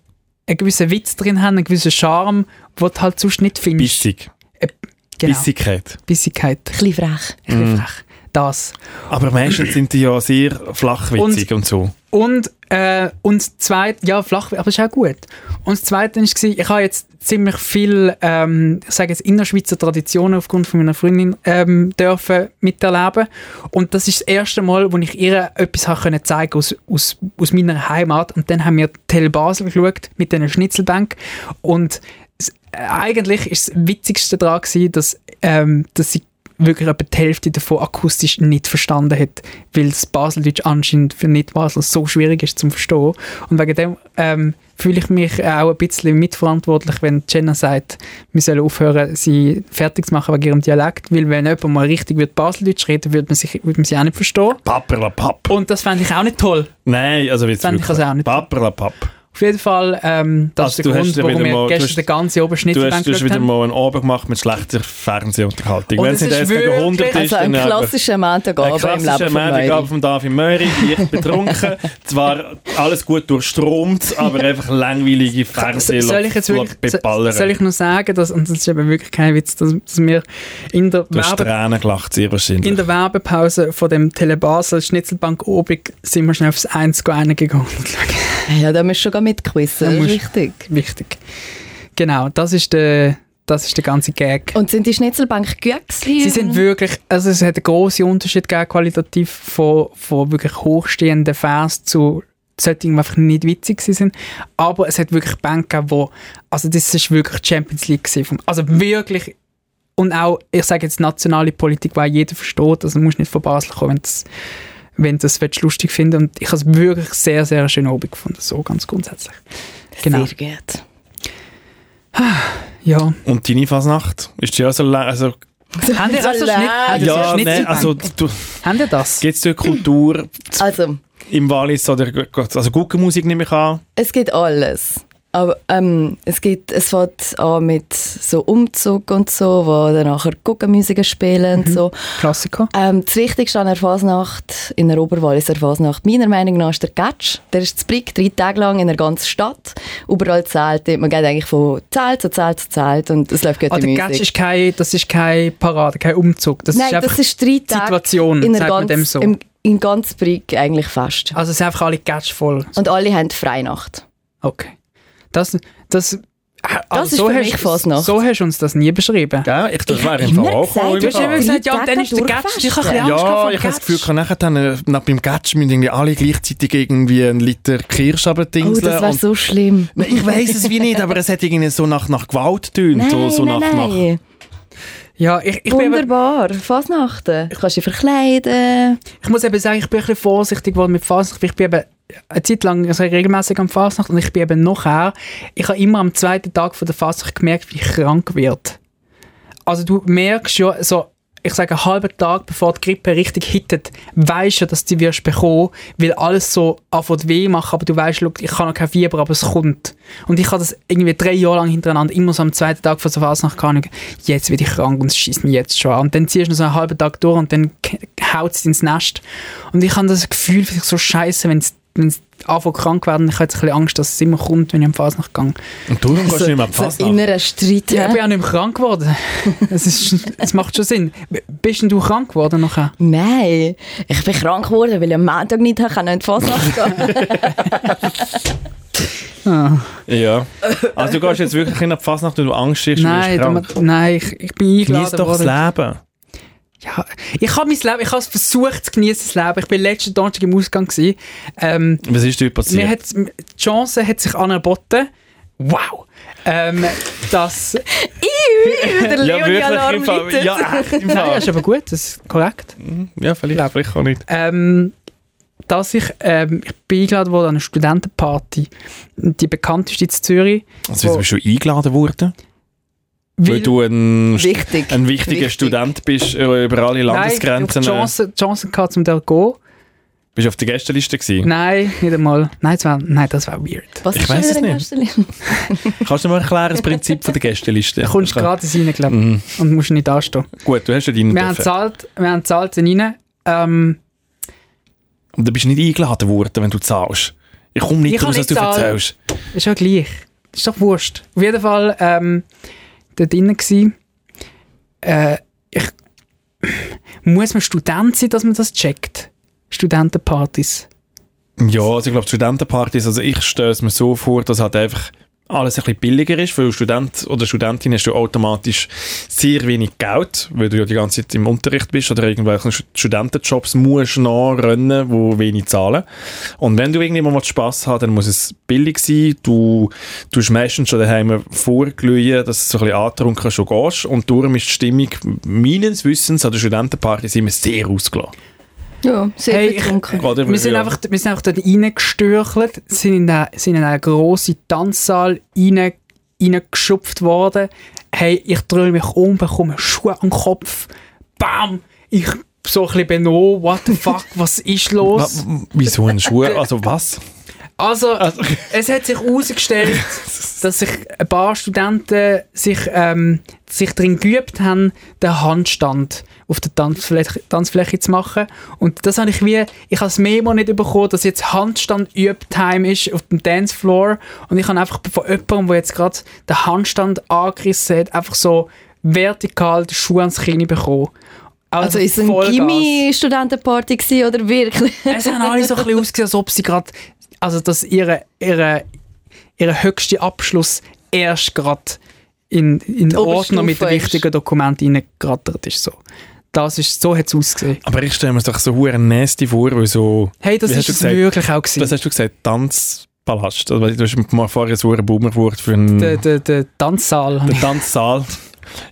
[SPEAKER 3] einen gewissen Witz drin haben, einen gewissen Charme, den du halt sonst nicht findest.
[SPEAKER 1] Bissig.
[SPEAKER 3] Genau.
[SPEAKER 1] Bissigkeit.
[SPEAKER 3] Bissigkeit.
[SPEAKER 2] Ein bisschen frech.
[SPEAKER 1] Mhm.
[SPEAKER 3] Ich bin frech. Das.
[SPEAKER 1] Aber meistens sind die ja sehr flachwitzig und, so.
[SPEAKER 3] Und, äh, und zweit, ja, flach, aber ist auch gut. Und das Zweite war, ich habe jetzt ziemlich viel, ähm, ich sage jetzt, innerschweizer Traditionen aufgrund von meiner Freundin ähm, dürfen miterleben. Und das ist das erste Mal, wo ich ihr etwas habe können zeigen aus, aus, aus meiner Heimat. Und dann haben wir Tel Basel geschaut mit einer Schnitzelbank. Und s- äh, eigentlich ist das Witzigste daran, gewesen, dass, ähm, dass sie wirklich etwa die Hälfte davon akustisch nicht verstanden hat, weil das Baseldeutsch anscheinend für Nicht-Basel so schwierig ist zum Verstehen. Und wegen dem ähm, fühle ich mich auch ein bisschen mitverantwortlich, wenn Jenna sagt, wir sollen aufhören, sie fertig zu machen wegen ihrem Dialekt, weil wenn jemand mal richtig wird Baseldeutsch reden würde, man sich, würde man sie auch nicht verstehen.
[SPEAKER 1] Paperlapapp.
[SPEAKER 3] Und das fände ich auch nicht toll.
[SPEAKER 1] Nein, also jetzt
[SPEAKER 3] Fände ich also auch nicht.
[SPEAKER 1] Paperlapapp.
[SPEAKER 3] Auf jeden Fall, ähm, das
[SPEAKER 1] Also
[SPEAKER 3] ist der
[SPEAKER 1] du hast
[SPEAKER 3] Grund,
[SPEAKER 1] ja
[SPEAKER 3] warum
[SPEAKER 1] wieder mal- du
[SPEAKER 3] wir gestern
[SPEAKER 1] hast-
[SPEAKER 3] den ganzen Oberschnitt
[SPEAKER 1] Du hast, du hast wieder mal einen Abend gemacht mit schlechter Fernsehunterhaltung.
[SPEAKER 3] Und
[SPEAKER 1] Wenn
[SPEAKER 3] es
[SPEAKER 1] es nicht
[SPEAKER 3] ist
[SPEAKER 1] 1 gegen
[SPEAKER 3] wirklich-
[SPEAKER 1] 100 ist,
[SPEAKER 2] Also
[SPEAKER 1] dann
[SPEAKER 2] ein
[SPEAKER 1] einfach-
[SPEAKER 2] klassischer Montagabend im
[SPEAKER 1] klassischer
[SPEAKER 2] Leben von Mary.
[SPEAKER 1] Montagabend von David Möri, leicht betrunken. Zwar alles gut durchstromt, aber einfach langweilige Fernseh
[SPEAKER 3] soll ich jetzt wirklich, so-
[SPEAKER 1] beballern.
[SPEAKER 3] soll ich nur sagen, dass, und das ist eben wirklich kein Witz, dass, dass wir in der,
[SPEAKER 1] du hast
[SPEAKER 3] Werbe,
[SPEAKER 1] Tränen gelacht, sehr wahrscheinlich.
[SPEAKER 3] in der Werbepause von dem Telebasel Schnitzelbank Obig sind wir schnell aufs 1 gegangen gegangen.
[SPEAKER 2] Ja, da musst du schon gar mitquissen, das
[SPEAKER 3] Da
[SPEAKER 2] ist
[SPEAKER 3] musst-
[SPEAKER 2] wichtig.
[SPEAKER 3] Wichtig. Genau, das ist der, das ist der ganze Gag.
[SPEAKER 2] Und sind die Schnitzelbank gut gewesen?
[SPEAKER 3] Sie sind wirklich, also es hat einen grossen Unterschied gegeben, qualitativ von, von wirklich hochstehenden Fans zu solchen, die einfach nicht witzig gewesen sind. Aber es hat wirklich Bänke gegeben, wo, also das ist wirklich Champions League gewesen. vom- Also wirklich, und auch, ich sage jetzt nationale Politik, weil jeder versteht, also du musst nicht von Basel kommen, wenn du das, wenn du das willst, lustig finden Und ich habe es wirklich sehr, sehr schön oben gefunden, so ganz grundsätzlich. Genau.
[SPEAKER 2] Sehr gut.
[SPEAKER 3] Ja.
[SPEAKER 1] Und deine Fasnacht? Ist die auch so lang? Also,
[SPEAKER 3] Haben die also
[SPEAKER 2] lang.
[SPEAKER 3] Schnitt,
[SPEAKER 1] Ah,
[SPEAKER 3] haben die so
[SPEAKER 1] ja, nein,
[SPEAKER 3] Schnitzelbank?
[SPEAKER 1] also du,
[SPEAKER 3] haben die das?
[SPEAKER 1] gibt es eine Kultur
[SPEAKER 2] Also,
[SPEAKER 1] im Wallis oder also Guckenmusik nehme ich an?
[SPEAKER 2] es gibt alles. Aber ähm, es gibt, es fängt an mit so Umzug und so, wo dann nachher Guggenmusiken spielen
[SPEAKER 3] Mhm.
[SPEAKER 2] und so.
[SPEAKER 3] Klassiker.
[SPEAKER 2] Ähm, das Wichtigste an der Fasnacht, in der Oberwalliser Fasnacht, meiner Meinung nach, ist der Gatsch. Der ist zu Brick, drei Tage lang in der ganzen Stadt. Überall Zelte. Man geht eigentlich von Zelt zu Zelt zu Zelt und es läuft gute
[SPEAKER 3] Ah, der
[SPEAKER 2] Musik.
[SPEAKER 3] Gatsch ist kein, das ist keine Parade, kein Umzug. Das ist
[SPEAKER 2] Nein,
[SPEAKER 3] einfach,
[SPEAKER 2] das ist drei Tage
[SPEAKER 3] Situation,
[SPEAKER 2] in, der
[SPEAKER 3] sagt man
[SPEAKER 2] ganz,
[SPEAKER 3] dem so.
[SPEAKER 2] im, in ganz Brick eigentlich fast.
[SPEAKER 3] also es sind einfach alle Gatsch voll.
[SPEAKER 2] Und alle haben Freinacht.
[SPEAKER 3] Okay. Das, das, äh, das
[SPEAKER 2] ist für mich Fasnacht.
[SPEAKER 3] So hast du uns das nie beschrieben.
[SPEAKER 1] Ja, ich, das wäre im
[SPEAKER 2] immer
[SPEAKER 1] Fall auch gekommen.
[SPEAKER 2] gesagt, du
[SPEAKER 3] Du hast immer gesagt, ja, und dann ist der Gatsch, ich habe ein bisschen Angst
[SPEAKER 1] Ja,
[SPEAKER 3] gehabt
[SPEAKER 1] ich
[SPEAKER 3] vom
[SPEAKER 1] habe das Gefühl,
[SPEAKER 3] Gatsch.
[SPEAKER 1] kann nachher dann, äh, nach beim Gatsch müssen irgendwie alle gleichzeitig irgendwie einen Liter Kirsch
[SPEAKER 2] Oh, das
[SPEAKER 1] abdingseln.
[SPEAKER 2] wäre so schlimm.
[SPEAKER 1] Nein, ich weiß es wie nicht, aber es hat irgendwie so nach, nach Gewalt tönt.
[SPEAKER 2] Nein,
[SPEAKER 1] So, so
[SPEAKER 2] nein,
[SPEAKER 1] nach, nach,
[SPEAKER 2] nein.
[SPEAKER 3] Ja, ich, ich, bin, eben-
[SPEAKER 2] Wunderbar. Fasnachten. Du kannst dich verkleiden.
[SPEAKER 3] ich muss eben sagen, ich bin ein bisschen vorsichtig geworden mit Fasnacht, weil ich bin eben eine Zeit lang also regelmäßig am Fastnacht und ich bin eben nachher, ich habe immer am zweiten Tag von der Fastnacht gemerkt, wie ich krank werde. Also du merkst ja so, ich sage einen halben Tag bevor die Grippe richtig hittet, weißt du, dass du die wirst bekommen, weil alles so anfängt weh machen, aber du weißt, schau, ich habe noch kein Fieber, aber es kommt. Und ich habe das irgendwie drei Jahre lang hintereinander, immer so am zweiten Tag von der Fasnacht gehabt, jetzt werde ich krank und es schießt mich jetzt schon an. Und dann ziehst du noch so einen halben Tag durch und dann haut es ins Nest. Und ich habe das Gefühl, dass ich so scheiße, wenn es wenn es anfängt krank werden, ich habe jetzt ein bisschen Angst, dass es immer kommt, wenn ich am Fasnacht gehe.
[SPEAKER 1] Und darum gehst du nicht mehr an die
[SPEAKER 2] So
[SPEAKER 1] Fasnacht.
[SPEAKER 2] innerer Streit.
[SPEAKER 3] Ja,
[SPEAKER 2] Ja,
[SPEAKER 3] ich bin auch nicht mehr krank geworden. Es, ist, es macht schon Sinn. B- Bist denn du krank geworden nachher?
[SPEAKER 2] Nein, ich bin krank geworden, weil ich am Montag nicht habe, kann nicht Fasnacht gehen.
[SPEAKER 1] Ah. Ja. Also du gehst jetzt wirklich in die Fasnacht, weil du Angst hast,
[SPEAKER 3] Nein,
[SPEAKER 1] du bist krank.
[SPEAKER 3] du- nein, ich, ich bin
[SPEAKER 1] Genieß
[SPEAKER 3] eingeladen
[SPEAKER 1] doch das
[SPEAKER 3] worden.
[SPEAKER 1] Leben.
[SPEAKER 3] Ja, ich habe mein Leben, ich habe es versucht zu genießen, das Leben. Ich bin letzten Donnerstag im Ausgang gewesen. Ähm,
[SPEAKER 1] Was ist dir
[SPEAKER 3] mir
[SPEAKER 1] passiert?
[SPEAKER 3] hat, die Chance hat sich angeboten. Wow. Ähm, das
[SPEAKER 2] Der Leonie-Alarm
[SPEAKER 1] im Fall.
[SPEAKER 2] läutet.
[SPEAKER 1] Ja, echt, im
[SPEAKER 3] nein,
[SPEAKER 1] Fall.
[SPEAKER 3] ist aber gut, das ist korrekt.
[SPEAKER 1] Ja, vielleicht, vielleicht auch nicht.
[SPEAKER 3] ähm, dass ich, ähm, ich bin eingeladen worden an eine Studentenparty. Die bekannteste in Zürich.
[SPEAKER 1] Also wieso bist du eingeladen worden? Weil,
[SPEAKER 3] weil-
[SPEAKER 1] du ein,
[SPEAKER 2] Wichtig.
[SPEAKER 1] ein wichtiger
[SPEAKER 2] Wichtig.
[SPEAKER 1] Student bist äh, über alle Landesgrenzen.
[SPEAKER 3] Nein,
[SPEAKER 1] äh,
[SPEAKER 3] ich habe die Chance, die Chance gehabt, um da zu gehen.
[SPEAKER 1] bist du auf der Gästeliste gewesen?
[SPEAKER 3] Nein, nicht einmal. Nein, das wär, nein, das wäre weird.
[SPEAKER 2] Was
[SPEAKER 1] Ich
[SPEAKER 2] ist
[SPEAKER 1] weiss
[SPEAKER 2] schon wieder ein
[SPEAKER 1] es
[SPEAKER 2] Gästchen?
[SPEAKER 1] Kannst du mir erklären, das Prinzip von der Gästeliste?
[SPEAKER 3] Du kommst
[SPEAKER 1] Ich-
[SPEAKER 3] gratis rein, glaube ich,
[SPEAKER 1] Also. Mhm.
[SPEAKER 3] und musst nicht anstehen.
[SPEAKER 1] Gut, du hast ja deinen
[SPEAKER 3] Wir haben
[SPEAKER 1] Buffet.
[SPEAKER 3] zahlt, wir haben zahlt sind rein. Ähm,
[SPEAKER 1] Und dann bist du nicht eingeladen worden, wenn du zahlst. Ich komme
[SPEAKER 3] Ich
[SPEAKER 1] nicht raus,
[SPEAKER 3] kann
[SPEAKER 1] was du
[SPEAKER 3] nicht zahlen.
[SPEAKER 1] erzählst.
[SPEAKER 3] ist ja gleich. Ist doch wurscht. Auf jeden Fall, ähm, dort drinnen gsi. Äh, ich, muss man Student sein, dass man das checkt? Studentenpartys.
[SPEAKER 1] Ja, also ich glaube, Studentenpartys, also ich stelle es mir so vor, dass halt einfach alles ein bisschen billiger ist, weil als Student oder Studentin hast du automatisch sehr wenig Geld, weil du ja die ganze Zeit im Unterricht bist oder irgendwelchen Stu- Studentenjobs musst nachrennen, wo wenig zahlen. Und wenn du irgendjemand mal Spass hast, dann muss es billig sein. Du tust meistens schon daheim vorglühen, dass du so ein bisschen antrunken schon gehst. Und darum ist die Stimmung meines Wissens an der Studentenpartys immer sehr ausgelassen.
[SPEAKER 2] Ja, sehr
[SPEAKER 3] Hey,
[SPEAKER 2] hey,
[SPEAKER 3] ich-
[SPEAKER 2] betrunken.
[SPEAKER 1] Oder?
[SPEAKER 3] Wir sind,
[SPEAKER 1] Ja.
[SPEAKER 3] einfach, wir sind einfach dort reingestürchelt, sind in einen, sind in einen grossen Tanzsaal rein, reingeschupft worden. Hey, ich drehe mich um, bekomme Schuhe am Kopf. Bam! Ich so ein bisschen bin, oh, what the fuck, was ist
[SPEAKER 1] Wa-
[SPEAKER 3] los?
[SPEAKER 1] Wieso ein Schuh? Also was?
[SPEAKER 3] Also,
[SPEAKER 1] Also-
[SPEAKER 3] es hat sich herausgestellt, dass sich ein paar Studenten sich, ähm, sich darin geübt haben, den Handstand auf der Tanzfläche, Tanzfläche zu machen. Und das habe ich wie, ich habe das Memo nicht bekommen, dass jetzt Handstand Übtime ist auf dem Dancefloor. Und ich habe einfach von jemandem, der jetzt gerade den Handstand angerissen hat, einfach so vertikal die Schuhe ans Kinn bekommen.
[SPEAKER 2] Also ist es eine
[SPEAKER 3] Vollgas. Äh,
[SPEAKER 2] Gimmi-Studentenparty gewesen, oder wirklich?
[SPEAKER 3] Es haben alle so ein bisschen ausgesehen, als ob sie gerade, also dass ihre, ihre, ihre höchste Abschluss erst gerade in, in
[SPEAKER 2] Oberstufe
[SPEAKER 3] Ordner mit den
[SPEAKER 2] ist.
[SPEAKER 3] wichtigen Dokumenten reingerattert ist. So. Das ist, so hat es ausgesehen.
[SPEAKER 1] Aber ich stelle mir doch so hure nasty vor, weil so,
[SPEAKER 3] Hey, das
[SPEAKER 1] Wie hast
[SPEAKER 3] ist
[SPEAKER 1] du
[SPEAKER 3] es
[SPEAKER 1] gesagt?
[SPEAKER 3] wirklich auch gewesen.
[SPEAKER 1] was hast du gesagt, Tanzpalast. Also, du hast mal vorher so einen Boomer geworden für einen
[SPEAKER 3] der, der, der Tanzsaal.
[SPEAKER 1] den Tanzsaal.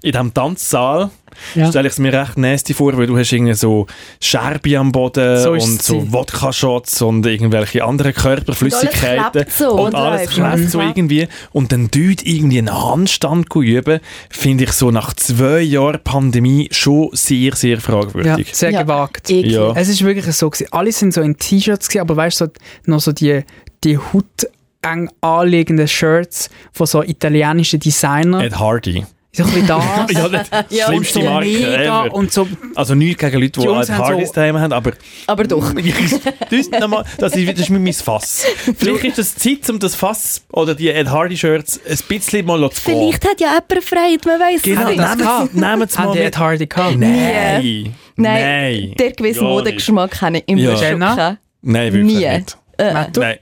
[SPEAKER 1] In diesem Tanzsaal
[SPEAKER 3] Ja.
[SPEAKER 1] stelle ich es mir recht nasty vor, weil du hast irgendwie so Scherbe am Boden
[SPEAKER 3] So ist
[SPEAKER 1] und
[SPEAKER 3] es
[SPEAKER 1] so
[SPEAKER 3] gewesen.
[SPEAKER 1] Wodka-Shots und irgendwelche anderen
[SPEAKER 2] Und alles
[SPEAKER 1] Körperflüssigkeiten.
[SPEAKER 2] klebt so,
[SPEAKER 1] Und
[SPEAKER 2] oder?
[SPEAKER 1] alles
[SPEAKER 2] Einfach.
[SPEAKER 1] klebt so
[SPEAKER 2] Mhm.
[SPEAKER 1] irgendwie. Und dann dort irgendwie einen Handstand zu üben, finde ich so nach zwei Jahren Pandemie schon sehr, sehr
[SPEAKER 3] Ja,
[SPEAKER 1] fragwürdig.
[SPEAKER 3] sehr
[SPEAKER 2] Ja.
[SPEAKER 3] gewagt.
[SPEAKER 2] Eklig.
[SPEAKER 1] Ja.
[SPEAKER 3] Es ist wirklich so gewesen. Alle sind so in T-Shirts gewesen, aber weißt du, so, noch so die, die Haut eng anliegenden Shirts von so italienischen Designern.
[SPEAKER 1] Ed Hardy.
[SPEAKER 3] So ein bisschen das.
[SPEAKER 1] Ah. Äh. Ja, das
[SPEAKER 2] Ja, und
[SPEAKER 1] schlimmste
[SPEAKER 3] so
[SPEAKER 1] Marke
[SPEAKER 3] mega
[SPEAKER 1] ever.
[SPEAKER 3] und so
[SPEAKER 1] Also nichts gegen Leute, die,
[SPEAKER 3] Die
[SPEAKER 1] die
[SPEAKER 3] Jungs
[SPEAKER 1] Ed
[SPEAKER 3] haben so-
[SPEAKER 1] Hardys daheim haben, aber
[SPEAKER 2] Aber doch.
[SPEAKER 1] das, ist nochmal- das ist das ist mein Fass. Vielleicht ist es Zeit, um das Fass oder die Ed Hardy-Shirts ein bisschen mal zu gehen.
[SPEAKER 2] Vielleicht hat ja jemand Freude, man weiss
[SPEAKER 1] Genau,
[SPEAKER 2] es nicht.
[SPEAKER 3] das
[SPEAKER 1] nehmt
[SPEAKER 3] gehabt?
[SPEAKER 1] nehmt es mal
[SPEAKER 3] Hat die
[SPEAKER 1] mit.
[SPEAKER 3] Ed Hardy gehabt?
[SPEAKER 1] Nein.
[SPEAKER 2] Nein,
[SPEAKER 1] Nein.
[SPEAKER 2] der gewisse
[SPEAKER 1] Ja,
[SPEAKER 2] Modegeschmack habe ich immer
[SPEAKER 1] Ja.
[SPEAKER 2] schon.
[SPEAKER 3] Jenna?
[SPEAKER 2] gehabt.
[SPEAKER 1] Nein, wirklich
[SPEAKER 2] Nie.
[SPEAKER 1] nicht.
[SPEAKER 3] Matt, du?
[SPEAKER 1] Nein.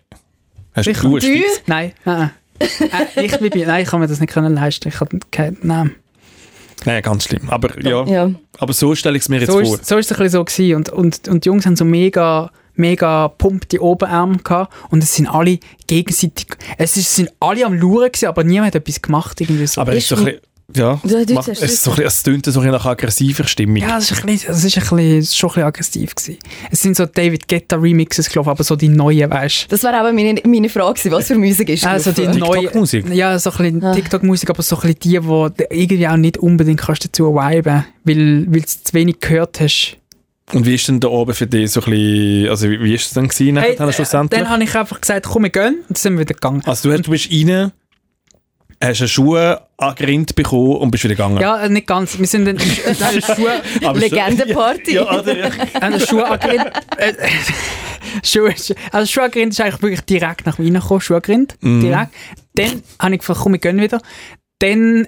[SPEAKER 1] Hast
[SPEAKER 3] Sicher.
[SPEAKER 1] du einen
[SPEAKER 2] Du?
[SPEAKER 1] Spitz?
[SPEAKER 3] Nein. Nein. Äh, ich, bin, nein, ich kann mir das nicht können leisten. Ich habe keinen Namen.
[SPEAKER 1] Nein, ganz schlimm. Aber ja,
[SPEAKER 2] Ja.
[SPEAKER 1] aber so stelle ich es mir jetzt
[SPEAKER 3] So
[SPEAKER 1] vor.
[SPEAKER 3] ist, so ist es ein bisschen so gewesen. Und, und, und die Jungs haben so mega, mega pumpte Oberarme gehabt. Und es sind alle gegenseitig, es ist, sind alle am Luren gewesen, aber niemand hat etwas gemacht. Irgendwie so.
[SPEAKER 1] Aber es ist
[SPEAKER 2] Ist
[SPEAKER 1] so ein bisschen, Ja,
[SPEAKER 2] Du- du
[SPEAKER 1] macht, es,
[SPEAKER 2] hast-
[SPEAKER 1] ist so ein bisschen- es tönt so ein bisschen nach aggressiver Stimmung.
[SPEAKER 3] Ja, es war ein bisschen, es ist ein bisschen, es ist schon ein bisschen aggressiv. Gewesen. Es sind so David Guetta Remixes, glaube ich, aber so die neuen, weißt
[SPEAKER 2] Das war eben meine, meine Frage, gewesen, was für Musik ist
[SPEAKER 3] du? Also die
[SPEAKER 2] gelaufen?
[SPEAKER 1] TikTok-Musik?
[SPEAKER 3] neue, ja, so ein bisschen
[SPEAKER 2] Ah.
[SPEAKER 3] TikTok-Musik, aber so ein bisschen die, wo du irgendwie auch nicht unbedingt kannst dazu viben, weil, weil du es zu wenig gehört hast.
[SPEAKER 1] Und wie ist denn da oben für dich so ein bisschen, also wie, wie ist es denn gewesen
[SPEAKER 3] Hey,
[SPEAKER 1] nachher schlussendlich?
[SPEAKER 3] Dann habe ich einfach gesagt, komm, wir gehen, und dann sind wir wieder gegangen.
[SPEAKER 1] also du, hast- du bist rein, hast eine Schuhe angerannt bekommen und bist wieder gegangen.
[SPEAKER 3] Ja, äh, nicht ganz. Wir sind dann an der Schuhe,
[SPEAKER 1] Aber schon-
[SPEAKER 2] Legendenparty.
[SPEAKER 1] Ja, oder? Ja.
[SPEAKER 3] an der Schuhe angerannt. Äh, Schuhe, also Schuhagrind ist eigentlich wirklich direkt nach Wien gekommen, Schuhagrind, direkt. Dann habe ich gefragt, komm, wir gehen wieder. Dann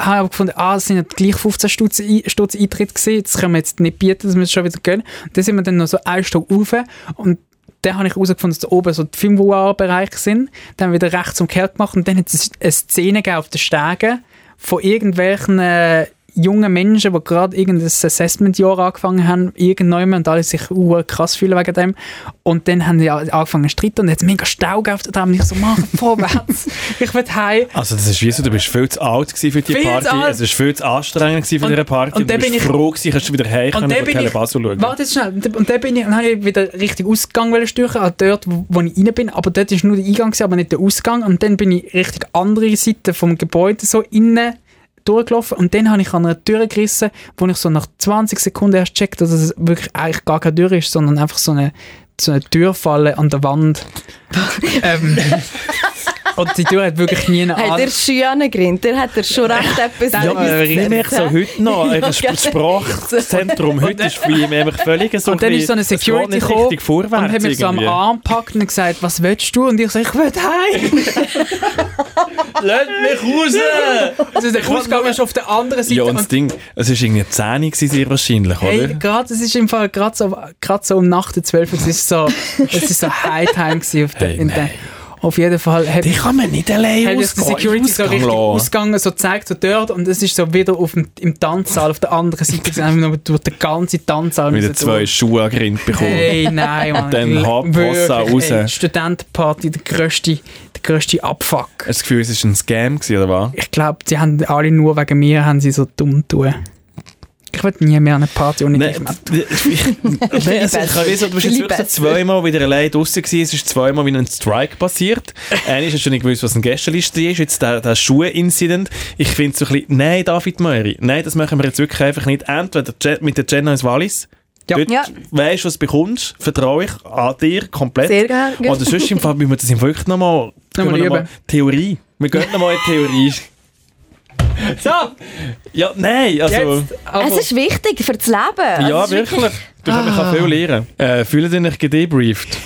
[SPEAKER 3] habe ich aber gefunden, ah, es sind ja gleich 15 Stutz, Ei- Stutz Eintritt gewesen, das können wir jetzt nicht bieten, das müssen wir schon wieder gehen. Und dann sind wir dann noch so einen Stock rauf und dann habe ich herausgefunden, dass da oben so die 5 Uhr Bereich sind. Dann wieder rechts umkehrt gemacht und dann hat es eine Szene gegeben auf den Stegen von irgendwelchen äh, jungen Menschen, die gerade irgendein Assessment-Jahr angefangen haben, irgendjemand und alle sich uh, krass fühlen wegen dem. Und dann haben die a- angefangen zu streiten und jetzt mega Stau gegeben auf der Tram. Und ich so, mach vorwärts, ich will heim.
[SPEAKER 1] Also das ist wie so, du bist viel zu alt gewesen für die
[SPEAKER 3] Viel zu
[SPEAKER 1] Party,
[SPEAKER 3] alt.
[SPEAKER 1] es war viel zu anstrengend gewesen für
[SPEAKER 3] Und-
[SPEAKER 1] diese Party
[SPEAKER 3] und
[SPEAKER 1] du
[SPEAKER 3] dann
[SPEAKER 1] bist
[SPEAKER 3] bin ich-
[SPEAKER 1] froh gewesen, kannst du wieder heim
[SPEAKER 3] Und
[SPEAKER 1] können
[SPEAKER 3] dann
[SPEAKER 1] und
[SPEAKER 3] bin ich,
[SPEAKER 1] Telebasso schauen.
[SPEAKER 3] warte jetzt schnell, und und dann bin ich, dann habe ich wieder richtig Ausgang wollen stürchen, an dort, wo, wo ich rein bin, aber dort war nur der Eingang, gewesen, aber nicht der Ausgang. Und dann bin ich richtig andere Seite vom Gebäude so innen durchgelaufen und dann habe ich an einer Tür gerissen, wo ich so nach 20 Sekunden erst checkt, dass es wirklich eigentlich gar keine Tür ist, sondern einfach so eine, so eine Türfalle an der Wand. ähm, und die Tür hat wirklich nie eine
[SPEAKER 2] Hat er Schuhe angerannt? Der hat er schon recht etwas
[SPEAKER 1] Ja, aber
[SPEAKER 2] müssen
[SPEAKER 1] ich merke so
[SPEAKER 2] setzen.
[SPEAKER 1] heute noch,
[SPEAKER 2] Ja,
[SPEAKER 1] das
[SPEAKER 2] gell.
[SPEAKER 1] Sprachzentrum heute ist für mich einfach völlig so
[SPEAKER 3] Und dann ist so eine
[SPEAKER 1] es geht
[SPEAKER 3] Security
[SPEAKER 1] nicht
[SPEAKER 3] gekommen
[SPEAKER 1] richtig
[SPEAKER 3] und
[SPEAKER 1] vorwärts
[SPEAKER 3] hat mich so am
[SPEAKER 1] irgendwie.
[SPEAKER 3] Arm gepackt und gesagt, was willst du? Und ich so, ich will heim.
[SPEAKER 1] Lass mich raus!
[SPEAKER 3] Also der Ausgang ist auf der anderen Seite.
[SPEAKER 1] Ja, und das
[SPEAKER 3] und
[SPEAKER 1] Ding, es war irgendwie 10 gewesen, sehr wahrscheinlich,
[SPEAKER 3] hey,
[SPEAKER 1] oder?
[SPEAKER 3] gerade, es ist im Fall gerade so, gerade so um Nacht der 12 Uhr, es ist so, es ist so Hightime gewesen auf, der,
[SPEAKER 1] Hey,
[SPEAKER 3] in der,
[SPEAKER 1] nein.
[SPEAKER 3] auf jeden Fall. Hat,
[SPEAKER 1] Die kann man nicht allein
[SPEAKER 3] hat
[SPEAKER 1] ausgehen.
[SPEAKER 3] uns die Security so richtig ausgegangen, so zeigt so dort und es ist so wieder auf dem, im Tanzsaal auf der anderen Seite gewesen, einfach nur durch den ganzen Tanzsaal.
[SPEAKER 1] Wieder
[SPEAKER 3] müssen
[SPEAKER 1] zwei Schuhe angerannt bekommen.
[SPEAKER 3] Hey, nein, Mann.
[SPEAKER 1] Dann hab
[SPEAKER 3] Wirklich,
[SPEAKER 1] Wasser raus.
[SPEAKER 3] ey, die Studentenparty, der grösste, der grösste Abfuck.
[SPEAKER 1] Hast du das Gefühl, es war ein Scam, gewesen, oder was?
[SPEAKER 3] Ich glaube, die haben alle nur wegen mir haben sie so dumm tun. Ich will nie mehr an eine Party ohne dich. Mann.
[SPEAKER 1] Nein, also ich kann wissen, du bist jetzt
[SPEAKER 2] Liebe.
[SPEAKER 1] wirklich zweimal wieder allein draußen gewesen. Es ist zweimal wieder ein Strike passiert. Einmal hast du nicht gewusst, was eine Gästeliste ist. Jetzt der, der Schuhe-Incident. Ich finde so ein bisschen, nein, David Möri, nein, das machen wir jetzt wirklich einfach nicht. Entweder Je- mit der Jenna ins Wallis.
[SPEAKER 3] Ja.
[SPEAKER 1] Dort
[SPEAKER 2] Ja.
[SPEAKER 1] weisst du, was du bekommst, vertraue ich an dir komplett.
[SPEAKER 2] Sehr gerne.
[SPEAKER 1] Oder sonst im Fall, müssen wir das im wirklich nochmal
[SPEAKER 3] Nochmal üben.
[SPEAKER 1] Theorie. Wir gehen nochmal in die Theorie.
[SPEAKER 3] So,
[SPEAKER 1] Ja, nein, also...
[SPEAKER 3] jetzt. Aber,
[SPEAKER 2] Es ist wichtig für das Leben.
[SPEAKER 1] Ja,
[SPEAKER 2] Es ist
[SPEAKER 1] wirklich. Du kannst ah. viel lernen. Äh, fühlen Sie dich gedebrieft?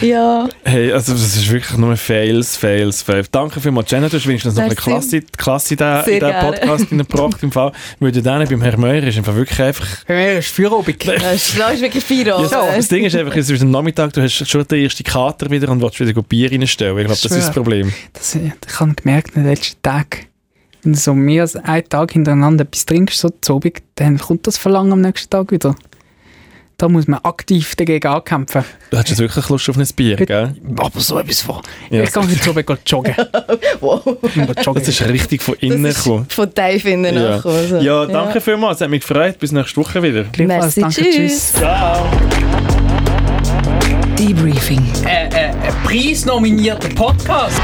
[SPEAKER 2] Ja.
[SPEAKER 1] Hey, also das ist wirklich nur Fails, Fails, Fails. Danke vielmals, Jenna, du hast wenigstens noch eine
[SPEAKER 2] Merci.
[SPEAKER 1] Klasse, Klasse in den-
[SPEAKER 2] Sehr
[SPEAKER 1] in den
[SPEAKER 2] gerne.
[SPEAKER 1] Podcast hineingebracht. Im Fall, weil du dann beim Herrn Meurer ist einfach wirklich einfach...
[SPEAKER 3] bei mir ist Feierabend.
[SPEAKER 2] Das ist das ist wirklich
[SPEAKER 1] Ja,
[SPEAKER 2] Feierabend.
[SPEAKER 1] Das Ding ist einfach, es ist am Nachmittag, du hast schon den ersten Kater wieder und willst wieder Bier reinstellen. Ich glaube, das ist das
[SPEAKER 3] Schwör.
[SPEAKER 1] Problem.
[SPEAKER 3] Das, ich habe gemerkt, in den letzten Tagen, wenn du so mehr als einen Tag hintereinander etwas trinkst, so zu Abend, dann kommt das Verlangen am nächsten Tag wieder. Da muss man aktiv dagegen ankämpfen.
[SPEAKER 1] Du hast jetzt wirklich Lust auf ein Bier, gell?
[SPEAKER 3] Aber so etwas vor.
[SPEAKER 1] Ja.
[SPEAKER 3] Ich gehe heute Abend gehen joggen.
[SPEAKER 2] Wow.
[SPEAKER 3] Ich gehe joggen.
[SPEAKER 1] Das ist richtig von
[SPEAKER 2] Das
[SPEAKER 1] innen
[SPEAKER 2] ist
[SPEAKER 1] gekommen.
[SPEAKER 2] von Dave innen
[SPEAKER 1] Ja.
[SPEAKER 2] nachgekommen, also.
[SPEAKER 1] ja, danke vielmals, es hat mich gefreut. Bis nächste Woche wieder.
[SPEAKER 3] Gleichfalls,
[SPEAKER 2] Merci,
[SPEAKER 3] danke,
[SPEAKER 2] tschüss.
[SPEAKER 5] Debriefing.
[SPEAKER 3] preisnominierter Podcast.